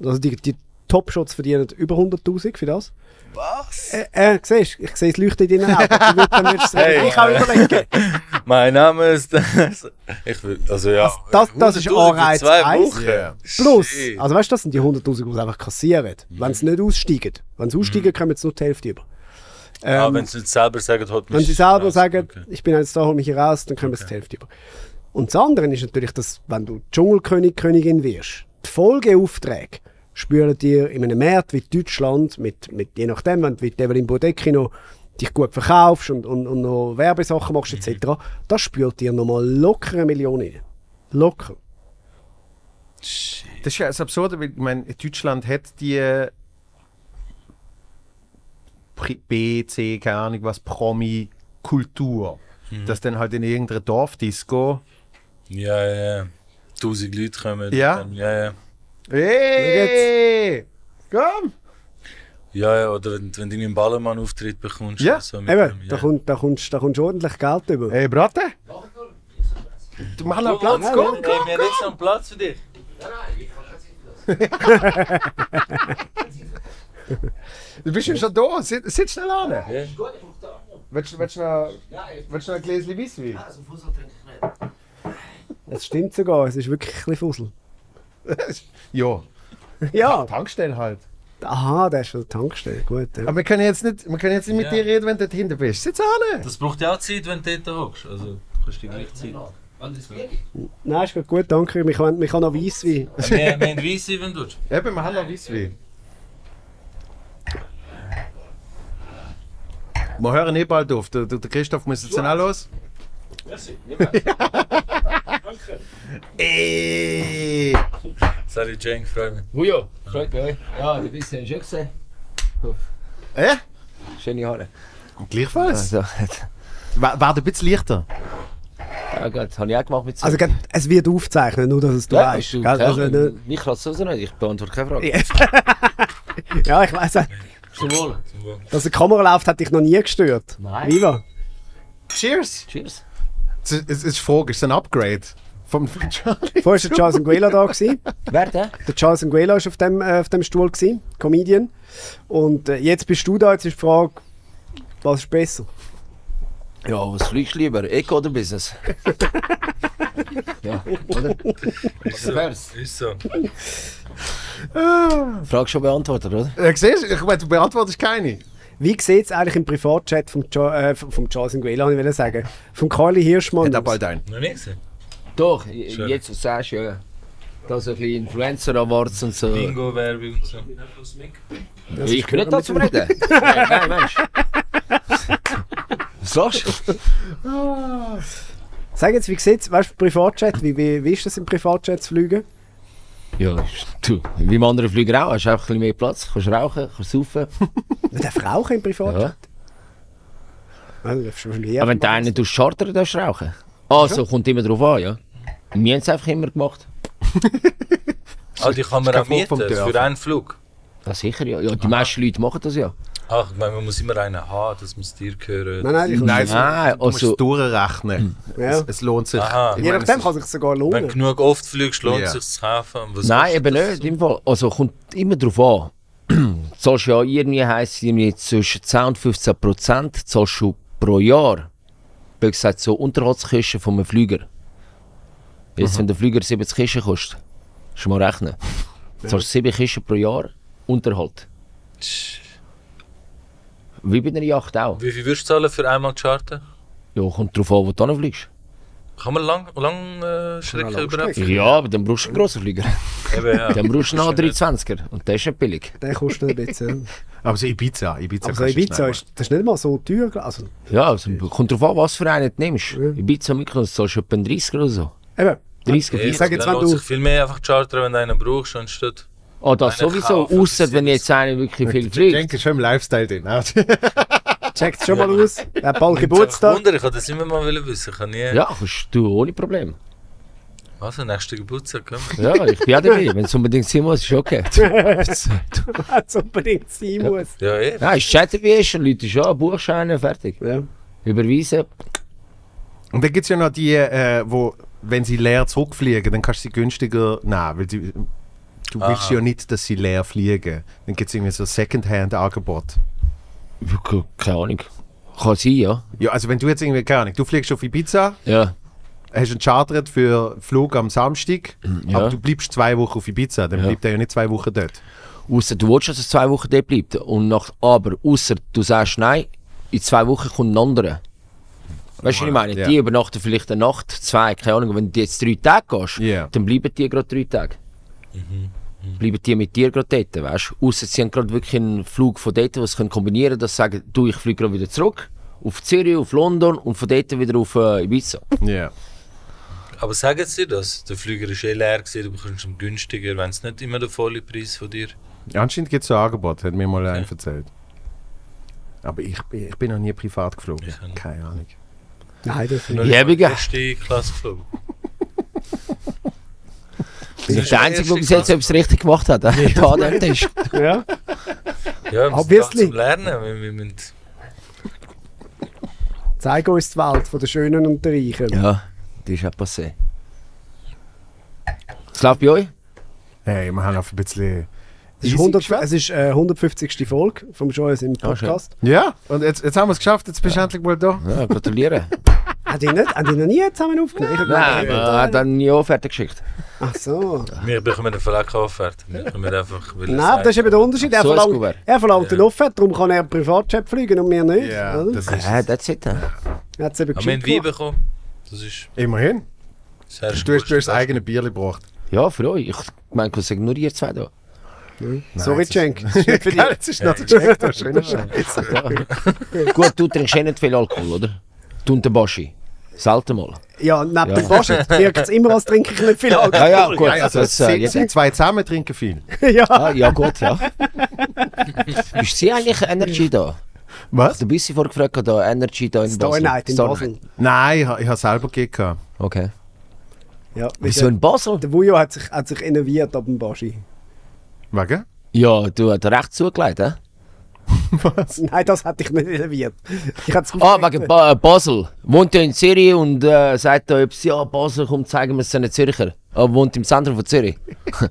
Also die, die Top-Shots verdienen über 100'000 für das. Was? Äh, äh, siehst du, ich sehe es leuchtet in den Augen. Du würd- dann würdest du sagen, Hey, ich kann ja. überlegen. mein Name ist. ich will, also ja. Das, das ist 100 Euro für Anreiz zwei 1. Wochen. Plus, also weißt du, das sind die 100'000, die sie einfach kassieren, wenn sie nicht aussteigen. Wenn sie Mhm. aussteigen, kommen sie nur die Hälfte über. ah, wenn sie nicht selber sagen, hat mich. Wenn sie selber sagen, ich bin jetzt da, hol mich hier raus, dann können wir es die Hälfte über. Und das andere ist natürlich, dass wenn du Dschungelkönig, Königin wirst, die Folgeaufträge spüren dir in einem Markt wie Deutschland, mit, mit, je nachdem, wenn du wie Evelyn Bodecki noch dich gut verkaufst und, und, und noch Werbesachen machst Mhm. etc., das spürt dir nochmal locker eine Million rein. Locker. Das ist ja das Absurde, weil ich meine, Deutschland hat die Pri- B, C, keine Ahnung was, Promi-Kultur. Dass dann halt in irgendeiner Dorfdisco. Ja, ja, ja. Tausend Leute kommen. Ja? Dann, ja, ja. Hey! Komm! Ja, ja, oder wenn, wenn du einen Ballermann auftritt bekommst. Ja, so mit eben, dem, da ja. kommst da kommst, da kommst ordentlich Geld über. Hey, Bratte? Du mach noch Platz, Hey, komm, Wir komm! haben ja nicht so einen Platz für dich. Du bist ja schon da, sit, sit schnell an. Willst, du- willst du noch willst du noch ein Gläschen Weisswein? Das stimmt sogar, es ist wirklich ein bisschen Fussel. ja. Ja. Tankstelle halt. Aha, der ist schon Tankstelle, gut. Ja. Aber wir können jetzt nicht, wir können jetzt nicht mit Ja. dir reden, wenn du dort hinten bist. Sitz an! Das braucht ja auch Zeit, wenn du dort hockst. Also, du kannst die gleiche Zeit. Nein, ist gut, gut, danke. Ich kann, ich kann noch Weisswein. Ja, Wir, wir haben Weisse, wenn du. Eben, wir haben noch Weisswein. Wir hören eh bald auf. Der, der der Christoph muss jetzt dann auch los. Ey! Sorry, Jane, freut mich. Ujo, freut mich. Ja, du bist ja schön gesehen. Äh? Schöne Haare. Gleichfalls. Also, War, war ein bisschen leichter. ja, gut, habe ich auch gemacht mit Also, gell, es wird aufgezeichnet, nur dass es du ja, weißt. hast du gell? also, also, ne, mich lässt sowieso nicht, ich beantworte keine Frage. ja, ich weiß Zum Wohl. dass eine Kamera läuft, hat dich noch nie gestört. Nein. Viva. Cheers! Cheers! Es ist, es ist Frage, es ist ein Upgrade. Vom von Charlie. Vorher war der Charles Nguela da. Gewesen. Wer der? Der Charles Nguela war auf dem, äh, auf dem Stuhl, gewesen, Comedian. Und äh, jetzt bist du da, jetzt ist die Frage, was ist besser? Ja, was fliegst du lieber? Eco oder Business? ja, oder? Ist so. Ist so. Ah. Frage schon beantwortet, oder? Äh, siehst du, ich meine, du beantwortest keine. Wie sieht es eigentlich im Privatchat vom, jo äh, vom Charles Nguela, wollte ich will sagen, vom Carly Hirschmann aus? bald einen. Noch nie gesehen. Doch, j- jetzt sagst du ja, da so ein bisschen Influencer-Awards und so. Bingo-Werbung und so. Das ich bin nicht da zum Reden. nein, nein, Mensch. Was sagst du? Sag jetzt, wie sieht es, weißt du, Privatjet, wie, wie, wie ist das im Privatjet zu fliegen? Ja, du, wie im anderen Flieger auch, hast du einfach ein bisschen mehr Platz, kannst rauchen, kannst saufen. Man darf rauchen im Privatjet? Ja. du darfst wahrscheinlich Aber wenn du einen durch Charter darfst du rauchen. Also, kommt immer drauf an, ja. Wir haben es einfach immer gemacht. Ah, die kann man Kein auch Flug vom mieten Dörfer. für einen Flug. Ja, sicher, ja. ja die meisten Leute machen das ja. Ach, ich meine, man muss immer einen haben, das muss dir gehören. Nein, nein, die- Nein, es- Nein, du musst also- durchrechnen. Ja. Es, es lohnt sich. Aha. Ich Je meine, nachdem es kann es sich sogar Wenn du lohnen. genug oft fliegst, lohnt Ja. es sich zu kaufen. Und Was Nein, eben nicht. Im Fall. Also kommt immer drauf an. Du zahlst ja irgendwie heisst irgendwie zwischen 10 und 15 Prozent zahlst du pro Jahr. Wie gesagt, so Unterhaltskosten von einem Flüger. Jetzt, wenn der Flüger 70 Kisten kostet, musst du mal rechnen. Du zahlst 7 Kisten pro Jahr Unterhalt. Wie bei einer Yacht auch. Wie viel würdest du zahlen für einmal charter? Ja, kommt drauf an, wo du hinfliegst. Kann man lang, lang äh, Schrecken überhaupt? Ja, aber dann brauchst du einen grossen Flieger. Eben, ja. Dann brauchst du einen Ist ja nicht- 320er und der ist nicht billig. Der kostet ein bisschen. Aber so Ibiza, Ibiza Aber so kannst du Ibiza schnell ist, das ist nicht mal so teuer. glaub- Also, Ja, es kommt drauf an, was für einen du nimmst. Ibiza Mykonos zahlst du etwa einen 30 oder so. eben, 30, Ja, 40. sag dann jetzt, wenn lohnt du- sich viel mehr einfach chartern, wenn du einen brauchst, anstatt... Oh, das Einen sowieso, kaufen, außer wenn jetzt einer wirklich viel Ich fliegt. denke schon im Lifestyle drin. Also, checkt schon mal aus. Er hat bald Ich Geburtstag. wundere, ich habe das immer mal wollen wissen. Ich habe nie... Ja, kannst du ohne Problem. Also, nächsten Geburtstag können wir. Ja, ich bin auch dabei. Wenn es unbedingt sein muss, ist okay. Wenn es unbedingt sein muss. Ja, eh. Nein, ist chatten wie ist, Leute schon, buchst einen, fertig. Ja. Überweisen. Und dann gibt es ja noch die, äh, wo, wenn sie leer zurückfliegen, dann kannst du sie günstiger nehmen, weil die, du willst ja nicht, dass sie leer fliegen. Dann gibt es irgendwie so Secondhand-Angebot. Ja, ke- Keine Ahnung. Kann sein, ja. Ja, also wenn du jetzt irgendwie, keine Ahnung, du fliegst auf Ibiza, Ja, hast einen Charter für einen Flug am Samstag, Ja. aber du bleibst zwei Wochen auf Ibiza, dann Ja. bleibt er ja nicht zwei Wochen dort. Außer du willst, dass es zwei Wochen dort bleibt. Und nach, aber außer du sagst, nein, in zwei Wochen kommt ein anderer. Weißt du, was ich meine? Ja. Die übernachten vielleicht eine Nacht, zwei, keine Ahnung. Wenn du jetzt drei Tage gehst, Ja. dann bleiben die gerade drei Tage. Mhm, Bleiben die mit dir gerade dort, weißt du? Außer sie haben gerade wirklich einen Flug von dort, was sie können kombinieren können, dass sie sagen, du, ich fliege gerade wieder zurück. Auf Zürich, auf London und von dort wieder auf äh, Ibiza. Ja. Aber sagen Sie das? Der Flüger ist eh leer, gewesen, du bekommst ihn günstiger, wenn es nicht immer der volle Preis von dir Anscheinend gibt es so ein Angebot, hat mir mal einer erzählt. Aber ich, bin- ich bin noch nie privat geflogen. Keine Ahnung. Nein, das Nur ist Ja, immer mega. erste Klasse geflogen. Das ist der Einzige, der bis erste jetzt etwas richtig gemacht hat. Da an dem Tisch. ja. Ja, wir müssen doch Obviously. zum Lernen. Wir, wir müssen, Zeig uns die Welt von den Schönen und den Reichen. Ja, das ist auch passé. Was läuft bei euch? Hey, wir haben auf ein bisschen. äh, Es ist, easy 100, geschwätzt. es ist äh, 150. Folge vom Joyous im Ah, schön. Podcast. Ja, und jetzt, jetzt haben wir es geschafft, jetzt bist du endlich mal da. Ja, gratuliere. Hat ihr nicht? Hat ihr noch nie zusammen aufgenommen? Ich hab gedacht, Nein, ihr- man hat dann nie Offerte geschickt. Ach so. wir bekommen eine Verlag-Offerte. Wir bekommen einfach... weil es Nein, aber das ist eben der Unterschied. Er So ist verlangt, Gouverne. er verlangt eine Offerte, darum kann er Privatjet fliegen und wir nicht. Ja, oder? das ist Ja, that's it. ja. Er hat's eben Aber Ah, wir haben geschickt Wein gemacht. bekommen. Das ist Immerhin. das erste Du hast, du Gute. hast das eigene Bier gebracht. Ja, für euch. Ich meine, was sagen nur ihr zwei da? Sorry, Cenk. Das ist nicht für dich. Geil, jetzt ist noch der Check da. Schöner Scheiß. Gut, du trinkst eh nicht viel Alkohol, oder? Du und der Baschi. Selten mal. Ja, neben dem Baschet wirkt es immer, als trinke ich nicht viel Alkohol. Ja, ja, gut. Nein, also, das, sie, äh, jetzt- sie zwei zusammen trinken viel. ja. ah, ja, gut, ja. Ist sie eigentlich Energy da? Was? Du bist sie vorher gefragt, da Energy da in Star Basel. Night in Star Basel. Night. Nein, ich, ha- ich habe selber Gig gehabt. Okay. Ja, Wieso der, in Basel? der Vujo hat sich, hat sich innoviert ab dem Baschi. Wegen? Ja, du hast recht zugelegt, hä? Nein, das hätte ich nicht innoviert. Ich hätte es Ah, wegen ba äh, Basel. Wohnt ja in Zürich und äh, sagt da, ob sie ja Basel kommt, zeigen wir es den Zürcher. Aber wohnt im Zentrum von Zürich. das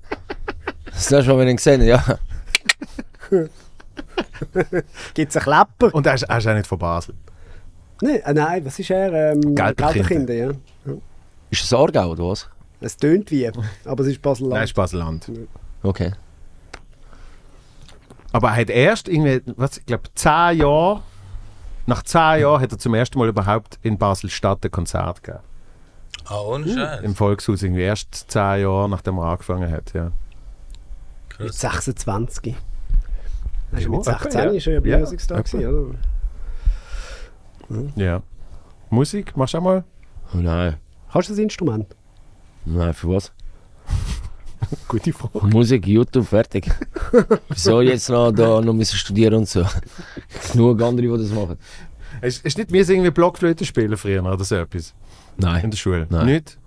hast du schon gesehen, ja. Gibt es einen Klepper? Und er ist, er ist auch nicht von Basel. Nein, ah, nein, was ist er? Ähm, Gelterkinder. Gelterkinder, ja. Ist das Aargau oder was? Es tönt wie, aber es ist Basel Nein, er ist Baseland. Okay. Aber er hat erst irgendwie, was, ich glaube, zehn Jahre, nach zehn Jahren hat er zum ersten Mal überhaupt in Basel-Stadt ein Konzert gegeben. Ah, Hm, ohne Scheiß. Im Volkshaus irgendwie erst zehn Jahre, nachdem er angefangen hat, ja. Mit 26. Hast du Ja, mit etwa, 16 ja. schon bei Ja, Musikstar etwa. gewesen, oder? ja. Musik, machst du auch mal? Nein. Kannst du das Instrument? Nein, für was? Gute Frage. Musik, YouTube, fertig. Wieso jetzt noch da noch müssen studieren und so? Genug andere, die das machen. Hast hast nicht wir irgendwie Blockflöte spielen früher oder so etwas? Nein. In der Schule? Nein. Nicht?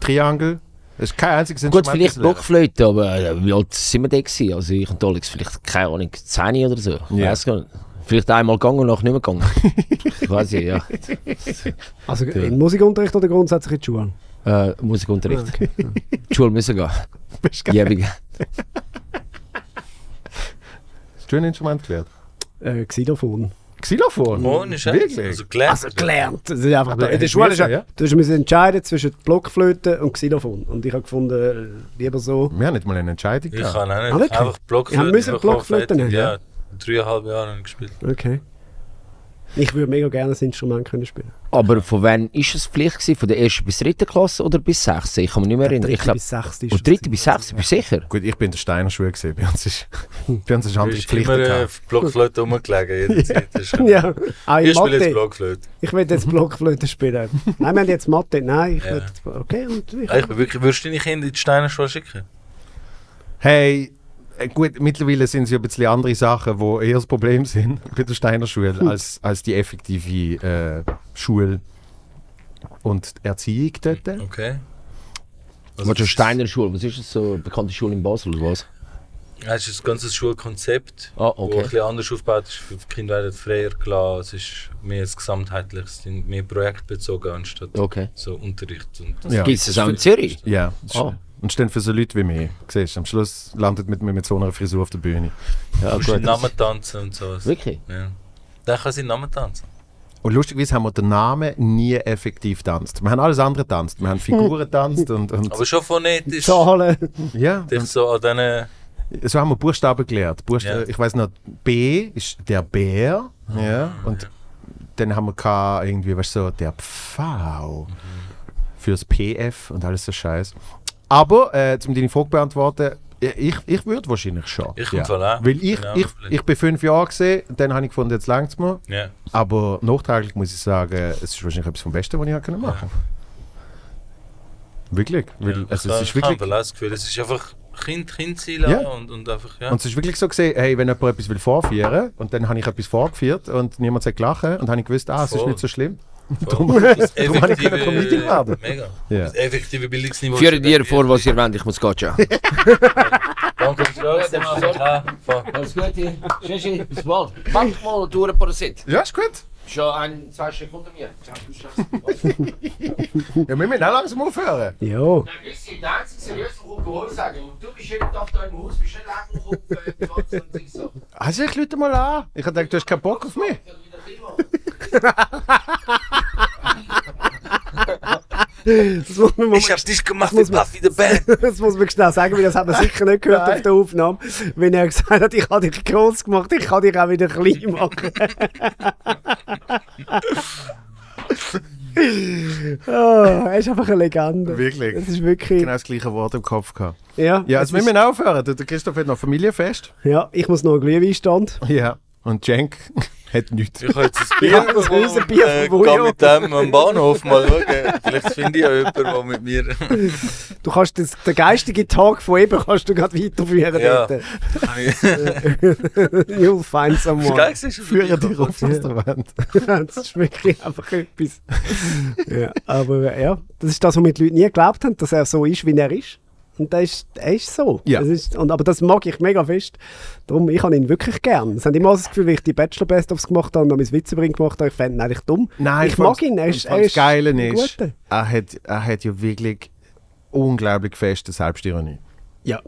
Triangle? Das ist kein einziges Gut, Instrument, vielleicht das lernt. Blockflöte, aber äh, wie alt sind wir da gewesen? Also ich und Alex, vielleicht, keine Ahnung, 10 oder so. Ich Ja. weiss gar nicht. Vielleicht einmal gegangen und nachher nicht mehr gegangen. ich weiß nicht, ja. Also in Musikunterricht oder grundsätzlich in die Schule? Äh, Musikunterricht. Ah, okay. Die Schule müssen gehen. Bist geil. Jäbig. Hast du ein Instrument gelernt? Äh, Xylophon. Xylophon? Ohne Scheiß. Wirklich? Also gelernt. Also gelernt. Das ist einfach Aber da. In der hast Schule müssen, ist ja, ja? du musst entscheiden zwischen Blockflöte und Xylophon. Und ich habe gefunden, äh, lieber so. Wir haben nicht mal eine Entscheidung Ich kann auch nicht. Ah, wirklich? Einfach Blockflöte. Wir müssen bekommen, Blockflöte fertig. nehmen, ja? Ja, dreieinhalb Jahre habe ich gespielt. Okay. Ich würde mega gerne ein Instrument können spielen. Aber von wann war es Pflicht? Gewesen? Von der ersten bis dritten Klasse oder bis sechsten? Ich kann mich nicht mehr erinnern. dritte Ich glaub, bis sechste ist Und dritte bis sechste, bist du sicher? Gut, ich bin in der Steiner Schule gesehen. Bei uns ist, bei uns ist Du andere hast Pflichten. immer äh, gehabt. auf Blockflöte rumgelegen, jede Zeit. Das ist schon- Ja, Ah, auch in Ich spiele Mathe. jetzt Blockflöte. Ich will jetzt Blockflöte spielen. Nein, wir haben jetzt Mathe. Nein, ich Ja. will. Okay, und ich, Ah, Ich bin wirklich, würdest du deine Kinder in die Steiner Schule schicken? Hey, äh, gut, mittlerweile sind es ja ein bisschen andere Sachen, die eher das Problem sind bei der Steiner Schule als, als die effektive äh, Schule und Erziehung dort. Okay. Also du Steiner Schule, was ist das so? Eine bekannte Schule in Basel oder was? Es ist ein ganzes Schulkonzept, Ah, wo ein okay. bisschen anders aufgebaut ist. Die Kinder werden freier gelassen. Es ist mehr ein gesamtheitliches, sind mehr projektbezogen anstatt Okay. so Unterricht. Und Ah, Gibt's das auch in Zürich? Ja. Ah. Und stehen für so Leute wie mich. Siehst, du, am Schluss landet mit mir mit so einer Frisur auf der Bühne. Du musst den Namen tanzen und sowas. Wirklich? Ja. Dann kann sie den Namen tanzen. Und lustigerweise haben wir den Namen nie effektiv tanzt. Wir haben alles andere tanzt. Wir haben Figuren tanzt und, und Aber schon phonetisch. Zahlen. ja. Dich so an diesen... So haben wir Buchstaben gelernt. Buchst Ja. Mhm. Ich weiß noch, B ist der Bär. Ja. Und dann haben wir K irgendwie, weißt du, so, der Pfau fürs PF und alles so Scheiß. Aber, äh, um deine Frage beantworten, äh, ich, ich würde wahrscheinlich schon. Ich im Fall auch. Weil ich, Genau, ich, vielleicht. ich bin fünf Jahre gesehen, dann habe ich gefunden, jetzt langt es mir. Ja. Aber nachträglich muss ich sagen, es ist wahrscheinlich etwas vom Besten, was ich hätte machen können. Wirklich. Weil, also, es ist ich wirklich habe das Gefühl, es ist einfach Kind, Kind sein lassen Ja. und, und einfach, ja. Und es ist wirklich so gesehen, hey, wenn jemand etwas will vorführen und dann habe ich etwas vorgeführt und niemand hat gelacht und dann habe ich gewusst, ah, es ist Voll. nicht so schlimm. Darum, Voll. Das darum habe ich können Comedian werden. Mega. Ja. Das effektive Bildungsniveau. Führt dir vor, was ihr wollt, ich muss gehen. ciao. Danke fürs Zuschauen. Alles Gute. Tschüssi, bis bald. Mach mal eine Tour Parasit. Ja, ist gut. Schon ein, zwei Sekunden mehr. Ciao, du Scheiße. Ja, wir müssen auch langsam aufhören. Ja. Nein, wisst ihr, der einzige seriöse Alkohol sagen. Und du bist jeden Tag da im Haus, bist nicht lang auf äh, 22 so. Also ich lüte mal an. Ich habe gedacht, du hast keinen Bock auf mich. das muss man Ich hab's nicht gemacht, ich war wieder Band. Das muss man schnell sagen, weil das haben wir sicher nicht gehört auf der Aufnahme, wenn er gesagt hat, ich habe dich groß gemacht, ich kann dich auch wieder klein machen. oh, er ist einfach eine Legende. Wirklich. Das ist wirklich. Genau das gleiche Wort im Kopf gehabt. Ja, Ja, es also wir ist, müssen aufhören. Der der Christoph hat noch Familienfest. ja, ich muss noch einen Glühweinstand. Ja. Und Cenk hat nichts. Ich habe jetzt ein Ja, Bier. das große und, Bier äh, von geh Wujo. mit dem am Bahnhof mal schauen. Vielleicht finde ich ja jemanden, der mit mir. Du kannst das, den geistigen Tag von eben kannst du gerade weiterführen. Ja. dort. Ist You'll find someone. geil, siehst du? Führe dich auf aus der Wand. das ist wirklich einfach etwas. ja, aber äh, ja, das ist das, was mir die Leute nie geglaubt haben, dass er so ist, wie er ist. Und er ist, er ist so. Ja. Das ist, und, aber das mag ich mega fest. Darum, ich habe ihn wirklich gern. Es haben immer das Gefühl, wie ich die Bachelor-Best-Offs gemacht habe und noch mein Witzebring gemacht habe, ich fände ihn eigentlich dumm. Nein, ich mag ihn. Er ist, er das ist Geile ein ist, Guter. er hat, er hat ja wirklich unglaublich feste Selbstironie. Ja.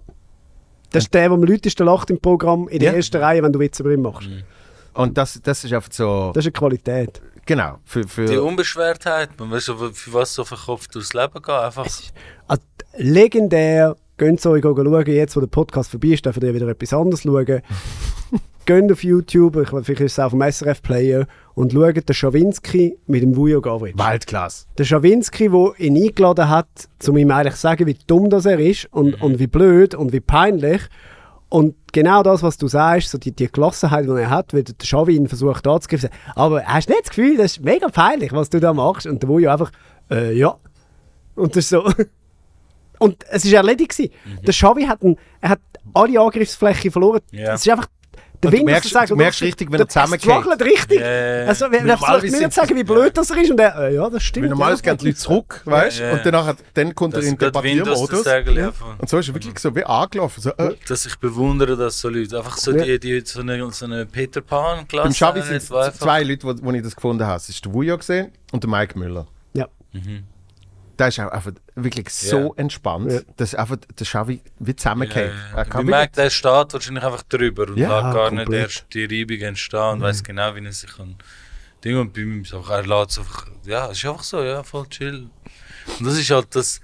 Das ist der, der am lautesten lacht im Programm in der Ja. Mhm. ersten Reihe, wenn du Witzebring machst. Und das, das ist einfach so. Das ist eine Qualität. Genau. Für, für Die Unbeschwertheit, man weiß, für was so verkopft durchs Leben gehen. Einfach. Also, legendär. Geht euch schauen, jetzt wo der Podcast vorbei ist, dürft ihr wieder etwas anderes schauen. Geht auf YouTube, ich, weiß, vielleicht ist es auch auf dem SRF-Player, und schaut den Schawinski mit dem Vujo Gavric. Waldklasse. Der Schawinski, der ihn eingeladen hat, um ihm eigentlich zu sagen, wie dumm das er ist und, Mhm. und wie blöd und wie peinlich. Und genau das, was du sagst, so die, die Gelassenheit, die er hat, weil der Schawin versucht anzugreifen, sagt, aber hast du nicht das Gefühl, das ist mega peinlich, was du da machst? Und der Vujo einfach, Äh, ja. Und das ist so. Und es ist erledigt. gewesen. Mhm. Der Xavi hat, einen, er hat alle Angriffsfläche verloren. Ja. Es ist einfach der Und du Wind, merkst- sozusagen, du merkst richtig, wenn er der- es zusammengeht. struggled richtig. Ja, ja, ja. Also, wer Weil wer versucht normalerweise mir nicht zu sagen, wie blöd das er ist, und er, äh, ja, das stimmt. Weil normalerweise ja. gehen die Leute zurück, weißt du? Ja, ja. Und danach, dann kommt Das er in ist den gerade Windows, Debattiermodus. das Segel, ja, Ja. voll. Und so ist er wirklich so wie angelaufen. So, äh, Dass ich bewundere, dass so Leute einfach so, Ja. die, die, so eine, so eine Peter Pan-Klasse beim Xavi sind haben, es die einfach- zwei Leute, wo, wo ich das gefunden habe. Es ist der Vujo gesehen und der Mike Müller. Ja. Mhm. Der ist auch einfach wirklich so Ja. entspannt, dass einfach der Xavi wie zusammengeht. Er Man kann wirklich- merkt, der steht wahrscheinlich einfach drüber und Ja, lässt gar nicht komplett. Mhm. erst die Reibung entstehen und weiss genau, wie er sich kann. Ding und bei mir ist einfach, er lässt es einfach, ja, es ist einfach so, ja, voll chill. Und das ist halt das,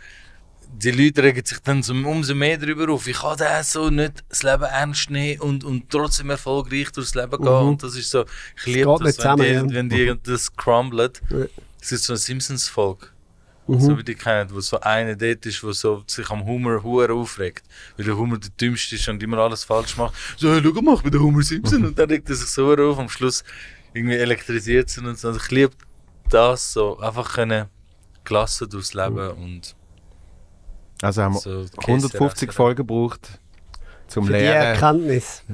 die Leute regen sich dann so, umso mehr drüber auf. Ich kann das so nicht das Leben ernst nehmen und, und trotzdem erfolgreich durchs Leben gehen. Mhm. Und das ist so, ich Es liebe geht das, wenn, nicht zusammen, die, ja. Mhm. wenn die das crumblet. Ja. Es gibt so ein Simpsons-Volk. Mhm. So wie die kennen, wo so einer dort ist, der so sich am Humor hure aufregt. Weil der Humor der dümmste ist und immer alles falsch macht. So, hey, schau mal, ich bin der Humor Simpson. Und dann regt er sich so hure auf. Am Schluss irgendwie elektrisiert sind und so. Also ich liebe das so. Einfach können gelassen durchs Leben und Also haben wir So, Käse 150 Folgen gebraucht zum Für die Äh. Lehren. Erkenntnis.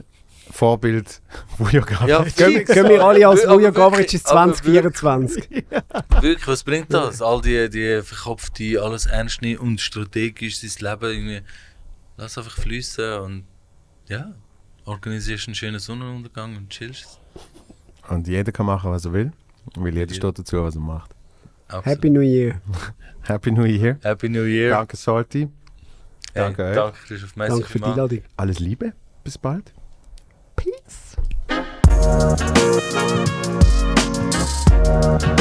Vorbild Vujo Ja, Gavric. Gehen, fix. gehen wir alle als Aber Uja Gavric ins Also, wirklich, aber 2024. Wirklich, was bringt das? All die, die verkopfte, alles ernst nehmen und strategisch sein Leben irgendwie. Lass einfach fließen und ja, organisierst einen schönen Sonnenuntergang und chillst. Und jeder kann machen, was er will, weil jeder steht dazu, was er macht. Happy New Year. Happy New Year. Happy New Year. Danke, Salty. Hey, Danke euch. danke, Christoph Messer, Danke für die Mann. Einladung. Alles Liebe. Bis bald. Peace. Thank you.